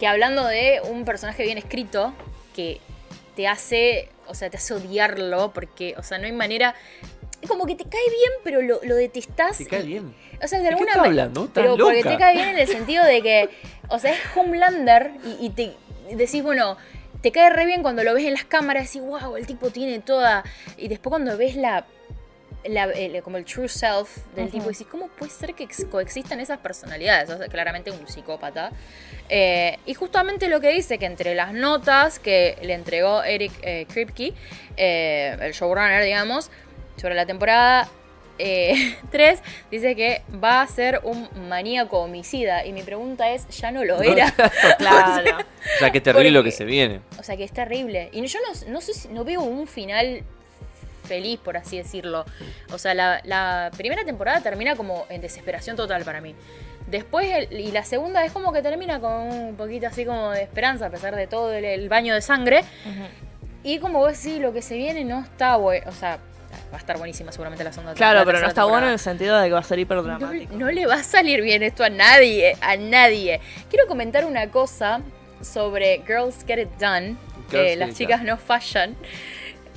[SPEAKER 1] que hablando de un personaje bien escrito que te hace, o sea, te hace odiarlo porque, o sea, no hay manera... es Como que te cae bien, pero lo, lo detestás.
[SPEAKER 2] Se cae
[SPEAKER 1] y-
[SPEAKER 2] bien.
[SPEAKER 1] O sea, de
[SPEAKER 2] ¿De qué
[SPEAKER 1] alguna
[SPEAKER 2] está
[SPEAKER 1] ma-
[SPEAKER 2] hablando? Tan
[SPEAKER 1] Pero porque
[SPEAKER 2] loca.
[SPEAKER 1] te cae bien en el sentido de que, o sea, es Homelander y, y te y decís, bueno, te cae re bien cuando lo ves en las cámaras y decís, wow, el tipo tiene toda. Y después cuando ves la la- el- como el true self del tipo. Y decís, ¿cómo puede ser que ex- coexistan esas personalidades? O sea, claramente un psicópata. Eh, y justamente lo que dice que entre las notas que le entregó Eric eh, Kripke, eh, el showrunner, digamos, sobre la temporada 3, dice que va a ser un maníaco homicida. Y mi pregunta es, ¿ya no lo era?
[SPEAKER 3] Claro.
[SPEAKER 2] O sea, que es terrible lo que
[SPEAKER 1] Porque-
[SPEAKER 2] se viene.
[SPEAKER 1] O sea, que es terrible. Y yo no, no sé si- no veo un final feliz, por así decirlo. O sea, la, la primera temporada termina como en desesperación total para mí. Después, el- y la segunda es como que termina con un poquito así como de esperanza, a pesar de todo el, el baño de sangre. Y como vos decís, lo que se viene no está bueno. O sea, va a estar buenísima seguramente la segunda
[SPEAKER 3] Claro,
[SPEAKER 1] la
[SPEAKER 3] pero no
[SPEAKER 1] tercera
[SPEAKER 3] está bueno en
[SPEAKER 1] temporada.
[SPEAKER 3] el sentido de que va a ser
[SPEAKER 1] No,
[SPEAKER 3] hiperdramático.
[SPEAKER 1] no le va a salir bien esto a nadie, a nadie. Quiero comentar una cosa sobre Girls Get It Done,
[SPEAKER 2] Girls
[SPEAKER 1] eh,
[SPEAKER 2] Get
[SPEAKER 1] las
[SPEAKER 2] It
[SPEAKER 1] chicas no fallan,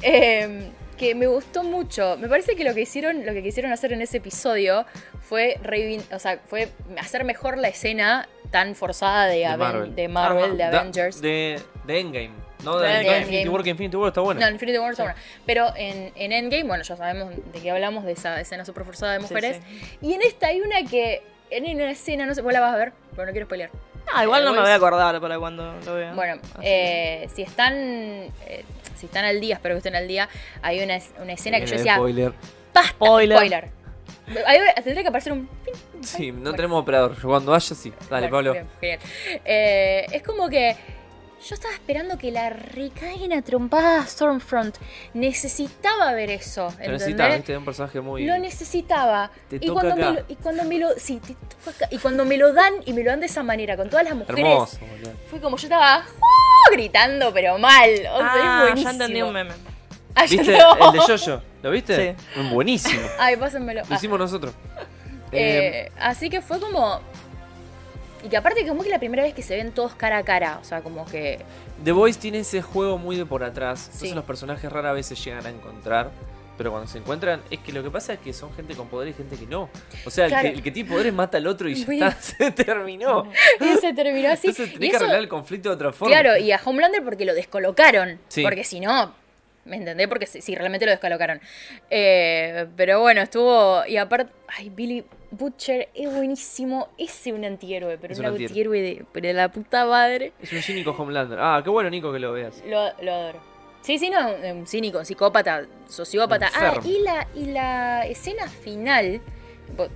[SPEAKER 1] eh, que me gustó mucho. Me parece que lo que hicieron, lo que quisieron hacer en ese episodio fue, reivin- o sea, fue hacer mejor la escena tan forzada de,
[SPEAKER 2] De
[SPEAKER 1] Aven-
[SPEAKER 2] Marvel. Ah,
[SPEAKER 1] de, Marvel, de
[SPEAKER 2] Da-
[SPEAKER 1] Avengers.
[SPEAKER 2] De, de Endgame. No,
[SPEAKER 3] De
[SPEAKER 2] de, no,
[SPEAKER 3] Endgame.
[SPEAKER 2] Infinity War, que Infinity War está bueno.
[SPEAKER 1] No, Infinity War está buena. Pero en, en Endgame, bueno, ya sabemos de qué hablamos, de esa escena super forzada de
[SPEAKER 3] Sí,
[SPEAKER 1] mujeres.
[SPEAKER 3] sí.
[SPEAKER 1] Y en esta hay una que. En una escena, no sé, vos la vas a ver, pero no quiero spoilear.
[SPEAKER 3] Ah, igual no me voy a
[SPEAKER 1] Igual-
[SPEAKER 3] acordar para cuando lo vea.
[SPEAKER 1] Bueno,
[SPEAKER 3] Así que-
[SPEAKER 1] eh, si están. eh, si están al día, espero que estén al día. Hay una, es- una escena que yo
[SPEAKER 2] Eh,
[SPEAKER 1] decía.
[SPEAKER 2] spoiler.
[SPEAKER 1] ¡Basta!
[SPEAKER 3] Spoiler.
[SPEAKER 1] Spoiler. Ahí tendría que aparecer un. ping,
[SPEAKER 2] Sí, no
[SPEAKER 1] Bueno.
[SPEAKER 2] tenemos operador. Yo cuando vaya, sí. Dale,
[SPEAKER 1] Bueno,
[SPEAKER 2] Pablo.
[SPEAKER 1] bien, genial. Eh, es como que yo estaba esperando que la recaigan a trompada a Stormfront. Necesitaba ver eso.
[SPEAKER 2] Lo
[SPEAKER 1] ¿entendés?
[SPEAKER 2] necesitas, viste, de un personaje muy.
[SPEAKER 1] Lo necesitaba.
[SPEAKER 2] Te
[SPEAKER 1] y,
[SPEAKER 2] toca
[SPEAKER 1] cuando
[SPEAKER 2] acá.
[SPEAKER 1] Me lo, y cuando me lo. Sí, te toca acá. Y cuando me lo dan y me lo dan de esa manera, con todas las mujeres.
[SPEAKER 2] Hermoso, boludo.
[SPEAKER 1] Fue como yo estaba ¡uh! gritando, pero mal. O sea, Oh, es
[SPEAKER 3] Ah,
[SPEAKER 1] buenísimo.
[SPEAKER 3] ya entendí un meme.
[SPEAKER 1] Ah, ya
[SPEAKER 2] ¿Viste?
[SPEAKER 1] no.
[SPEAKER 2] El de Yoyo. ¿Lo viste? Buenísimo.
[SPEAKER 1] Ay, pásenmelo.
[SPEAKER 2] Lo
[SPEAKER 1] Ah,
[SPEAKER 2] hicimos nosotros. Eh,
[SPEAKER 1] eh, así que fue como. Y que aparte, como que la primera vez que se ven todos cara a cara. O sea, como que.
[SPEAKER 2] The Voice tiene ese juego muy de por atrás. Entonces
[SPEAKER 1] Sí.
[SPEAKER 2] los personajes rara vez se llegan a encontrar. Pero cuando se encuentran, es que lo que pasa es que son gente con poder y gente que no. O sea, el
[SPEAKER 1] Claro.
[SPEAKER 2] que- el, que, tiene poderes mata al otro y ya
[SPEAKER 1] Muy
[SPEAKER 2] está, se terminó.
[SPEAKER 1] Y se terminó así.
[SPEAKER 2] Entonces
[SPEAKER 1] y
[SPEAKER 2] tenés que
[SPEAKER 1] eso,
[SPEAKER 2] arreglar el conflicto de otra forma.
[SPEAKER 1] claro, y a Homelander porque lo descolocaron.
[SPEAKER 2] Sí.
[SPEAKER 1] Porque si no. ¿Me entendés? Porque si, si realmente lo descolocaron. Eh, pero bueno, estuvo. Y aparte. Ay, Billy Butcher es buenísimo. Ese es un antihéroe, pero
[SPEAKER 2] Es
[SPEAKER 1] un
[SPEAKER 2] un antihéroe.
[SPEAKER 1] antihéroe de, pero de la puta madre.
[SPEAKER 2] Es un cínico Homelander. Ah, qué bueno, Nico, que lo veas.
[SPEAKER 1] Lo, lo adoro. Sí, sí, no, un cínico, un psicópata, sociópata. Ah,
[SPEAKER 2] Enfermo.
[SPEAKER 1] y la, y la escena final, vos-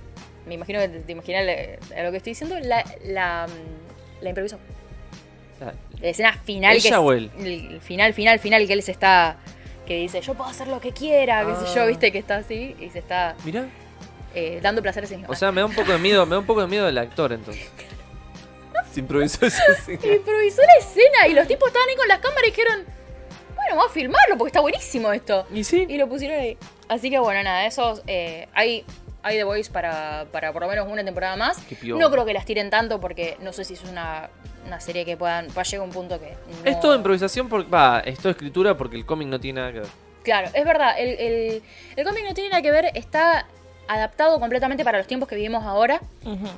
[SPEAKER 1] me imagino que te, te imaginas la- a lo que estoy diciendo, la, la, mm, la improviso.
[SPEAKER 2] Ah,
[SPEAKER 1] La escena final que
[SPEAKER 2] ¿Ella
[SPEAKER 1] es-
[SPEAKER 2] o él?
[SPEAKER 1] el final, final, final, que él se está, que dice, yo puedo hacer lo que quiera, qué sé yo,
[SPEAKER 2] Ah.
[SPEAKER 1] viste, que está así, y se está
[SPEAKER 2] Mirá.
[SPEAKER 1] eh, dando placer a sí mismo.
[SPEAKER 2] O sea, me da un poco de miedo, me da un poco de miedo el actor entonces. Se improvisó esa escena.
[SPEAKER 1] improvisó la escena y los tipos estaban ahí con las cámaras y dijeron, bueno, vamos a filmarlo porque está buenísimo esto.
[SPEAKER 2] Y sí.
[SPEAKER 1] Y lo pusieron ahí. Así que bueno, nada, esos eh, hay, hay The Voice para, para por lo menos una temporada más.
[SPEAKER 2] Qué piola.
[SPEAKER 1] No creo que las tiren tanto porque no sé si es una, una serie que puedan. Va a llegar un punto que. No...
[SPEAKER 2] Es todo improvisación porque. Va, es todo escritura porque el cómic no tiene nada que ver.
[SPEAKER 1] Claro, es verdad. El, el, el cómic no tiene nada que ver, está adaptado completamente para los tiempos que vivimos ahora.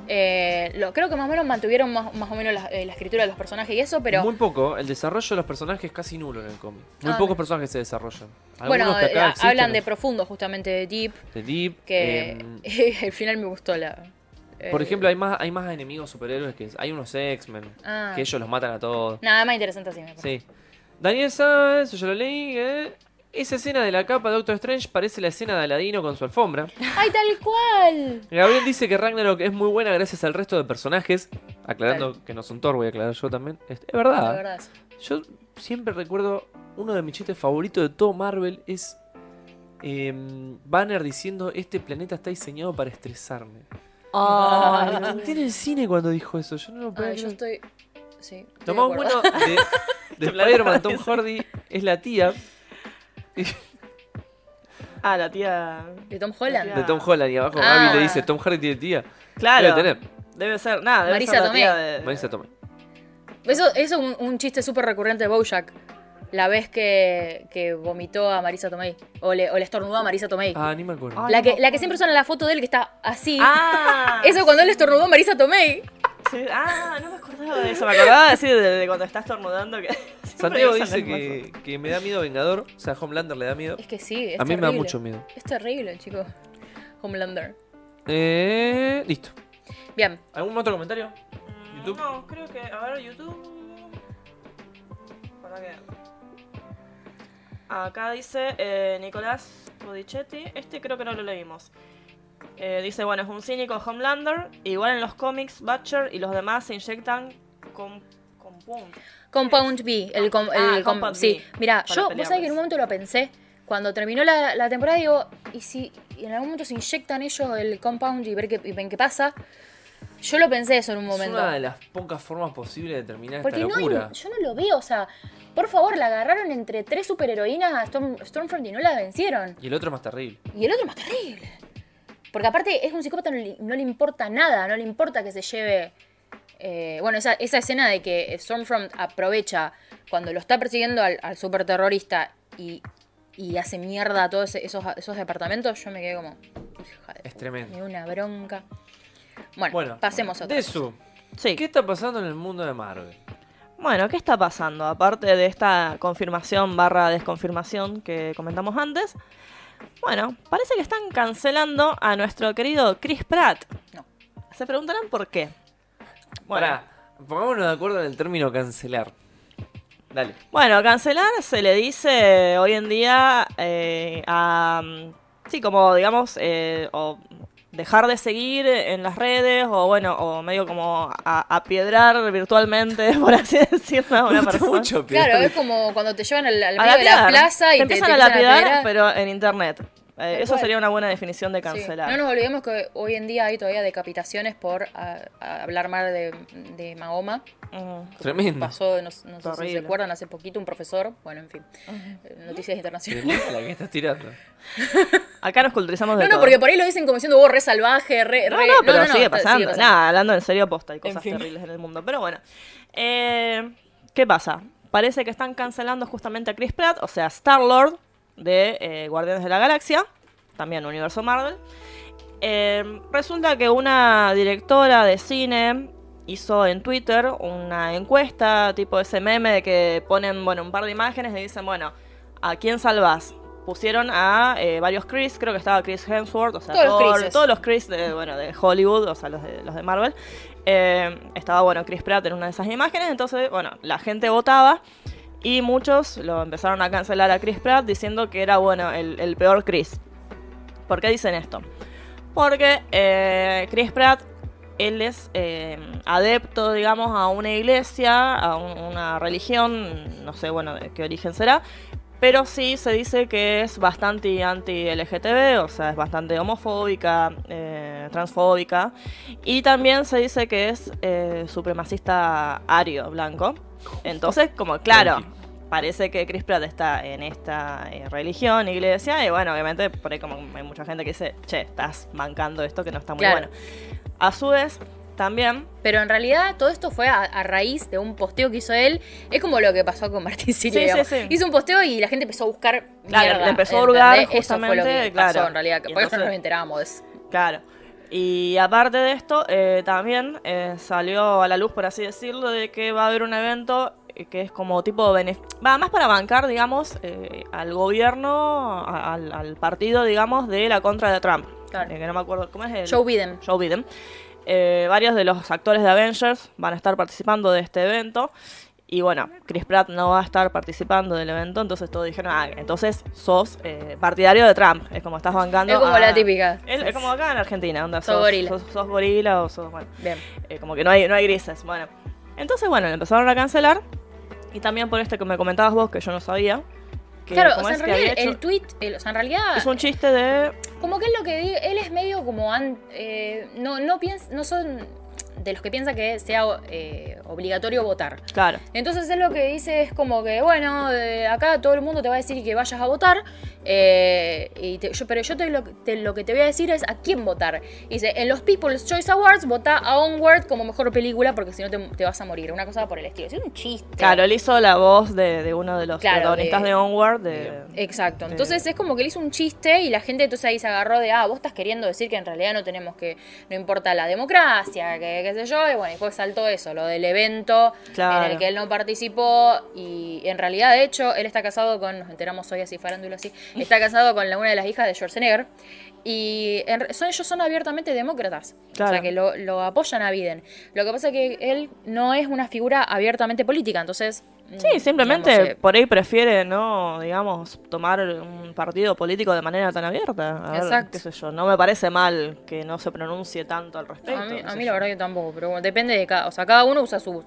[SPEAKER 1] Eh, lo, creo que más o menos mantuvieron más, más o menos la, eh, la escritura de los personajes y eso, pero.
[SPEAKER 2] Muy poco, el desarrollo de los personajes es casi nulo en el cómic. Muy
[SPEAKER 1] Ah,
[SPEAKER 2] pocos
[SPEAKER 1] mira.
[SPEAKER 2] personajes se desarrollan. Algunos
[SPEAKER 1] bueno,
[SPEAKER 2] que
[SPEAKER 1] eh,
[SPEAKER 2] acá existen,
[SPEAKER 1] hablan de profundo, justamente de Deep,
[SPEAKER 2] de Deep.
[SPEAKER 1] que
[SPEAKER 2] em,
[SPEAKER 1] al final me gustó la.
[SPEAKER 2] por
[SPEAKER 1] eh,
[SPEAKER 2] ejemplo, hay más, hay más enemigos superhéroes que hay unos X-Men,
[SPEAKER 1] Ah.
[SPEAKER 2] que ellos los matan a todos.
[SPEAKER 1] Nada más interesante así me parece.
[SPEAKER 2] Sí. Daniel Sáenz, yo ya lo leí. eh, Esa escena de la capa de Doctor Strange parece la escena de Aladino con su alfombra.
[SPEAKER 1] ¡Ay, tal cual!
[SPEAKER 2] Gabriel dice que Ragnarok es muy buena gracias al resto de personajes. Aclarando que no son Thor, voy a aclarar yo también. Es, es
[SPEAKER 1] La
[SPEAKER 2] verdad.
[SPEAKER 1] verdad.
[SPEAKER 2] Yo siempre recuerdo uno de mis chistes favoritos de todo Marvel es eh, Banner diciendo este planeta está diseñado para estresarme.
[SPEAKER 1] Eh,
[SPEAKER 3] Ay,
[SPEAKER 1] Ah.
[SPEAKER 2] Tiene el cine cuando dijo eso, yo no lo puedo
[SPEAKER 1] Ay, Ah, yo
[SPEAKER 2] creer.
[SPEAKER 1] estoy. Sí. estoy de
[SPEAKER 2] Lo más
[SPEAKER 1] acuerdo.
[SPEAKER 2] bueno de, de Spider-Man Tom Hardy es la tía
[SPEAKER 3] Ah, la tía.
[SPEAKER 1] De Tom Holland.
[SPEAKER 2] de Tom Holland y abajo
[SPEAKER 1] Ah.
[SPEAKER 2] Abby le dice Tom Hardy tiene tía.
[SPEAKER 3] Claro.
[SPEAKER 2] Debe tener.
[SPEAKER 3] Debe ser, nada, debe
[SPEAKER 1] Marisa
[SPEAKER 3] ser la
[SPEAKER 1] Tomei.
[SPEAKER 3] tía de...
[SPEAKER 2] Marisa Tomei.
[SPEAKER 1] Eh. Eso eso es un, un chiste súper recurrente de Bojack. La vez que, que vomitó a Marisa Tomei. O le, o le estornudó a Marisa Tomei.
[SPEAKER 2] Ah, ni me acuerdo.
[SPEAKER 3] Ay,
[SPEAKER 1] la, que,
[SPEAKER 3] no.
[SPEAKER 1] la que siempre usan en la foto de él que está así.
[SPEAKER 3] Ah,
[SPEAKER 1] Eso cuando él estornudó a Marisa Tomei.
[SPEAKER 3] sí, ah, no me acordaba. Ay, Se me acordaba así de, de cuando estás tornudando que. siempre
[SPEAKER 2] Santiago
[SPEAKER 3] dicen
[SPEAKER 2] dice
[SPEAKER 3] lo mismo.
[SPEAKER 2] que, que me da miedo Vengador. O sea, Homelander le da miedo.
[SPEAKER 1] Es que sí, es
[SPEAKER 2] A mí me da
[SPEAKER 1] terrible.
[SPEAKER 2] mucho miedo.
[SPEAKER 1] Es terrible, chicos. Homelander.
[SPEAKER 2] Eh, listo.
[SPEAKER 1] Bien,
[SPEAKER 2] ¿Algún otro comentario?
[SPEAKER 3] Mm,
[SPEAKER 2] YouTube.
[SPEAKER 3] No, creo que. A ver, YouTube. ¿Para qué? Acá dice eh, Nicolás Rodichetti. Este creo que no lo leímos. Eh, dice, bueno, es un cínico Homelander. Igual en los cómics, Butcher y los demás se inyectan con. con pum.
[SPEAKER 1] Compound B. El com-
[SPEAKER 3] Ah,
[SPEAKER 1] el com-
[SPEAKER 3] Compound
[SPEAKER 1] sí,
[SPEAKER 3] B,
[SPEAKER 1] mira,
[SPEAKER 3] para
[SPEAKER 1] yo, vos sabés que en
[SPEAKER 3] pelearles.
[SPEAKER 1] un momento lo pensé. Cuando terminó la, la temporada, digo, ¿y si en algún momento se inyectan ellos el compound y, ver qué, y ven qué pasa? Yo lo pensé eso en un
[SPEAKER 2] Es
[SPEAKER 1] momento.
[SPEAKER 2] una de las pocas formas posibles de terminar
[SPEAKER 1] Porque
[SPEAKER 2] esta
[SPEAKER 1] no hay-
[SPEAKER 2] locura.
[SPEAKER 1] yo no lo veo, o sea, por favor, la agarraron entre tres superheroínas a Storm- Stormfront y no la vencieron.
[SPEAKER 2] Y el otro es más terrible.
[SPEAKER 1] Y el otro más terrible. Porque aparte es un psicópata, no le, no le importa nada, no le importa que se lleve... eh, bueno, esa, esa escena de que Stormfront aprovecha cuando lo está persiguiendo al, al superterrorista y, y hace mierda a todos esos, esos departamentos, yo me quedé como... Hija de...
[SPEAKER 2] Es tremendo.
[SPEAKER 1] Me dio una bronca. Bueno,
[SPEAKER 2] Bueno,
[SPEAKER 1] pasemos a otra.
[SPEAKER 2] De eso,
[SPEAKER 3] Sí.
[SPEAKER 2] ¿qué está pasando en el mundo de Marvel?
[SPEAKER 3] Bueno, ¿qué está pasando? Aparte de esta confirmación barra desconfirmación que comentamos antes. Bueno, parece que están cancelando a nuestro querido Chris Pratt.
[SPEAKER 1] No.
[SPEAKER 3] Se preguntarán por qué. Bueno,
[SPEAKER 2] Pará, pongámonos de acuerdo en el término cancelar. Dale.
[SPEAKER 3] bueno, cancelar se le dice hoy en día eh, a... mm, Sí, como digamos, eh, o dejar de seguir en las redes o bueno, o medio como a- apiedrar virtualmente, por así decirlo, a una
[SPEAKER 2] Me gusta
[SPEAKER 3] persona.
[SPEAKER 2] mucho, pero-
[SPEAKER 1] Claro, es como cuando te llevan al, al
[SPEAKER 3] A
[SPEAKER 1] medio de la
[SPEAKER 3] lapidar.
[SPEAKER 1] plaza y te,
[SPEAKER 3] te empiezan
[SPEAKER 1] te
[SPEAKER 3] a lapidar, pero en internet. Eh, eso
[SPEAKER 1] cual.
[SPEAKER 3] sería una buena definición de
[SPEAKER 1] Sí.
[SPEAKER 3] cancelar.
[SPEAKER 1] No nos olvidemos que hoy en día hay todavía decapitaciones por ah, ah, hablar mal de, de Mahoma.
[SPEAKER 3] Ujú.
[SPEAKER 2] Tremendo.
[SPEAKER 1] Pasó, no, no sé si se
[SPEAKER 3] Terrible.
[SPEAKER 1] acuerdan, hace poquito un profesor, bueno, en fin, eh, noticias internacionales.
[SPEAKER 2] Tremenda la que estás tirando.
[SPEAKER 3] Acá nos culturizamos de
[SPEAKER 1] No, no,
[SPEAKER 3] todo.
[SPEAKER 1] porque por ahí lo dicen como diciendo vos re salvaje, re...
[SPEAKER 3] No,
[SPEAKER 1] re-
[SPEAKER 3] no, pero sigue,
[SPEAKER 1] está-
[SPEAKER 3] pasando. Nada, hablando en serio, posta, hay cosas
[SPEAKER 1] fin.
[SPEAKER 3] terribles en el mundo. Pero bueno. Eh, ¿Qué pasa? Parece que están cancelando justamente a Chris Pratt, o sea, Star-Lord de eh, Guardianes de la Galaxia, también Universo Marvel. Eh, resulta que una directora de cine hizo en Twitter una encuesta, tipo ese meme de que ponen, bueno, un par de imágenes y dicen, bueno, ¿a quién salvás? Pusieron a eh, varios Chris, creo que estaba Chris Hemsworth, o sea,
[SPEAKER 1] Todos los
[SPEAKER 3] Thor,
[SPEAKER 1] Chrises.
[SPEAKER 3] todos los Chris de, bueno, de Hollywood, o sea, los de, los de Marvel. Eh, estaba, bueno, Chris Pratt en una de esas imágenes, entonces, bueno, la gente votaba y muchos lo empezaron a cancelar a Chris Pratt diciendo que era, bueno, el, el peor Chris. ¿Por qué dicen esto? Porque eh, Chris Pratt, él es eh, adepto, digamos, a una iglesia, a un- una religión, no sé, bueno, de qué origen será, pero sí se dice que es bastante anti-LGTB, o sea, es bastante homofóbica, eh, transfóbica, y también se dice que es eh, supremacista ario, blanco. Entonces, como claro, parece que Chris Pratt está en esta eh, religión, iglesia, y bueno, obviamente por ahí como hay mucha gente que dice, che, estás mancando esto que no está muy
[SPEAKER 1] Claro.
[SPEAKER 3] bueno. A su vez, también...
[SPEAKER 1] Pero en realidad todo esto fue a, a raíz de un posteo que hizo él. Es como lo que pasó con Martín Sirio.
[SPEAKER 3] Sí, sí,
[SPEAKER 1] digamos.
[SPEAKER 3] sí.
[SPEAKER 1] Hizo un posteo y la gente empezó a buscar.
[SPEAKER 3] Claro,
[SPEAKER 1] mierda,
[SPEAKER 3] le empezó a hurgar
[SPEAKER 1] ¿entendés? Eso fue lo que
[SPEAKER 3] justamente,
[SPEAKER 1] pasó
[SPEAKER 3] claro.
[SPEAKER 1] en realidad. Que
[SPEAKER 3] Y
[SPEAKER 1] por eso no
[SPEAKER 3] entonces-
[SPEAKER 1] nos enteramos. es-
[SPEAKER 3] Claro. Y aparte de esto, eh, también eh, salió a la luz, por así decirlo, de que va a haber un evento eh, que es como tipo bene- va más para bancar, digamos, eh, al gobierno, a- al, al partido, digamos, de la contra de Trump.
[SPEAKER 1] Claro.
[SPEAKER 3] Eh, que no me acuerdo cómo es el
[SPEAKER 1] Joe Biden.
[SPEAKER 3] Joe Biden. Eh, varios de los actores de Avengers van a estar participando de este evento. Y bueno, Chris Pratt no va a estar participando del evento, entonces todos dijeron, ah, entonces sos eh, partidario de Trump. Es como estás bancando.
[SPEAKER 1] Es como
[SPEAKER 3] a-
[SPEAKER 1] la típica.
[SPEAKER 3] ah, es, es como acá en Argentina, onda,
[SPEAKER 1] Sos
[SPEAKER 3] sos,
[SPEAKER 1] gorila.
[SPEAKER 3] sos- sos gorila o sos, bueno,
[SPEAKER 1] Bien.
[SPEAKER 3] eh, como que no hay, no hay grises, bueno. Entonces, bueno, lo empezaron a cancelar y también por esto que me comentabas vos, que yo no sabía, que,
[SPEAKER 1] claro, o
[SPEAKER 3] como
[SPEAKER 1] sea,
[SPEAKER 3] es
[SPEAKER 1] en
[SPEAKER 3] que había
[SPEAKER 1] realidad el
[SPEAKER 3] hecho-
[SPEAKER 1] tweet, el- o sea, en realidad,
[SPEAKER 3] es un chiste de...
[SPEAKER 1] como que él lo que dice, él es medio como, an- eh, no, no piens- no son de los que piensa que sea eh, obligatorio votar.
[SPEAKER 3] Claro,
[SPEAKER 1] Entonces él lo que dice es como que, bueno, eh, acá todo el mundo te va a decir que vayas a votar, eh, y te- yo, pero yo te lo, te- lo que te voy a decir es a quién votar. Y dice, en los People's Choice Awards vota a Onward como mejor película porque si no te, te vas a morir, una cosa por el estilo. Es un chiste.
[SPEAKER 3] claro, él hizo la voz de, de uno de los
[SPEAKER 1] Claro,
[SPEAKER 3] protagonistas
[SPEAKER 1] de-
[SPEAKER 3] de, Onward, de...
[SPEAKER 1] Exacto.
[SPEAKER 3] de-
[SPEAKER 1] Entonces es como que él hizo un chiste y la gente entonces ahí se agarró de, ah, vos estás queriendo decir que en realidad no tenemos que, no importa la democracia, que, qué sé yo, y bueno, y después saltó eso, lo del evento
[SPEAKER 3] Claro.
[SPEAKER 1] en el que él no participó, y en realidad, de hecho, él está casado con, nos enteramos hoy así, farándula así, está casado con la- una de las hijas de Schwarzenegger, y en re- son, ellos son abiertamente demócratas, o
[SPEAKER 3] Claro.
[SPEAKER 1] sea, que lo, lo apoyan a Biden. Lo que pasa es que él no es una figura abiertamente política, entonces... mm,
[SPEAKER 3] Sí, simplemente
[SPEAKER 1] digamos, eh,
[SPEAKER 3] por ahí prefiere no, digamos, tomar un partido político de manera tan abierta. A ver,
[SPEAKER 1] Exacto.
[SPEAKER 3] qué sé yo, no me parece mal que no se pronuncie tanto al respecto.
[SPEAKER 1] A mí,
[SPEAKER 3] qué
[SPEAKER 1] a
[SPEAKER 3] sé
[SPEAKER 1] mí
[SPEAKER 3] yo.
[SPEAKER 1] la verdad que tampoco, pero bueno, depende de cada. O sea, cada uno usa su,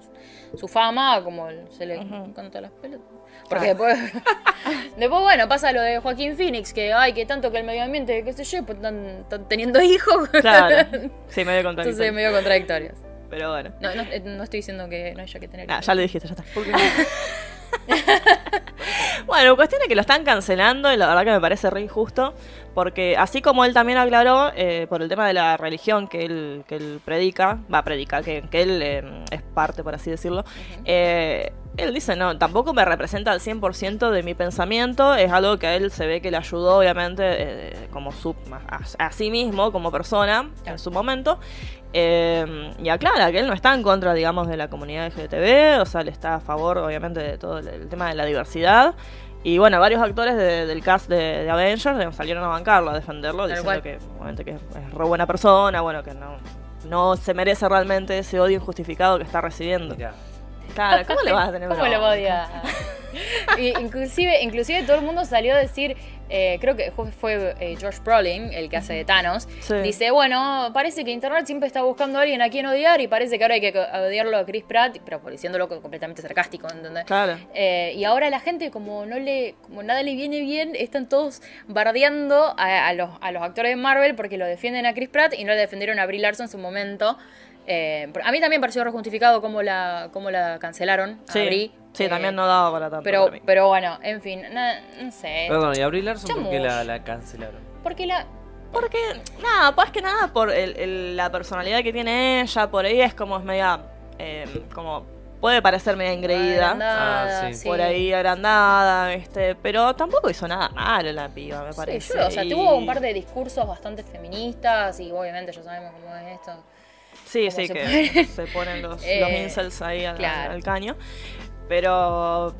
[SPEAKER 1] su fama como el- se le canta las pelotas. Porque después, después, bueno, pasa lo de Joaquín Phoenix, que ay, que tanto que el medio ambiente, qué sé yo, pues están, están teniendo hijos.
[SPEAKER 3] Claro, sí, medio contradictorio.
[SPEAKER 1] Entonces, medio contradictorias.
[SPEAKER 3] Pero bueno,
[SPEAKER 1] No, no, eh, no estoy diciendo que no haya que tener.
[SPEAKER 3] Nah,
[SPEAKER 1] hijos.
[SPEAKER 3] ya lo dijiste, ya está. bueno, cuestión es que lo están cancelando y la verdad que me parece re injusto, porque así como él también aclaró eh, por el tema de la religión que él, que él predica, va, predica, que, que él eh, es parte, por así decirlo, eh, él dice, no, tampoco me representa al 100% de mi pensamiento, es algo que a él se ve que le ayudó, obviamente, eh, como su, a, a sí mismo, como persona,
[SPEAKER 1] Claro.
[SPEAKER 3] en su momento, eh, y aclara que él no está en contra, digamos, de la comunidad LGTB, o sea, le está a favor, obviamente, de todo el, el tema de la diversidad. Y bueno, varios actores de- del cast de, de Avengers eh, salieron a bancarlo, a defenderlo,
[SPEAKER 1] Tal
[SPEAKER 3] diciendo
[SPEAKER 1] cual.
[SPEAKER 3] que obviamente que es, es re buena persona, bueno, que no, no se merece realmente ese odio injustificado que está recibiendo.
[SPEAKER 2] Mirá.
[SPEAKER 3] Claro, ¿cómo le vas a tener
[SPEAKER 1] ¿Cómo
[SPEAKER 3] una
[SPEAKER 1] lo
[SPEAKER 3] bronca?
[SPEAKER 1] odia? Y inclusive, inclusive todo el mundo salió a decir, eh, creo que fue- fue eh, George Brolin, el que hace de Thanos,
[SPEAKER 3] Sí.
[SPEAKER 1] dice, bueno, parece que Internet siempre está buscando a alguien a quien odiar y parece que ahora hay que co- odiarlo a Chris Pratt, pero por diciéndolo co- completamente sarcástico, ¿entendés?
[SPEAKER 3] Claro.
[SPEAKER 1] Eh, y ahora la gente, como no le, como nada le viene bien, están todos bardeando a, a los, a los actores de Marvel porque lo defienden a Chris Pratt y no le defendieron a Brie Larson en su momento. Eh, por- a mí también pareció rejustificado cómo la, cómo la cancelaron a
[SPEAKER 3] Sí,
[SPEAKER 1] Brie.
[SPEAKER 3] sí,
[SPEAKER 1] Eh,
[SPEAKER 3] también no daba para tanto.
[SPEAKER 1] pero,
[SPEAKER 3] para mí.
[SPEAKER 1] pero bueno, en fin, na- no sé.
[SPEAKER 2] Perdón, ¿y a Brie Larson por qué
[SPEAKER 1] Chamuyo.
[SPEAKER 2] la, la cancelaron?
[SPEAKER 1] Porque la.
[SPEAKER 3] Porque, nada, más que nada por el- el- la personalidad que tiene ella, por ahí es como es media, eh, como puede parecer media engreída,
[SPEAKER 1] agrandada,
[SPEAKER 2] Ah, sí.
[SPEAKER 3] por ahí agrandada, este, pero tampoco hizo nada malo la piba, me
[SPEAKER 1] Sí,
[SPEAKER 3] parece.
[SPEAKER 1] yo, o sea,
[SPEAKER 3] y-
[SPEAKER 1] tuvo un par de discursos bastante feministas y obviamente ya sabemos cómo es esto.
[SPEAKER 3] Sí,
[SPEAKER 1] como
[SPEAKER 3] sí,
[SPEAKER 1] se
[SPEAKER 3] que se ponen los,
[SPEAKER 1] Eh,
[SPEAKER 3] los incels ahí al,
[SPEAKER 1] claro.
[SPEAKER 3] al caño. Pero,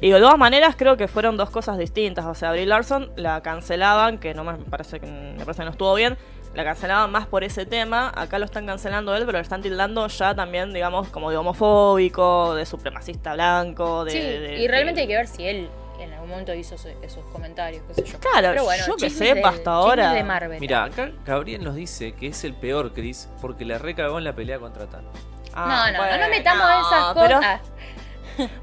[SPEAKER 3] y de todas maneras, creo que fueron dos cosas distintas. O sea, Brie Larson la cancelaban, que no me parece que, me parece que no estuvo bien. La cancelaban más por ese tema. Acá lo están cancelando él, pero lo están tildando ya también, digamos, como de homofóbico, de supremacista blanco. De,
[SPEAKER 1] sí,
[SPEAKER 3] de-
[SPEAKER 1] y realmente
[SPEAKER 3] de-
[SPEAKER 1] hay que ver si él en algún momento hizo ese- esos comentarios, qué sé yo.
[SPEAKER 3] Claro, yo que
[SPEAKER 1] chismes
[SPEAKER 3] sepa
[SPEAKER 1] del-
[SPEAKER 3] hasta
[SPEAKER 1] chismes
[SPEAKER 3] ahora.
[SPEAKER 1] de Marvel.
[SPEAKER 2] Mira, acá Gabriel nos dice que es el peor Chris porque la recagó en la pelea contra Thanos.
[SPEAKER 1] No,
[SPEAKER 3] Ah,
[SPEAKER 1] no,
[SPEAKER 3] bueno,
[SPEAKER 1] no metamos
[SPEAKER 3] no,
[SPEAKER 1] esas
[SPEAKER 3] pero
[SPEAKER 1] cosas.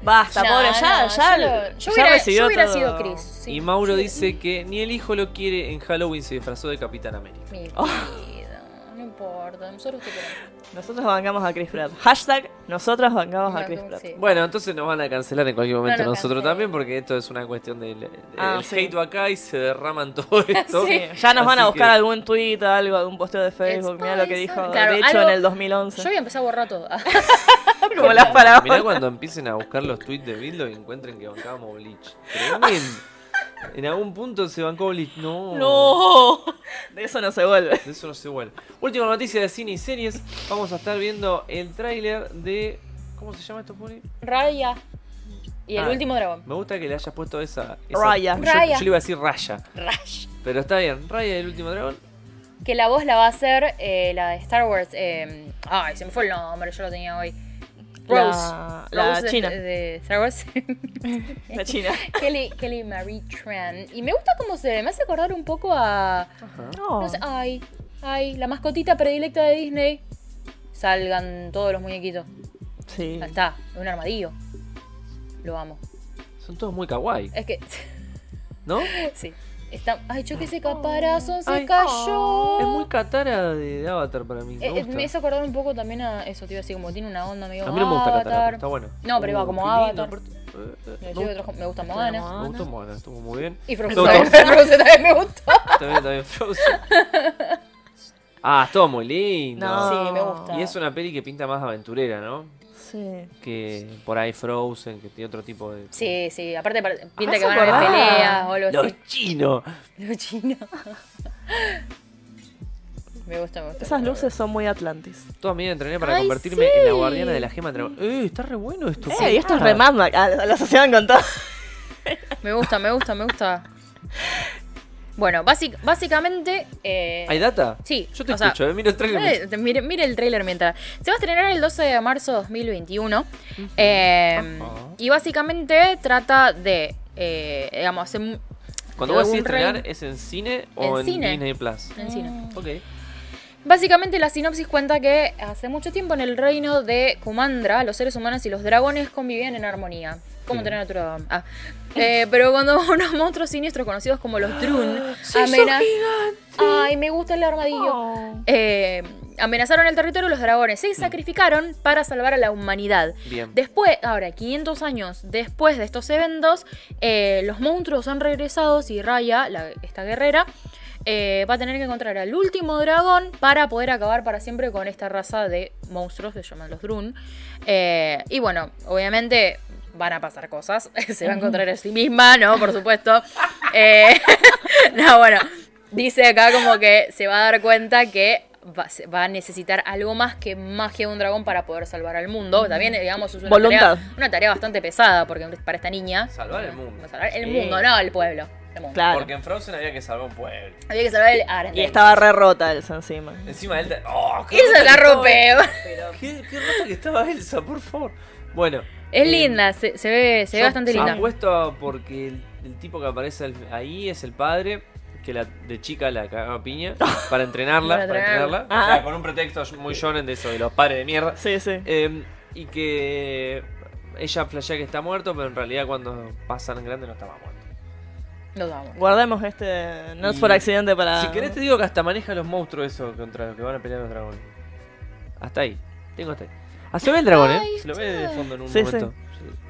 [SPEAKER 3] Basta,
[SPEAKER 1] No,
[SPEAKER 3] pobre,
[SPEAKER 1] no,
[SPEAKER 3] ya, ya,
[SPEAKER 1] yo lo-
[SPEAKER 3] ya
[SPEAKER 1] yo hubiera, yo
[SPEAKER 3] recibió
[SPEAKER 1] hubiera
[SPEAKER 3] todo.
[SPEAKER 1] sido Chris. sí.
[SPEAKER 2] y Mauro
[SPEAKER 1] Yo-
[SPEAKER 2] dice que ni el hijo lo quiere, en Halloween se disfrazó de Capitán América.
[SPEAKER 1] Mi vida, no importa, nosotros te queremos.
[SPEAKER 3] Nosotros bancamos a Chris Pratt. Hashtag, nosotros bancamos a
[SPEAKER 1] No,
[SPEAKER 3] Chris
[SPEAKER 1] como-
[SPEAKER 3] Pratt.
[SPEAKER 1] sí.
[SPEAKER 2] Bueno, entonces nos van a cancelar en cualquier momento
[SPEAKER 1] No nos
[SPEAKER 2] nosotros
[SPEAKER 1] cancelan.
[SPEAKER 2] también porque esto es una cuestión del del
[SPEAKER 3] Ah, sí.
[SPEAKER 2] hate va acá y se derraman todo esto.
[SPEAKER 3] Sí, ya nos van a
[SPEAKER 2] Así
[SPEAKER 3] buscar
[SPEAKER 2] que-
[SPEAKER 3] algún tweet, algo, algún posteo de Facebook.
[SPEAKER 1] It's
[SPEAKER 3] Mira lo que dijo
[SPEAKER 1] poison. Claro,
[SPEAKER 3] Derecho
[SPEAKER 1] algo-
[SPEAKER 3] en el
[SPEAKER 1] Yo
[SPEAKER 3] 2011.
[SPEAKER 1] voy a empezar a borrar todo.
[SPEAKER 3] como las palabras.
[SPEAKER 2] Mirá cuando empiecen a buscar los tweets de Bildo y encuentren que bancábamos Bleach. Tremendo. En algún punto se bancó Bleach. No.
[SPEAKER 3] No, de eso no se vuelve.
[SPEAKER 2] De eso no se vuelve. Última noticia de cine y series. Vamos a estar viendo el tráiler de. ¿Cómo se llama esto, Puri?
[SPEAKER 1] Raya y el
[SPEAKER 2] Ah.
[SPEAKER 1] último dragón.
[SPEAKER 2] Me gusta que le hayas puesto esa. esa-
[SPEAKER 3] Raya.
[SPEAKER 2] Yo,
[SPEAKER 1] Raya.
[SPEAKER 2] yo le iba a decir Raya.
[SPEAKER 1] Raya.
[SPEAKER 2] Pero está bien. Raya del último dragón.
[SPEAKER 1] Que la voz la va a hacer eh, la de Star Wars. eh, ay, se me fue el nombre, yo lo tenía hoy.
[SPEAKER 3] La-
[SPEAKER 1] Rose.
[SPEAKER 3] la
[SPEAKER 1] Rose de-
[SPEAKER 3] china.
[SPEAKER 1] De, Star Wars.
[SPEAKER 3] La China.
[SPEAKER 1] Kelly, Kelly Marie Tran. Y me gusta cómo se me hace acordar un poco a.
[SPEAKER 3] No.
[SPEAKER 1] no
[SPEAKER 2] Oh.
[SPEAKER 1] sé, ay, ay, la mascotita predilecta de Disney. Salgan todos los muñequitos.
[SPEAKER 3] Sí.
[SPEAKER 1] Ahí está, es un armadillo. Lo amo.
[SPEAKER 2] Son todos muy kawaii,
[SPEAKER 1] Es que.
[SPEAKER 2] ¿no?
[SPEAKER 1] Sí. Está, ay, yo que ese caparazón se
[SPEAKER 2] Ay,
[SPEAKER 1] cayó.
[SPEAKER 2] Es muy Katara de, de Avatar para mí. Me
[SPEAKER 1] Eh, eh,
[SPEAKER 2] gusta.
[SPEAKER 1] me hizo acordar un poco también a eso, te iba a decir, como tiene una onda medio
[SPEAKER 2] A mí no me gusta Katara,
[SPEAKER 1] Avatar.
[SPEAKER 2] pero está bueno. Oh,
[SPEAKER 1] No, pero iba como
[SPEAKER 2] qué lindo,
[SPEAKER 1] Avatar.
[SPEAKER 2] aparte- eh, eh,
[SPEAKER 1] Me,
[SPEAKER 2] me
[SPEAKER 1] decía que
[SPEAKER 2] gusta.
[SPEAKER 1] otro- me gusta Moana.
[SPEAKER 2] Me gustó Moana, estuvo muy bien.
[SPEAKER 1] Y Frozen.
[SPEAKER 2] Frozen.
[SPEAKER 1] Frozen también me gustó.
[SPEAKER 2] También, también Frozen. Ah, estuvo muy lindo.
[SPEAKER 3] No.
[SPEAKER 1] Sí, me gusta.
[SPEAKER 2] Y es una peli que pinta más aventurera, ¿no?
[SPEAKER 3] Sí.
[SPEAKER 2] Que por ahí Frozen, que tiene otro tipo de...
[SPEAKER 1] Sí, sí, aparte pare- pinta que
[SPEAKER 3] Ah, se
[SPEAKER 1] van a haber
[SPEAKER 3] acordaba.
[SPEAKER 1] peleas o algo así.
[SPEAKER 2] Los chinos.
[SPEAKER 1] Los chinos. me gusta, me gusta.
[SPEAKER 3] Esas
[SPEAKER 1] me gusta.
[SPEAKER 3] luces son muy Atlantis.
[SPEAKER 2] Toda mi vida entrené para
[SPEAKER 1] Ay,
[SPEAKER 2] convertirme en la
[SPEAKER 1] sí.
[SPEAKER 2] guardiana de la gema. Dragon. Eh, está re bueno esto.
[SPEAKER 3] Eh, y esto es
[SPEAKER 2] Ah.
[SPEAKER 3] re Mad Max. Ah, lo asociaban con todo.
[SPEAKER 1] Me gusta, me gusta, me gusta. Bueno, básic- básicamente. eh,
[SPEAKER 2] ¿Hay data?
[SPEAKER 1] Sí,
[SPEAKER 2] Yo te
[SPEAKER 1] o sea,
[SPEAKER 2] escucho, eh, mira el trailer.
[SPEAKER 1] eh, te- mire, mire el trailer mientras. Se va a estrenar el 12 de marzo de 2021. eh,
[SPEAKER 2] Ajá.
[SPEAKER 1] y básicamente trata de. eh, digamos, hace. mu-
[SPEAKER 2] Cuando
[SPEAKER 1] de
[SPEAKER 2] vas a
[SPEAKER 1] algún
[SPEAKER 2] estrenar,
[SPEAKER 1] reino.
[SPEAKER 2] ¿es en cine o en,
[SPEAKER 1] En cine. Mm.
[SPEAKER 2] Disney Plus?
[SPEAKER 1] En cine.
[SPEAKER 2] Ok.
[SPEAKER 1] Básicamente la sinopsis cuenta que hace mucho tiempo en el reino de Kumandra los seres humanos y los dragones convivían en armonía. Como
[SPEAKER 2] Sí.
[SPEAKER 1] tener otro dragón. Ah. Eh, pero cuando unos monstruos siniestros conocidos como los Drun
[SPEAKER 3] Ah, ¡Sí, son
[SPEAKER 1] amenaz- Ay, me gusta el armadillo.
[SPEAKER 3] Oh.
[SPEAKER 1] Eh, amenazaron el territorio los dragones. Se sacrificaron para salvar a la humanidad.
[SPEAKER 2] Bien.
[SPEAKER 1] Después, ahora, 500 años después de estos eventos, eh, los monstruos han regresado y Raya, la- esta guerrera, eh, va a tener que encontrar al último dragón para poder acabar para siempre con esta raza de monstruos que se llaman los Drun. Eh, y bueno, obviamente van a pasar cosas. Se va a encontrar a sí misma, ¿no? Por supuesto. Eh, no, bueno. Dice acá como que se va a dar cuenta que va, se- va a necesitar algo más que magia de un dragón para poder salvar al mundo. También, digamos, es una,
[SPEAKER 3] Voluntad.
[SPEAKER 1] Tarea, una tarea bastante pesada porque para esta niña...
[SPEAKER 2] Salvar el mundo.
[SPEAKER 1] Salvar el
[SPEAKER 2] Sí.
[SPEAKER 1] mundo, no el pueblo. El mundo.
[SPEAKER 3] Claro.
[SPEAKER 2] Porque en Frozen había que salvar un pueblo.
[SPEAKER 1] Había que salvar el
[SPEAKER 3] Y
[SPEAKER 1] Arendelle.
[SPEAKER 3] estaba re rota Elsa encima.
[SPEAKER 2] Encima de Elsa. ¡Oh!
[SPEAKER 1] Y se
[SPEAKER 2] rota
[SPEAKER 1] la
[SPEAKER 2] que estaba-
[SPEAKER 1] rompe.
[SPEAKER 2] ¿Qué, qué rota que estaba Elsa, por favor. Bueno.
[SPEAKER 1] Es
[SPEAKER 2] eh,
[SPEAKER 1] linda, se, se ve, se ve
[SPEAKER 2] yo
[SPEAKER 1] bastante linda.
[SPEAKER 2] Apuesto porque el, el tipo que aparece al- ahí es el padre. Que la de chica la cagaba a piña para entrenarla,
[SPEAKER 1] Para
[SPEAKER 2] para
[SPEAKER 1] entrenarla.
[SPEAKER 2] entrenarla. O sea,
[SPEAKER 3] Ah.
[SPEAKER 2] con un pretexto muy shonen de eso, de los padres de mierda.
[SPEAKER 3] Sí, sí.
[SPEAKER 2] Eh, y que ella flashea que está muerto, pero en realidad cuando pasan grande no estaba muerto.
[SPEAKER 1] Los amo.
[SPEAKER 3] Guardemos este. No es
[SPEAKER 2] Y-
[SPEAKER 3] por accidente para.
[SPEAKER 2] Si querés te digo que hasta maneja los monstruos eso contra los que van a pelear los dragones. Hasta ahí. Tengo hasta ahí. Ah, se ve el dragón,
[SPEAKER 1] Ay,
[SPEAKER 2] ¿eh? Se lo ve de fondo en un
[SPEAKER 3] Sí,
[SPEAKER 2] momento.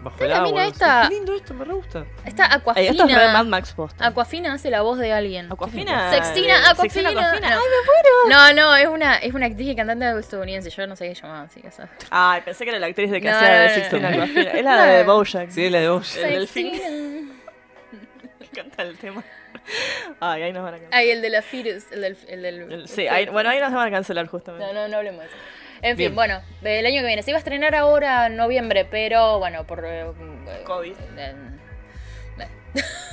[SPEAKER 2] Bajo
[SPEAKER 1] Está
[SPEAKER 2] el
[SPEAKER 1] la
[SPEAKER 2] agua.
[SPEAKER 1] mina
[SPEAKER 2] no sé.
[SPEAKER 1] esta.
[SPEAKER 2] Qué lindo esto, me re gusta.
[SPEAKER 1] Está
[SPEAKER 3] Ey, esto es re Mad
[SPEAKER 1] Aquafina.
[SPEAKER 3] Max posta.
[SPEAKER 1] Aquafina hace la voz de alguien.
[SPEAKER 3] Aquafina.
[SPEAKER 1] Sextina,
[SPEAKER 3] eh,
[SPEAKER 1] Aquafina.
[SPEAKER 3] Sextina Aquafina.
[SPEAKER 1] No.
[SPEAKER 3] Ay,
[SPEAKER 1] No, no, es una, es una actriz y cantante estadounidense. Yo no sé qué se llamaba así. O sea.
[SPEAKER 3] Ay, pensé que era la actriz de que
[SPEAKER 1] No,
[SPEAKER 3] hacía
[SPEAKER 1] no,
[SPEAKER 3] de
[SPEAKER 1] no,
[SPEAKER 3] Sextina
[SPEAKER 2] no.
[SPEAKER 3] Aquafina. Es la de
[SPEAKER 1] No.
[SPEAKER 3] Bojack.
[SPEAKER 2] Sí, la de vos.
[SPEAKER 3] El delfín.
[SPEAKER 1] Sextina.
[SPEAKER 3] Me encanta el tema. Ay, ahí nos van a cancelar.
[SPEAKER 1] Ay, el de la Fetus. El del. El del
[SPEAKER 3] El- Sí, ahí- bueno, ahí nos van a cancelar justamente.
[SPEAKER 1] No, no, no hablemos de eso. En
[SPEAKER 2] Bien.
[SPEAKER 1] fin, bueno, del año que viene. Se iba a estrenar ahora en noviembre, pero bueno, por. eh, eh,
[SPEAKER 3] COVID.
[SPEAKER 1] eh,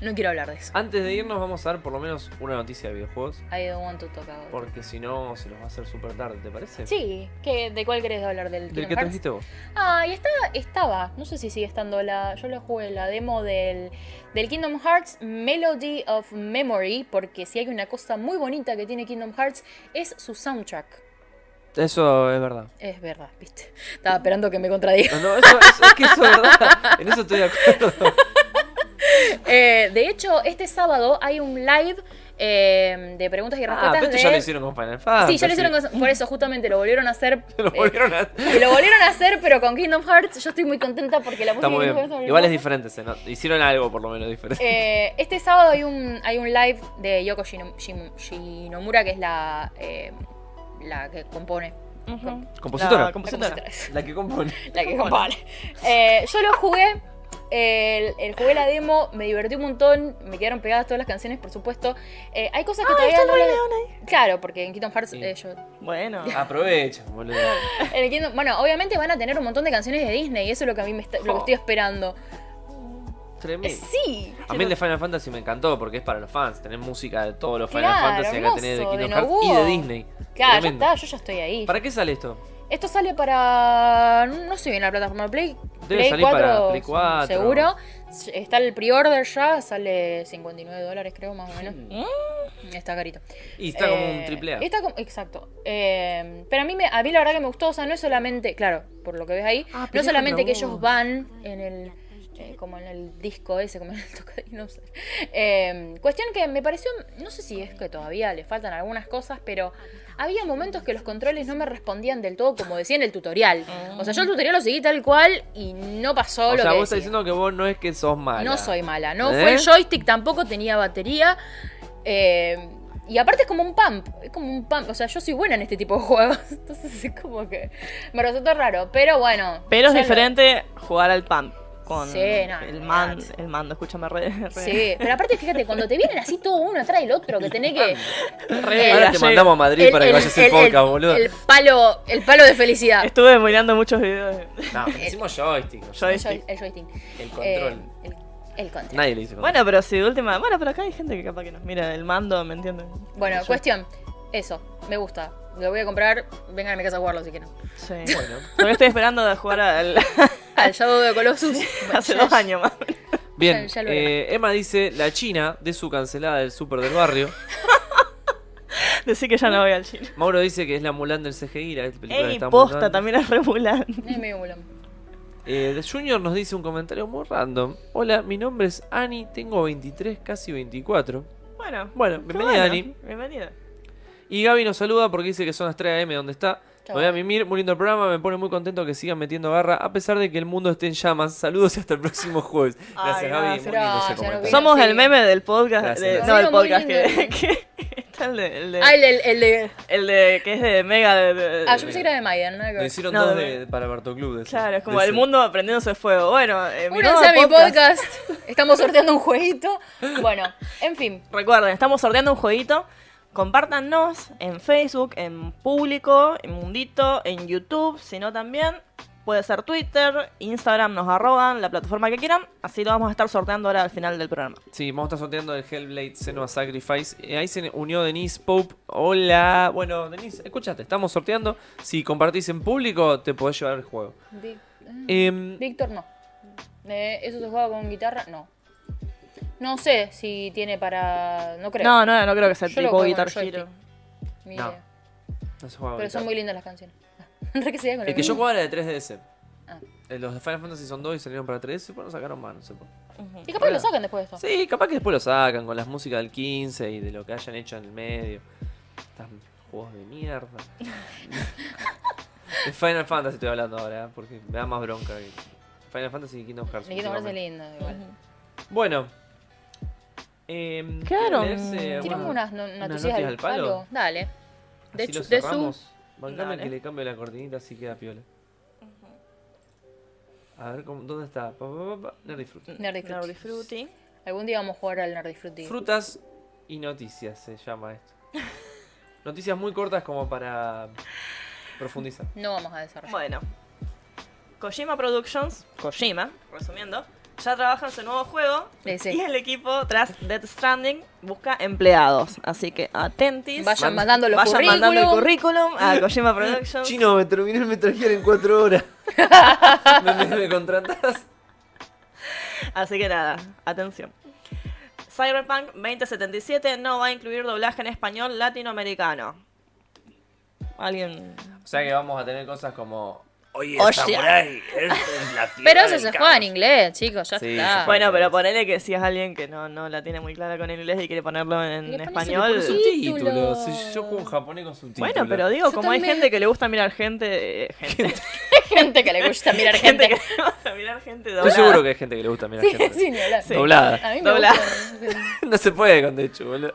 [SPEAKER 1] no quiero hablar de eso.
[SPEAKER 2] Antes de irnos vamos a dar por lo menos una noticia de videojuegos.
[SPEAKER 1] I don't want to talk about it.
[SPEAKER 2] Porque si no se los va a hacer súper tarde, ¿te parece?
[SPEAKER 1] Sí, ¿qué- ¿de cuál querés hablar? ¿Del Kingdom
[SPEAKER 2] ¿Del que
[SPEAKER 1] Hearts?
[SPEAKER 2] trajiste vos?
[SPEAKER 1] Ah, y está, estaba, no sé si sigue estando la. Yo la jugué, la demo del, del Kingdom Hearts Melody of Memory, porque si hay una cosa muy bonita que tiene Kingdom Hearts es su soundtrack.
[SPEAKER 2] Eso es verdad.
[SPEAKER 1] Es verdad, viste. Estaba esperando que me contradiga.
[SPEAKER 2] No, no, eso, eso- es que eso es verdad. En eso estoy de acuerdo.
[SPEAKER 1] Eh, de hecho, este sábado hay un live eh, de preguntas y
[SPEAKER 2] Ah,
[SPEAKER 1] respuestas.
[SPEAKER 2] pero esto
[SPEAKER 1] de-
[SPEAKER 2] ya lo hicieron con Final Fantasy.
[SPEAKER 1] Sí, ya lo hicieron con- por eso, justamente lo volvieron a hacer.
[SPEAKER 2] Lo
[SPEAKER 1] eh,
[SPEAKER 2] volvieron a...
[SPEAKER 1] y lo volvieron a hacer, pero con Kingdom Hearts. Yo estoy muy contenta porque la música
[SPEAKER 2] Está
[SPEAKER 1] de
[SPEAKER 2] muy
[SPEAKER 1] Kingdom Hearts
[SPEAKER 2] bien.
[SPEAKER 1] está
[SPEAKER 2] Igual es
[SPEAKER 1] hermosa.
[SPEAKER 2] diferente, se nota- hicieron algo por lo menos diferente.
[SPEAKER 1] Eh, este sábado hay un, hay un live de Yoko Shino- Shim- Shinomura, que es la, eh, la que compone.
[SPEAKER 3] Ujú.
[SPEAKER 2] Compositora.
[SPEAKER 3] La compositora.
[SPEAKER 2] La que compone.
[SPEAKER 1] La que compone. Eh, yo lo jugué. El, el- jugué la demo, me divertí un montón, me quedaron pegadas todas las canciones, por supuesto. Eh, hay cosas que todavía
[SPEAKER 3] está el
[SPEAKER 1] no
[SPEAKER 3] Rey
[SPEAKER 1] las-
[SPEAKER 3] León ahí.
[SPEAKER 1] Claro, porque en Kingdom Hearts
[SPEAKER 2] Sí.
[SPEAKER 1] eh, yo
[SPEAKER 3] Bueno.
[SPEAKER 2] Aprovecha, boludo.
[SPEAKER 1] En el Kingdom- bueno, obviamente van a tener un montón de canciones de Disney y eso es lo que a mí me está- lo que estoy esperando. Eh,
[SPEAKER 2] Tremendo.
[SPEAKER 1] Oh. Sí.
[SPEAKER 2] A mí el de Final Fantasy me encantó porque es para los fans. Tener música de todos los
[SPEAKER 1] Claro,
[SPEAKER 2] Final Fantasy acá tenés de
[SPEAKER 1] hermoso, de
[SPEAKER 2] Kingdom Hearts y
[SPEAKER 1] Nobuo.
[SPEAKER 2] de Disney.
[SPEAKER 1] Claro, ya
[SPEAKER 2] Tremendo.
[SPEAKER 1] está, yo ya estoy ahí.
[SPEAKER 2] ¿Para qué sale esto?
[SPEAKER 1] Esto sale para no sé bien la plataforma Play.
[SPEAKER 2] Debe salir para Play 4.
[SPEAKER 1] Seguro. Está el pre-order ya, sale 59 dólares creo más o menos.
[SPEAKER 2] Mm.
[SPEAKER 1] Está carito.
[SPEAKER 2] Y está como un
[SPEAKER 1] Eh,
[SPEAKER 2] triple A.
[SPEAKER 1] Está como, exacto. Eh, pero a mí, me, a mí la verdad que me gustó, o sea, no es solamente, claro, por lo que ves ahí,
[SPEAKER 2] Ah,
[SPEAKER 1] no
[SPEAKER 2] pelea
[SPEAKER 1] es solamente
[SPEAKER 2] contra
[SPEAKER 1] que
[SPEAKER 2] vos.
[SPEAKER 1] ellos van en el, eh, como en el disco ese, como en el tocadinos. Eh, cuestión que me pareció, no sé si es que todavía le faltan algunas cosas, pero había momentos que los controles no me respondían del todo como decía en el tutorial. O sea, yo el tutorial lo seguí tal cual y no pasó
[SPEAKER 2] Ah. O
[SPEAKER 1] lo
[SPEAKER 2] sea,
[SPEAKER 1] que
[SPEAKER 2] vos estás
[SPEAKER 1] decía.
[SPEAKER 2] diciendo que vos no es que sos mala.
[SPEAKER 1] No soy mala, no
[SPEAKER 2] ¿Eh?
[SPEAKER 1] fue el joystick, tampoco tenía batería. eh, y aparte es como un pump, es como un pump. O sea, yo soy buena en este tipo de juegos. Entonces es como que me resultó raro. Pero bueno.
[SPEAKER 3] Pero es
[SPEAKER 1] ya lo-
[SPEAKER 3] diferente jugar al PAM. con
[SPEAKER 1] Sí, no,
[SPEAKER 3] el,
[SPEAKER 1] no,
[SPEAKER 3] man-
[SPEAKER 1] olvidate.
[SPEAKER 3] el mando. Escúchame, re. re-
[SPEAKER 1] Sí, pero aparte fíjate, cuando te vienen así todo uno atrás del otro, que tenés que...
[SPEAKER 3] re
[SPEAKER 1] Eh,
[SPEAKER 2] Ahora te
[SPEAKER 3] gallego.
[SPEAKER 2] mandamos a Madrid para que vayas al
[SPEAKER 1] el-
[SPEAKER 2] podcast,
[SPEAKER 1] el-
[SPEAKER 2] boludo.
[SPEAKER 1] el palo, el palo de felicidad.
[SPEAKER 3] Estuve mirando muchos videos. de-
[SPEAKER 2] No, hicimos joystick. no sé,
[SPEAKER 1] El joy-
[SPEAKER 3] joystick.
[SPEAKER 1] el joystick.
[SPEAKER 2] El
[SPEAKER 1] Eh,
[SPEAKER 2] control.
[SPEAKER 1] el, el control.
[SPEAKER 2] Nadie le hizo control.
[SPEAKER 3] Bueno, pero si de última. Bueno, pero acá hay gente que capaz que nos mira el mando, ¿me entiendes?
[SPEAKER 1] Bueno,
[SPEAKER 3] Yo-
[SPEAKER 1] cuestión. Eso, me gusta. Lo voy a comprar. Vengan a mi casa a jugarlo si quieren.
[SPEAKER 3] Sí.
[SPEAKER 2] Bueno,
[SPEAKER 3] Porque estoy esperando de jugar al.
[SPEAKER 1] Al Shadow Ah, de Colossus.
[SPEAKER 3] hace dos años más.
[SPEAKER 2] Bien,
[SPEAKER 1] Ya- ya lo
[SPEAKER 2] eh, Emma dice, la China de su cancelada del súper del barrio.
[SPEAKER 3] Decir que ya no voy al chino.
[SPEAKER 2] Mauro dice que es la Mulan del CGI, la película que
[SPEAKER 3] Ey,
[SPEAKER 2] estamos
[SPEAKER 3] posta,
[SPEAKER 2] dando.
[SPEAKER 3] también es regular.
[SPEAKER 1] Es medio bulón.
[SPEAKER 2] Eh, Junior nos dice un comentario muy random. Hola, mi nombre es Ani, tengo 23, casi 24.
[SPEAKER 3] Bueno,
[SPEAKER 2] Bueno,
[SPEAKER 3] qué
[SPEAKER 2] bienvenida,
[SPEAKER 3] bueno.
[SPEAKER 2] Ani.
[SPEAKER 3] Bienvenida.
[SPEAKER 2] Y Gaby nos saluda porque dice que son las 3 a.m. donde está.
[SPEAKER 1] Qué
[SPEAKER 2] Me voy a
[SPEAKER 1] bueno.
[SPEAKER 2] mimir, muy lindo el programa, me pone muy contento que sigan metiendo garra, a pesar de que el mundo esté en llamas. Saludos y hasta el próximo jueves. Gracias, Gaby.
[SPEAKER 3] Ay, gracias.
[SPEAKER 2] muy lindo ese
[SPEAKER 1] Gracias,
[SPEAKER 2] comentario.
[SPEAKER 1] Gaby. Somos-
[SPEAKER 3] Somos
[SPEAKER 1] sí.
[SPEAKER 3] el meme del podcast.
[SPEAKER 2] Gracias,
[SPEAKER 3] de-
[SPEAKER 2] gracias.
[SPEAKER 3] no, el
[SPEAKER 1] Lo veo
[SPEAKER 3] podcast
[SPEAKER 1] muy lindo.
[SPEAKER 3] que, que- está el de, el de-
[SPEAKER 1] Ah, el, el, el de.
[SPEAKER 3] el de- que es de Mega. de- de-
[SPEAKER 1] Ah, yo pensé que era de Maiden. nada que
[SPEAKER 2] Nos
[SPEAKER 1] ver.
[SPEAKER 2] hicieron
[SPEAKER 3] No,
[SPEAKER 2] dos
[SPEAKER 3] de-
[SPEAKER 2] de- para Barto Club. de eso.
[SPEAKER 3] Claro, es como
[SPEAKER 2] De
[SPEAKER 3] el
[SPEAKER 2] ese.
[SPEAKER 3] mundo prendiéndose fuego. Bueno, eh, mirá
[SPEAKER 1] Únanse a
[SPEAKER 3] el
[SPEAKER 1] mi podcast. Estamos sorteando un jueguito. Bueno, en fin.
[SPEAKER 3] Recuerden, estamos sorteando un jueguito. Compártanos en Facebook, en público, en Mundito, en YouTube, si no también. Puede ser Twitter, Instagram, nos arroban, la plataforma que quieran. Así lo vamos a estar sorteando ahora al final del programa.
[SPEAKER 2] Sí, vamos a estar sorteando el Hellblade Senua Sacrifice. Eh, ahí se unió Denise Pope. Hola. Bueno, Denise, escúchate, estamos sorteando. Si compartís en público, te podés llevar el juego.
[SPEAKER 1] Vic-
[SPEAKER 2] Em,
[SPEAKER 1] Mm, Víctor, no. Eh, ¿Eso se juega con guitarra? No. No sé si tiene para. No creo.
[SPEAKER 3] No, no, no creo que sea
[SPEAKER 1] Yo lo
[SPEAKER 3] tipo
[SPEAKER 1] juego
[SPEAKER 3] Guitar
[SPEAKER 1] con el
[SPEAKER 3] Hero.
[SPEAKER 1] joystick. Ni
[SPEAKER 2] No.
[SPEAKER 1] idea.
[SPEAKER 2] no se juega
[SPEAKER 1] Pero son
[SPEAKER 2] ahorita.
[SPEAKER 1] muy lindas las canciones. Re que se diga con lo
[SPEAKER 2] El que
[SPEAKER 1] mismo.
[SPEAKER 2] yo jugaba era de 3DS.
[SPEAKER 1] Ah.
[SPEAKER 2] Eh, Los de Final Fantasy son 2 y salieron para 3DS, pero no sacaron más, no sé por qué.
[SPEAKER 3] Ujú.
[SPEAKER 1] Y capaz que lo sacan después de esto.
[SPEAKER 2] Sí, capaz que después lo sacan con las músicas del 15 y de lo que hayan hecho en el medio. Estos juegos de mierda. de Final Fantasy estoy hablando ahora, ¿eh? porque me da más bronca que Final Fantasy y Kingdom Hearts.
[SPEAKER 1] Ni que tomarse
[SPEAKER 2] últimamente.
[SPEAKER 1] lindo igual.
[SPEAKER 2] Bueno. Em,
[SPEAKER 3] Claro.
[SPEAKER 2] ¿quieren leerse
[SPEAKER 1] Tiramos
[SPEAKER 2] alguna-
[SPEAKER 1] unas no-
[SPEAKER 2] unas
[SPEAKER 1] noticias al palo. Dale. De,
[SPEAKER 2] Así lo
[SPEAKER 1] chu- de su.
[SPEAKER 2] cerramos. Bancame
[SPEAKER 3] Dale.
[SPEAKER 2] que le cambio la cortinita así queda piola. A ver, cómo- ¿dónde está? Pa, pa, pa, pa. Nerdy Fruit.
[SPEAKER 1] Nerdy Fruit.
[SPEAKER 3] Nerdy Fruity.
[SPEAKER 1] Algún día vamos a jugar al Nerdy Fruity.
[SPEAKER 2] Frutas y noticias se llama esto. Noticias muy cortas como para profundizar.
[SPEAKER 1] No vamos a desarrollar.
[SPEAKER 3] Bueno. Kojima Productions, Kojima, resumiendo, ya trabaja en su nuevo juego
[SPEAKER 1] Eh, sí.
[SPEAKER 3] y el equipo tras Death Stranding busca empleados. Así que atentis.
[SPEAKER 1] Vayan
[SPEAKER 2] Man-
[SPEAKER 1] mandando los
[SPEAKER 3] Vayan mandando el
[SPEAKER 1] currículum.
[SPEAKER 3] currículum a Kojima Productions.
[SPEAKER 2] Chino, me terminé el metrajear en cuatro horas. ¿Me, me- me contratás?
[SPEAKER 3] Así que nada, atención. Cyberpunk 2077 no va a incluir doblaje en español latinoamericano. Alguien.
[SPEAKER 2] O sea que vamos a tener cosas como... Oye,
[SPEAKER 3] Oye.
[SPEAKER 2] Samurai, esta es este, la
[SPEAKER 1] Pero
[SPEAKER 2] tierra
[SPEAKER 1] eso
[SPEAKER 2] del
[SPEAKER 1] se
[SPEAKER 2] caos".
[SPEAKER 1] juega en inglés, chicos, ya
[SPEAKER 2] Sí,
[SPEAKER 1] está.
[SPEAKER 2] se juega.
[SPEAKER 3] Bueno, pero ponele que si es alguien que no, no la tiene muy clara con el inglés y quiere ponerlo en
[SPEAKER 1] Le pones el
[SPEAKER 3] español.
[SPEAKER 1] cursi-
[SPEAKER 2] Subtítulos.
[SPEAKER 1] Subtítulos.
[SPEAKER 2] Si yo juego en japonés con subtítulos.
[SPEAKER 3] Bueno, pero digo,
[SPEAKER 1] Yo
[SPEAKER 3] como hay
[SPEAKER 1] también.
[SPEAKER 3] gente que le gusta mirar gente. eh, gente,
[SPEAKER 1] gente que le gusta mirar gente.
[SPEAKER 3] que le gusta mirar gente doblada.
[SPEAKER 2] Estoy seguro que hay gente que le gusta mirar
[SPEAKER 1] Sí,
[SPEAKER 2] gente.
[SPEAKER 1] sí, ni hablar.
[SPEAKER 3] Sí.
[SPEAKER 2] Doblada.
[SPEAKER 1] A mí me
[SPEAKER 3] Dobla.
[SPEAKER 1] gusta.
[SPEAKER 2] No se puede con Dechu, boludo.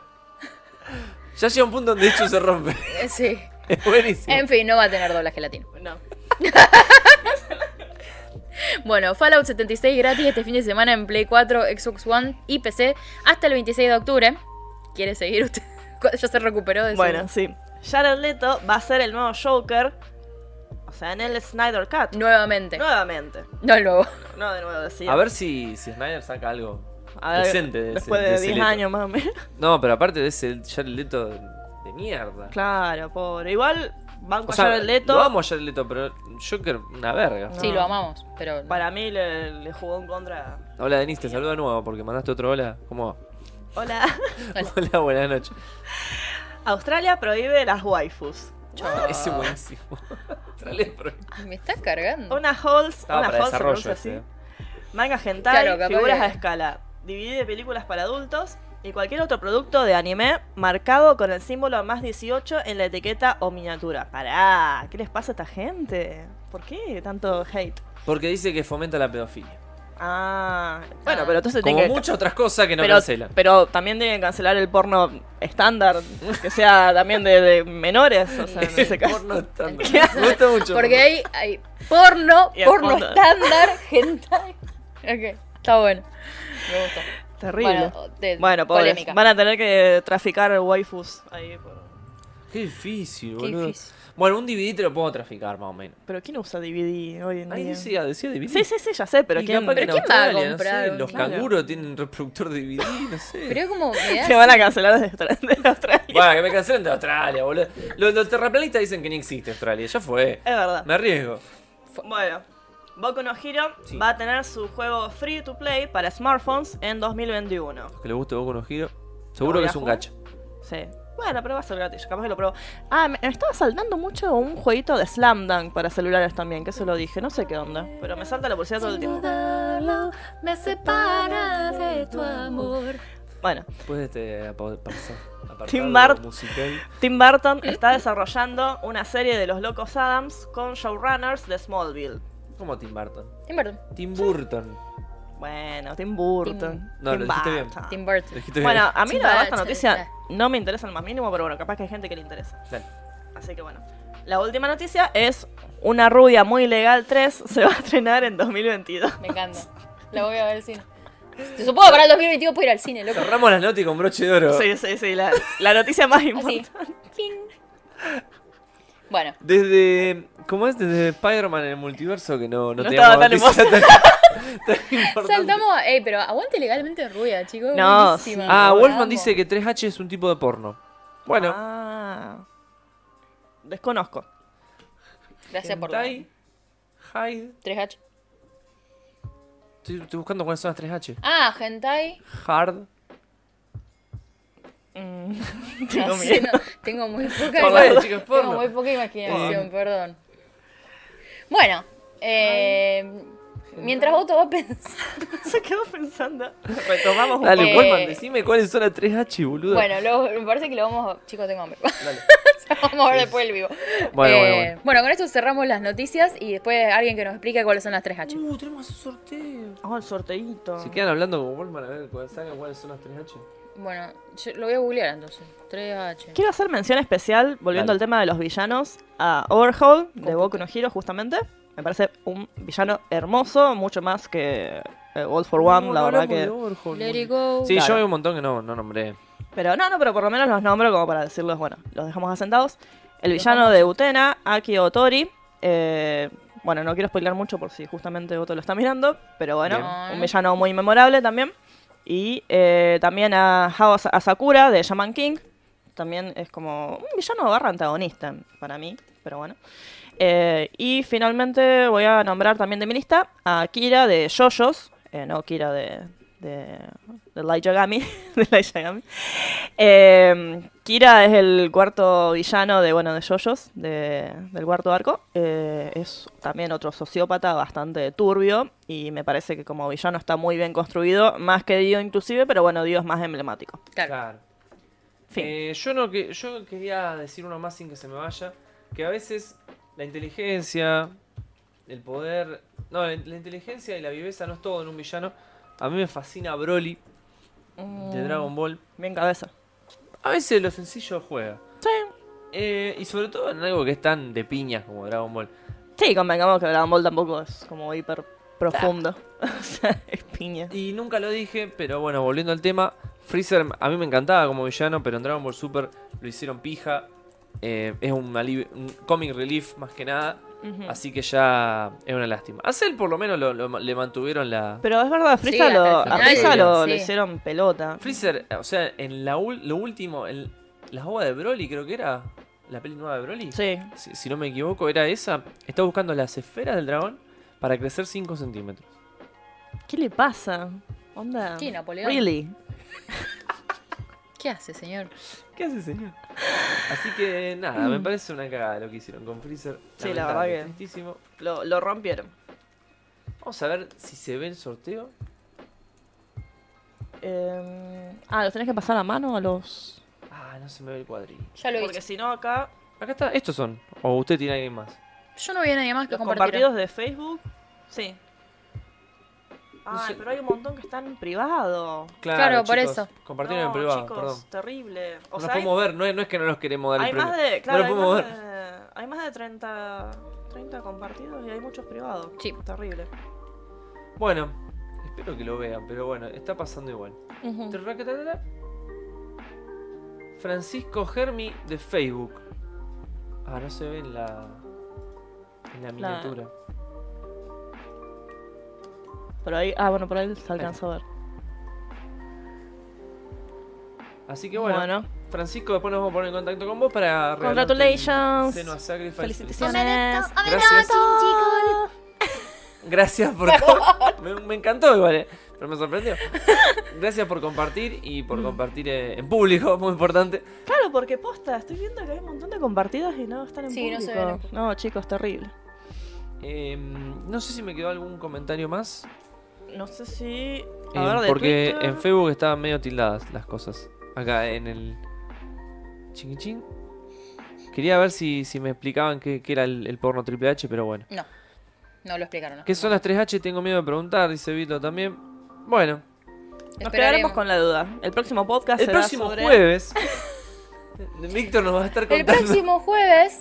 [SPEAKER 2] Ya llega un punto donde Dechu se rompe.
[SPEAKER 1] Sí.
[SPEAKER 2] Es buenísimo.
[SPEAKER 1] En fin, no va a tener doblaje latino.
[SPEAKER 3] No.
[SPEAKER 1] Bueno, Fallout 76 gratis este fin de semana en Play 4, Xbox One y PC hasta el 26 de octubre. ¿Quiere seguir usted? Ya se recuperó de su-
[SPEAKER 3] Bueno, sí. Jared Leto va a ser el nuevo Joker. O sea, en el Snyder Cut.
[SPEAKER 1] Nuevamente.
[SPEAKER 3] Nuevamente.
[SPEAKER 1] No el nuevo.
[SPEAKER 3] No, de nuevo, decía.
[SPEAKER 2] A ver si, si Snyder saca algo
[SPEAKER 3] A ver,
[SPEAKER 2] decente de ese-
[SPEAKER 3] Después
[SPEAKER 2] de
[SPEAKER 3] de
[SPEAKER 2] ese
[SPEAKER 3] 10
[SPEAKER 2] Leto.
[SPEAKER 3] años más o menos.
[SPEAKER 2] No, pero aparte de ese Jared Leto de mierda.
[SPEAKER 3] Claro, pobre. Igual
[SPEAKER 2] O
[SPEAKER 3] banco a
[SPEAKER 2] sea,
[SPEAKER 3] Jared Leto.
[SPEAKER 2] Lo amo a Jared Leto, pero Joker, una verga.
[SPEAKER 3] No.
[SPEAKER 1] Sí, lo amamos, pero.
[SPEAKER 3] Para mí le, le jugó en contra.
[SPEAKER 2] Hola Denis, te saludo de nuevo porque mandaste otro hola. ¿Cómo va?
[SPEAKER 3] Hola.
[SPEAKER 1] Hola.
[SPEAKER 2] Hola, buenas noches.
[SPEAKER 3] Australia prohíbe las waifus.
[SPEAKER 2] Ese buenísimo. Sale por-
[SPEAKER 1] Me está cargando.
[SPEAKER 3] Una halls,
[SPEAKER 2] Estaba
[SPEAKER 3] una
[SPEAKER 2] para
[SPEAKER 3] halls se
[SPEAKER 2] desarrollo este, eh.
[SPEAKER 3] pronuncia así.
[SPEAKER 2] ese.
[SPEAKER 3] Manga hentai,
[SPEAKER 1] Claro, capaz
[SPEAKER 3] figuras
[SPEAKER 1] que-
[SPEAKER 3] a escala. Divide películas para adultos y cualquier otro producto de anime marcado con el símbolo más 18 en la etiqueta o miniatura. Pará, ¿qué les pasa a esta gente? ¿Por qué tanto hate?
[SPEAKER 2] Porque dice que fomenta la pedofilia.
[SPEAKER 3] Ah,
[SPEAKER 1] Ah.
[SPEAKER 3] bueno, pero entonces
[SPEAKER 2] Como
[SPEAKER 3] tiene que-
[SPEAKER 2] muchas otras cosas que no
[SPEAKER 3] pero,
[SPEAKER 2] cancelan.
[SPEAKER 3] pero también tienen que cancelar el porno estándar, que sea también de, de menores, o sea, en ese
[SPEAKER 2] El
[SPEAKER 3] caso.
[SPEAKER 2] porno estándar. Me gusta mucho.
[SPEAKER 1] Porque hay, hay porno,
[SPEAKER 3] Y el
[SPEAKER 1] porno
[SPEAKER 3] fondo.
[SPEAKER 1] estándar, hentai. Ok, está bueno. Me gustó.
[SPEAKER 3] Terrible.
[SPEAKER 1] Bueno, de-
[SPEAKER 3] Bueno, pobres,
[SPEAKER 1] polémica.
[SPEAKER 3] van a tener que traficar waifus ahí. por-
[SPEAKER 2] Qué difícil,
[SPEAKER 1] Qué
[SPEAKER 2] boludo.
[SPEAKER 1] difícil.
[SPEAKER 2] Bueno, un DVD te lo puedo traficar, más o menos.
[SPEAKER 3] Pero ¿quién usa DVD hoy en
[SPEAKER 2] Ahí
[SPEAKER 3] día?
[SPEAKER 2] decía, decía DVD.
[SPEAKER 3] Sí, sí, sí, ya sé, pero
[SPEAKER 2] Y
[SPEAKER 3] ¿quién?
[SPEAKER 2] capaz que en
[SPEAKER 1] Pero ¿quién va a
[SPEAKER 2] Australia, no
[SPEAKER 1] comprar
[SPEAKER 2] sé,
[SPEAKER 1] un-
[SPEAKER 2] los
[SPEAKER 3] Claro.
[SPEAKER 2] canguros tienen reproductor de DVD, no sé.
[SPEAKER 1] Pero es como. me da-
[SPEAKER 3] Se van a cancelar desde Austra- de Australia.
[SPEAKER 2] Bueno, que me cancelen de Australia, boludo. Los, los terraplanistas dicen que ni existe Australia, ya fue.
[SPEAKER 3] Es verdad.
[SPEAKER 2] Me arriesgo.
[SPEAKER 3] Bueno, Boku no Hero
[SPEAKER 2] Sí.
[SPEAKER 3] va a tener su juego free to play para smartphones en 2021.
[SPEAKER 2] Que le guste Boku no Hero. Seguro
[SPEAKER 3] ¿Lo
[SPEAKER 2] que es un
[SPEAKER 3] voy a
[SPEAKER 2] gacha.
[SPEAKER 3] Sí. Bueno, pero va a ser gratis, capaz que lo pruebo. Ah, me, me estaba saltando mucho un jueguito de Slam Dunk para celulares también, que eso lo dije, no sé qué onda. Pero me salta la publicidad todo el tiempo.
[SPEAKER 1] me separa de tu amor.
[SPEAKER 3] Bueno,
[SPEAKER 2] Después de este apa- pasar. apartado
[SPEAKER 3] Tim Bart-
[SPEAKER 2] musical.
[SPEAKER 3] Tim Burton está desarrollando una serie de los locos Adams con showrunners de Smallville.
[SPEAKER 2] ¿Cómo Tim Burton?
[SPEAKER 1] Tim Burton.
[SPEAKER 2] Tim Burton.
[SPEAKER 3] Bueno, Tim Burton.
[SPEAKER 2] No, lo dijiste bien.
[SPEAKER 3] Burton.
[SPEAKER 1] Tim Burton.
[SPEAKER 2] Dijiste que-
[SPEAKER 3] Bueno, a mí
[SPEAKER 1] Tim
[SPEAKER 3] la verdad esta
[SPEAKER 1] Burton,
[SPEAKER 3] noticia
[SPEAKER 2] eh,
[SPEAKER 1] está.
[SPEAKER 3] no me interesa el más mínimo, pero bueno, capaz que hay gente que le interesa.
[SPEAKER 2] Dale.
[SPEAKER 3] Así que bueno. La última noticia es Una rubia muy legal 3 se va a estrenar en 2022.
[SPEAKER 1] Me encanta. La voy a ver al cine. Se supongo que para el 2022 puedo ir al cine, loco.
[SPEAKER 2] Cerramos las notas con broche de oro.
[SPEAKER 3] Sí, sí, sí, la, la noticia más
[SPEAKER 1] Así.
[SPEAKER 3] importante.
[SPEAKER 1] Ting. Bueno,
[SPEAKER 2] Desde. ¿Cómo es? Desde Spider-Man en el multiverso que no, no,
[SPEAKER 3] No
[SPEAKER 2] teníamos
[SPEAKER 3] estaba tan
[SPEAKER 2] noticias tan- tan importantes.
[SPEAKER 1] saltamos. a- Ey, pero aguante legalmente rubia, chicos.
[SPEAKER 3] No,
[SPEAKER 1] buenísima.
[SPEAKER 3] sí.
[SPEAKER 1] La
[SPEAKER 2] Ah, Wolfman
[SPEAKER 1] amo.
[SPEAKER 2] dice que 3H es un tipo de porno. Bueno,
[SPEAKER 3] Ah. desconozco.
[SPEAKER 1] Gracias por.
[SPEAKER 2] Hentai, Hyde.
[SPEAKER 1] 3H.
[SPEAKER 2] Estoy, estoy buscando cuáles son las 3H.
[SPEAKER 1] Ah, Hentai.
[SPEAKER 2] Hard.
[SPEAKER 3] Mm,
[SPEAKER 1] No
[SPEAKER 3] tengo
[SPEAKER 1] sé,
[SPEAKER 3] miedo.
[SPEAKER 1] no, tengo muy poca
[SPEAKER 2] Porno,
[SPEAKER 1] imaginación.
[SPEAKER 2] chicos, porno.
[SPEAKER 1] Tengo muy poca imaginación,
[SPEAKER 2] Eh.
[SPEAKER 1] perdón. Bueno, eh, mientras Otto va pensando.
[SPEAKER 3] Se quedó pensando. Retomamos un
[SPEAKER 2] Dale,
[SPEAKER 1] Eh,
[SPEAKER 2] Wolfman, decime cuáles son las 3H, boludo.
[SPEAKER 1] Bueno, lo- me parece que lo vamos a. Chicos, tengo hambre.
[SPEAKER 2] Dale.
[SPEAKER 1] vamos a ver después el vivo.
[SPEAKER 2] Bueno,
[SPEAKER 1] Eh,
[SPEAKER 2] bueno, bueno.
[SPEAKER 1] con esto cerramos las noticias y después alguien que nos explique cuáles son las 3H.
[SPEAKER 2] Uh, tenemos un sorteo.
[SPEAKER 3] poco. Oh, el sorteíto.
[SPEAKER 2] Se quedan hablando con Wolfman a ver cuáles sacan cuáles son las 3H.
[SPEAKER 1] Bueno, yo lo voy a googlear entonces. 3H.
[SPEAKER 3] Quiero hacer mención especial, volviendo
[SPEAKER 2] Dale.
[SPEAKER 3] al tema de los villanos, a Overhaul de Boku no Hero, justamente. Me parece un villano hermoso, mucho más que eh, All for One,
[SPEAKER 2] No,
[SPEAKER 3] la
[SPEAKER 2] no
[SPEAKER 3] verdad
[SPEAKER 2] hablamos de
[SPEAKER 3] que.
[SPEAKER 2] Overhaul,
[SPEAKER 1] Let it
[SPEAKER 2] boludo.
[SPEAKER 1] go.
[SPEAKER 2] Sí,
[SPEAKER 3] Claro.
[SPEAKER 2] yo vi un montón que no, no nombré.
[SPEAKER 3] Pero no, no, pero por lo menos los nombro como para decirlos, bueno, los dejamos asentados. El villano de Utena, Aki Otori. eh, bueno, no quiero spoiler mucho por si justamente Otto lo está mirando, pero bueno,
[SPEAKER 1] Bien.
[SPEAKER 3] un villano muy memorable también. Y eh, también a Hao As- Asakura de Shaman King. También es como un villano barra antagonista para mí, pero bueno. Eh, y finalmente voy a nombrar también de mi lista a Kira de Yoyos, eh, no Kira de, de, de Light Yagami. de Light Yagami. Eh, Kira es el cuarto villano de, bueno, de Yoyos, de- del cuarto arco. Eh, es también otro sociópata bastante turbio y me parece que como villano está muy bien construido, más que Dio inclusive, pero bueno, Dio es más emblemático.
[SPEAKER 1] Claro.
[SPEAKER 2] Claro.
[SPEAKER 3] Fin.
[SPEAKER 2] Eh, yo no que yo quería decir uno más sin que se me vaya, que a veces la inteligencia, el poder, no, la, la inteligencia y la viveza no es todo en un villano. A mí me fascina Broly de Dragon Ball.
[SPEAKER 3] Bien cabeza.
[SPEAKER 2] A veces lo sencillo juega.
[SPEAKER 3] Sí.
[SPEAKER 2] Eh, y sobre todo en algo que es tan de piñas como Dragon Ball.
[SPEAKER 3] Sí, convengamos que Dragon Ball tampoco es como hiper profundo. o sea, es piña.
[SPEAKER 2] Y nunca lo dije, pero bueno, volviendo al tema, Freezer a mí me encantaba como villano, pero en Dragon Ball Super lo hicieron pija. Eh, es un, alivi- un comic relief más que nada.
[SPEAKER 3] Hmm.
[SPEAKER 2] Así que ya es una lástima. A Cell por lo menos lo- lo- le mantuvieron la...
[SPEAKER 3] Pero es verdad, a Frieza
[SPEAKER 1] Sí,
[SPEAKER 3] lo,
[SPEAKER 1] hasta el
[SPEAKER 3] a
[SPEAKER 2] final.
[SPEAKER 3] Frieza lo,
[SPEAKER 1] Sí.
[SPEAKER 3] lo hicieron pelota.
[SPEAKER 2] Freezer, o sea, en la ul- lo último, en las obras de Broly creo que era, la peli nueva de Broly.
[SPEAKER 3] Sí.
[SPEAKER 2] Si, si no me equivoco, era esa. Está buscando las esferas del dragón para crecer 5 centímetros.
[SPEAKER 3] ¿Qué le pasa? Onda.
[SPEAKER 1] Sí, Napoleón.
[SPEAKER 3] Really.
[SPEAKER 1] ¿Qué hace, señor?
[SPEAKER 2] ¿Qué hace, señor? Así que nada, me parece una cagada lo que hicieron con Freezer.
[SPEAKER 3] Sí, la
[SPEAKER 2] Lamentable,
[SPEAKER 3] verdad que-
[SPEAKER 2] tristísimo.
[SPEAKER 3] Lo, lo rompieron.
[SPEAKER 2] Vamos a ver si se ve el sorteo.
[SPEAKER 3] Eh, ah, ¿los tenés que pasar a mano a los.?
[SPEAKER 2] Ah, no se me ve el cuadrillo.
[SPEAKER 1] Ya lo
[SPEAKER 3] Porque
[SPEAKER 1] hice.
[SPEAKER 3] si no, acá.
[SPEAKER 2] Acá está, estos son. O usted tiene alguien más.
[SPEAKER 1] Yo no vi a nadie más que
[SPEAKER 3] Los
[SPEAKER 1] compartiera.
[SPEAKER 3] compartidos de Facebook. Sí. Ah,
[SPEAKER 2] sé.
[SPEAKER 3] pero hay un montón que están en privado.
[SPEAKER 1] Claro, por
[SPEAKER 2] chicos,
[SPEAKER 1] eso.
[SPEAKER 2] Compartieron
[SPEAKER 3] No,
[SPEAKER 2] en privado,
[SPEAKER 3] chicos,
[SPEAKER 2] perdón.
[SPEAKER 3] terrible. O
[SPEAKER 2] No nos
[SPEAKER 3] sea, hay-
[SPEAKER 2] podemos ver, no es, no es que no nos queremos dar
[SPEAKER 3] Hay
[SPEAKER 2] el premio.
[SPEAKER 3] más de,
[SPEAKER 2] no
[SPEAKER 3] claro,
[SPEAKER 2] nos
[SPEAKER 3] hay,
[SPEAKER 2] podemos
[SPEAKER 3] más
[SPEAKER 2] ver.
[SPEAKER 3] de, hay más de 30, 30 compartidos y hay muchos privados.
[SPEAKER 1] Sí.
[SPEAKER 3] Terrible.
[SPEAKER 2] Bueno, Espero que lo vean, pero bueno, está pasando igual.
[SPEAKER 3] Mm.
[SPEAKER 1] Ujú.
[SPEAKER 2] Trracatatá. Francisco Germi de Facebook. Ah, no se ve en la. En la miniatura.
[SPEAKER 3] Por ahí, ah, bueno, por ahí se alcanza a ver.
[SPEAKER 2] Así que bueno,
[SPEAKER 3] Bueno.
[SPEAKER 2] Francisco, después nos vamos a poner en contacto con vos para. regalarte el
[SPEAKER 3] Congratulations.
[SPEAKER 2] Senua Sacrifice.
[SPEAKER 3] Felicitaciones.
[SPEAKER 2] Gracias. Gracias por. com- me, me encantó igual, eh, pero me sorprendió. Gracias por compartir y por compartir eh, en público, muy importante.
[SPEAKER 3] Claro, porque posta, estoy viendo que hay un montón de compartidas y no están en
[SPEAKER 1] Sí, no se
[SPEAKER 3] público.
[SPEAKER 1] ven en público.
[SPEAKER 3] No, chicos, terrible.
[SPEAKER 2] Eh, no sé si me quedó algún comentario más.
[SPEAKER 3] No sé si.
[SPEAKER 2] Eh,
[SPEAKER 3] A ver, de
[SPEAKER 2] porque
[SPEAKER 3] Twitter.
[SPEAKER 2] en Facebook estaban medio tildadas las cosas. Acá en el. Chinguichín. Quería ver si, si me explicaban qué, qué era el, el porno triple H, pero bueno.
[SPEAKER 1] No, no lo explicaron. no.
[SPEAKER 2] ¿Qué son las 3H? Tengo miedo de preguntar, dice Vito también. Bueno,
[SPEAKER 3] Nos
[SPEAKER 1] Esperaremos.
[SPEAKER 3] quedaremos con la duda. El próximo podcast
[SPEAKER 2] el
[SPEAKER 3] será
[SPEAKER 2] próximo
[SPEAKER 3] sobre-
[SPEAKER 2] jueves. Víctor nos va a estar
[SPEAKER 1] El
[SPEAKER 2] contando.
[SPEAKER 1] próximo jueves,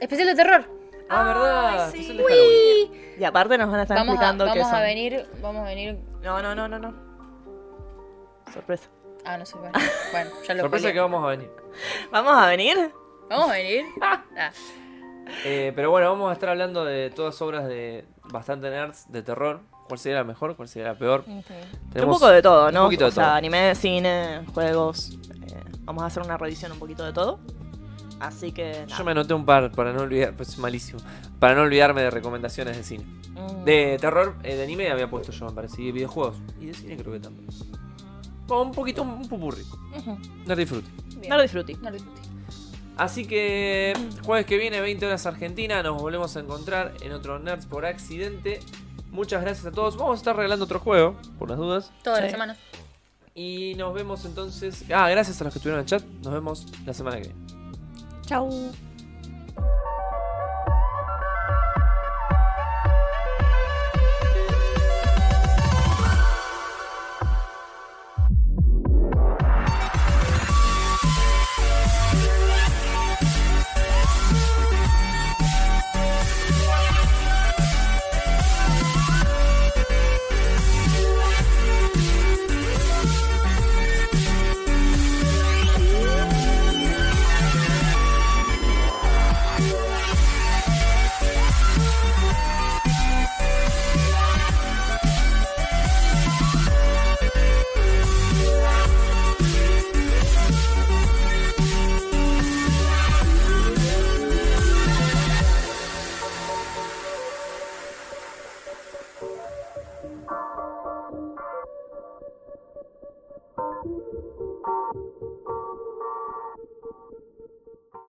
[SPEAKER 1] especial de terror.
[SPEAKER 2] Ah, verdad.
[SPEAKER 3] Ay, sí.
[SPEAKER 2] especial de Halloween.
[SPEAKER 3] Y aparte nos van a estar
[SPEAKER 1] Vamos, a,
[SPEAKER 3] explicando qué
[SPEAKER 1] vamos
[SPEAKER 3] son.
[SPEAKER 1] a venir, vamos a venir.
[SPEAKER 3] No, no, no, no, no. Sorpresa.
[SPEAKER 1] Ah, no sé, bueno, bueno ya lo
[SPEAKER 2] Sorpresa
[SPEAKER 1] peleé.
[SPEAKER 2] que vamos a venir.
[SPEAKER 3] ¿Vamos a venir?
[SPEAKER 1] Vamos a venir. Ah,
[SPEAKER 2] Eh, pero bueno, vamos a estar hablando de todas obras de bastante nerds, de terror. ¿Cuál sería la mejor? ¿Cuál sería la peor?
[SPEAKER 3] un poco de todo,
[SPEAKER 2] un
[SPEAKER 3] ¿no?
[SPEAKER 2] poquito de
[SPEAKER 3] o sea,
[SPEAKER 2] todo.
[SPEAKER 3] anime, cine, juegos. eh, vamos a hacer una revisión un poquito de todo. Así que.
[SPEAKER 2] Yo me anoté un par para no olvidar, pues es malísimo. Para no olvidarme de recomendaciones de cine.
[SPEAKER 3] Mm,
[SPEAKER 2] De terror, eh, de anime había puesto yo, me parece, y videojuegos. Y de cine creo que también. Bueno, un poquito, un pupurri.
[SPEAKER 1] ujú,
[SPEAKER 2] No disfrute.
[SPEAKER 1] bien.
[SPEAKER 3] No lo disfruté.
[SPEAKER 1] No lo disfruté.
[SPEAKER 2] Así que jueves que viene, 20 horas Argentina, nos volvemos a encontrar en otro Nerds por accidente. Muchas gracias a todos. Vamos a estar regalando otro juego, por las dudas.
[SPEAKER 1] Todas
[SPEAKER 3] Sí.
[SPEAKER 1] las semanas.
[SPEAKER 2] Y nos vemos entonces. Ah, gracias a los que estuvieron en el chat. Nos vemos la semana que viene.
[SPEAKER 3] Chau.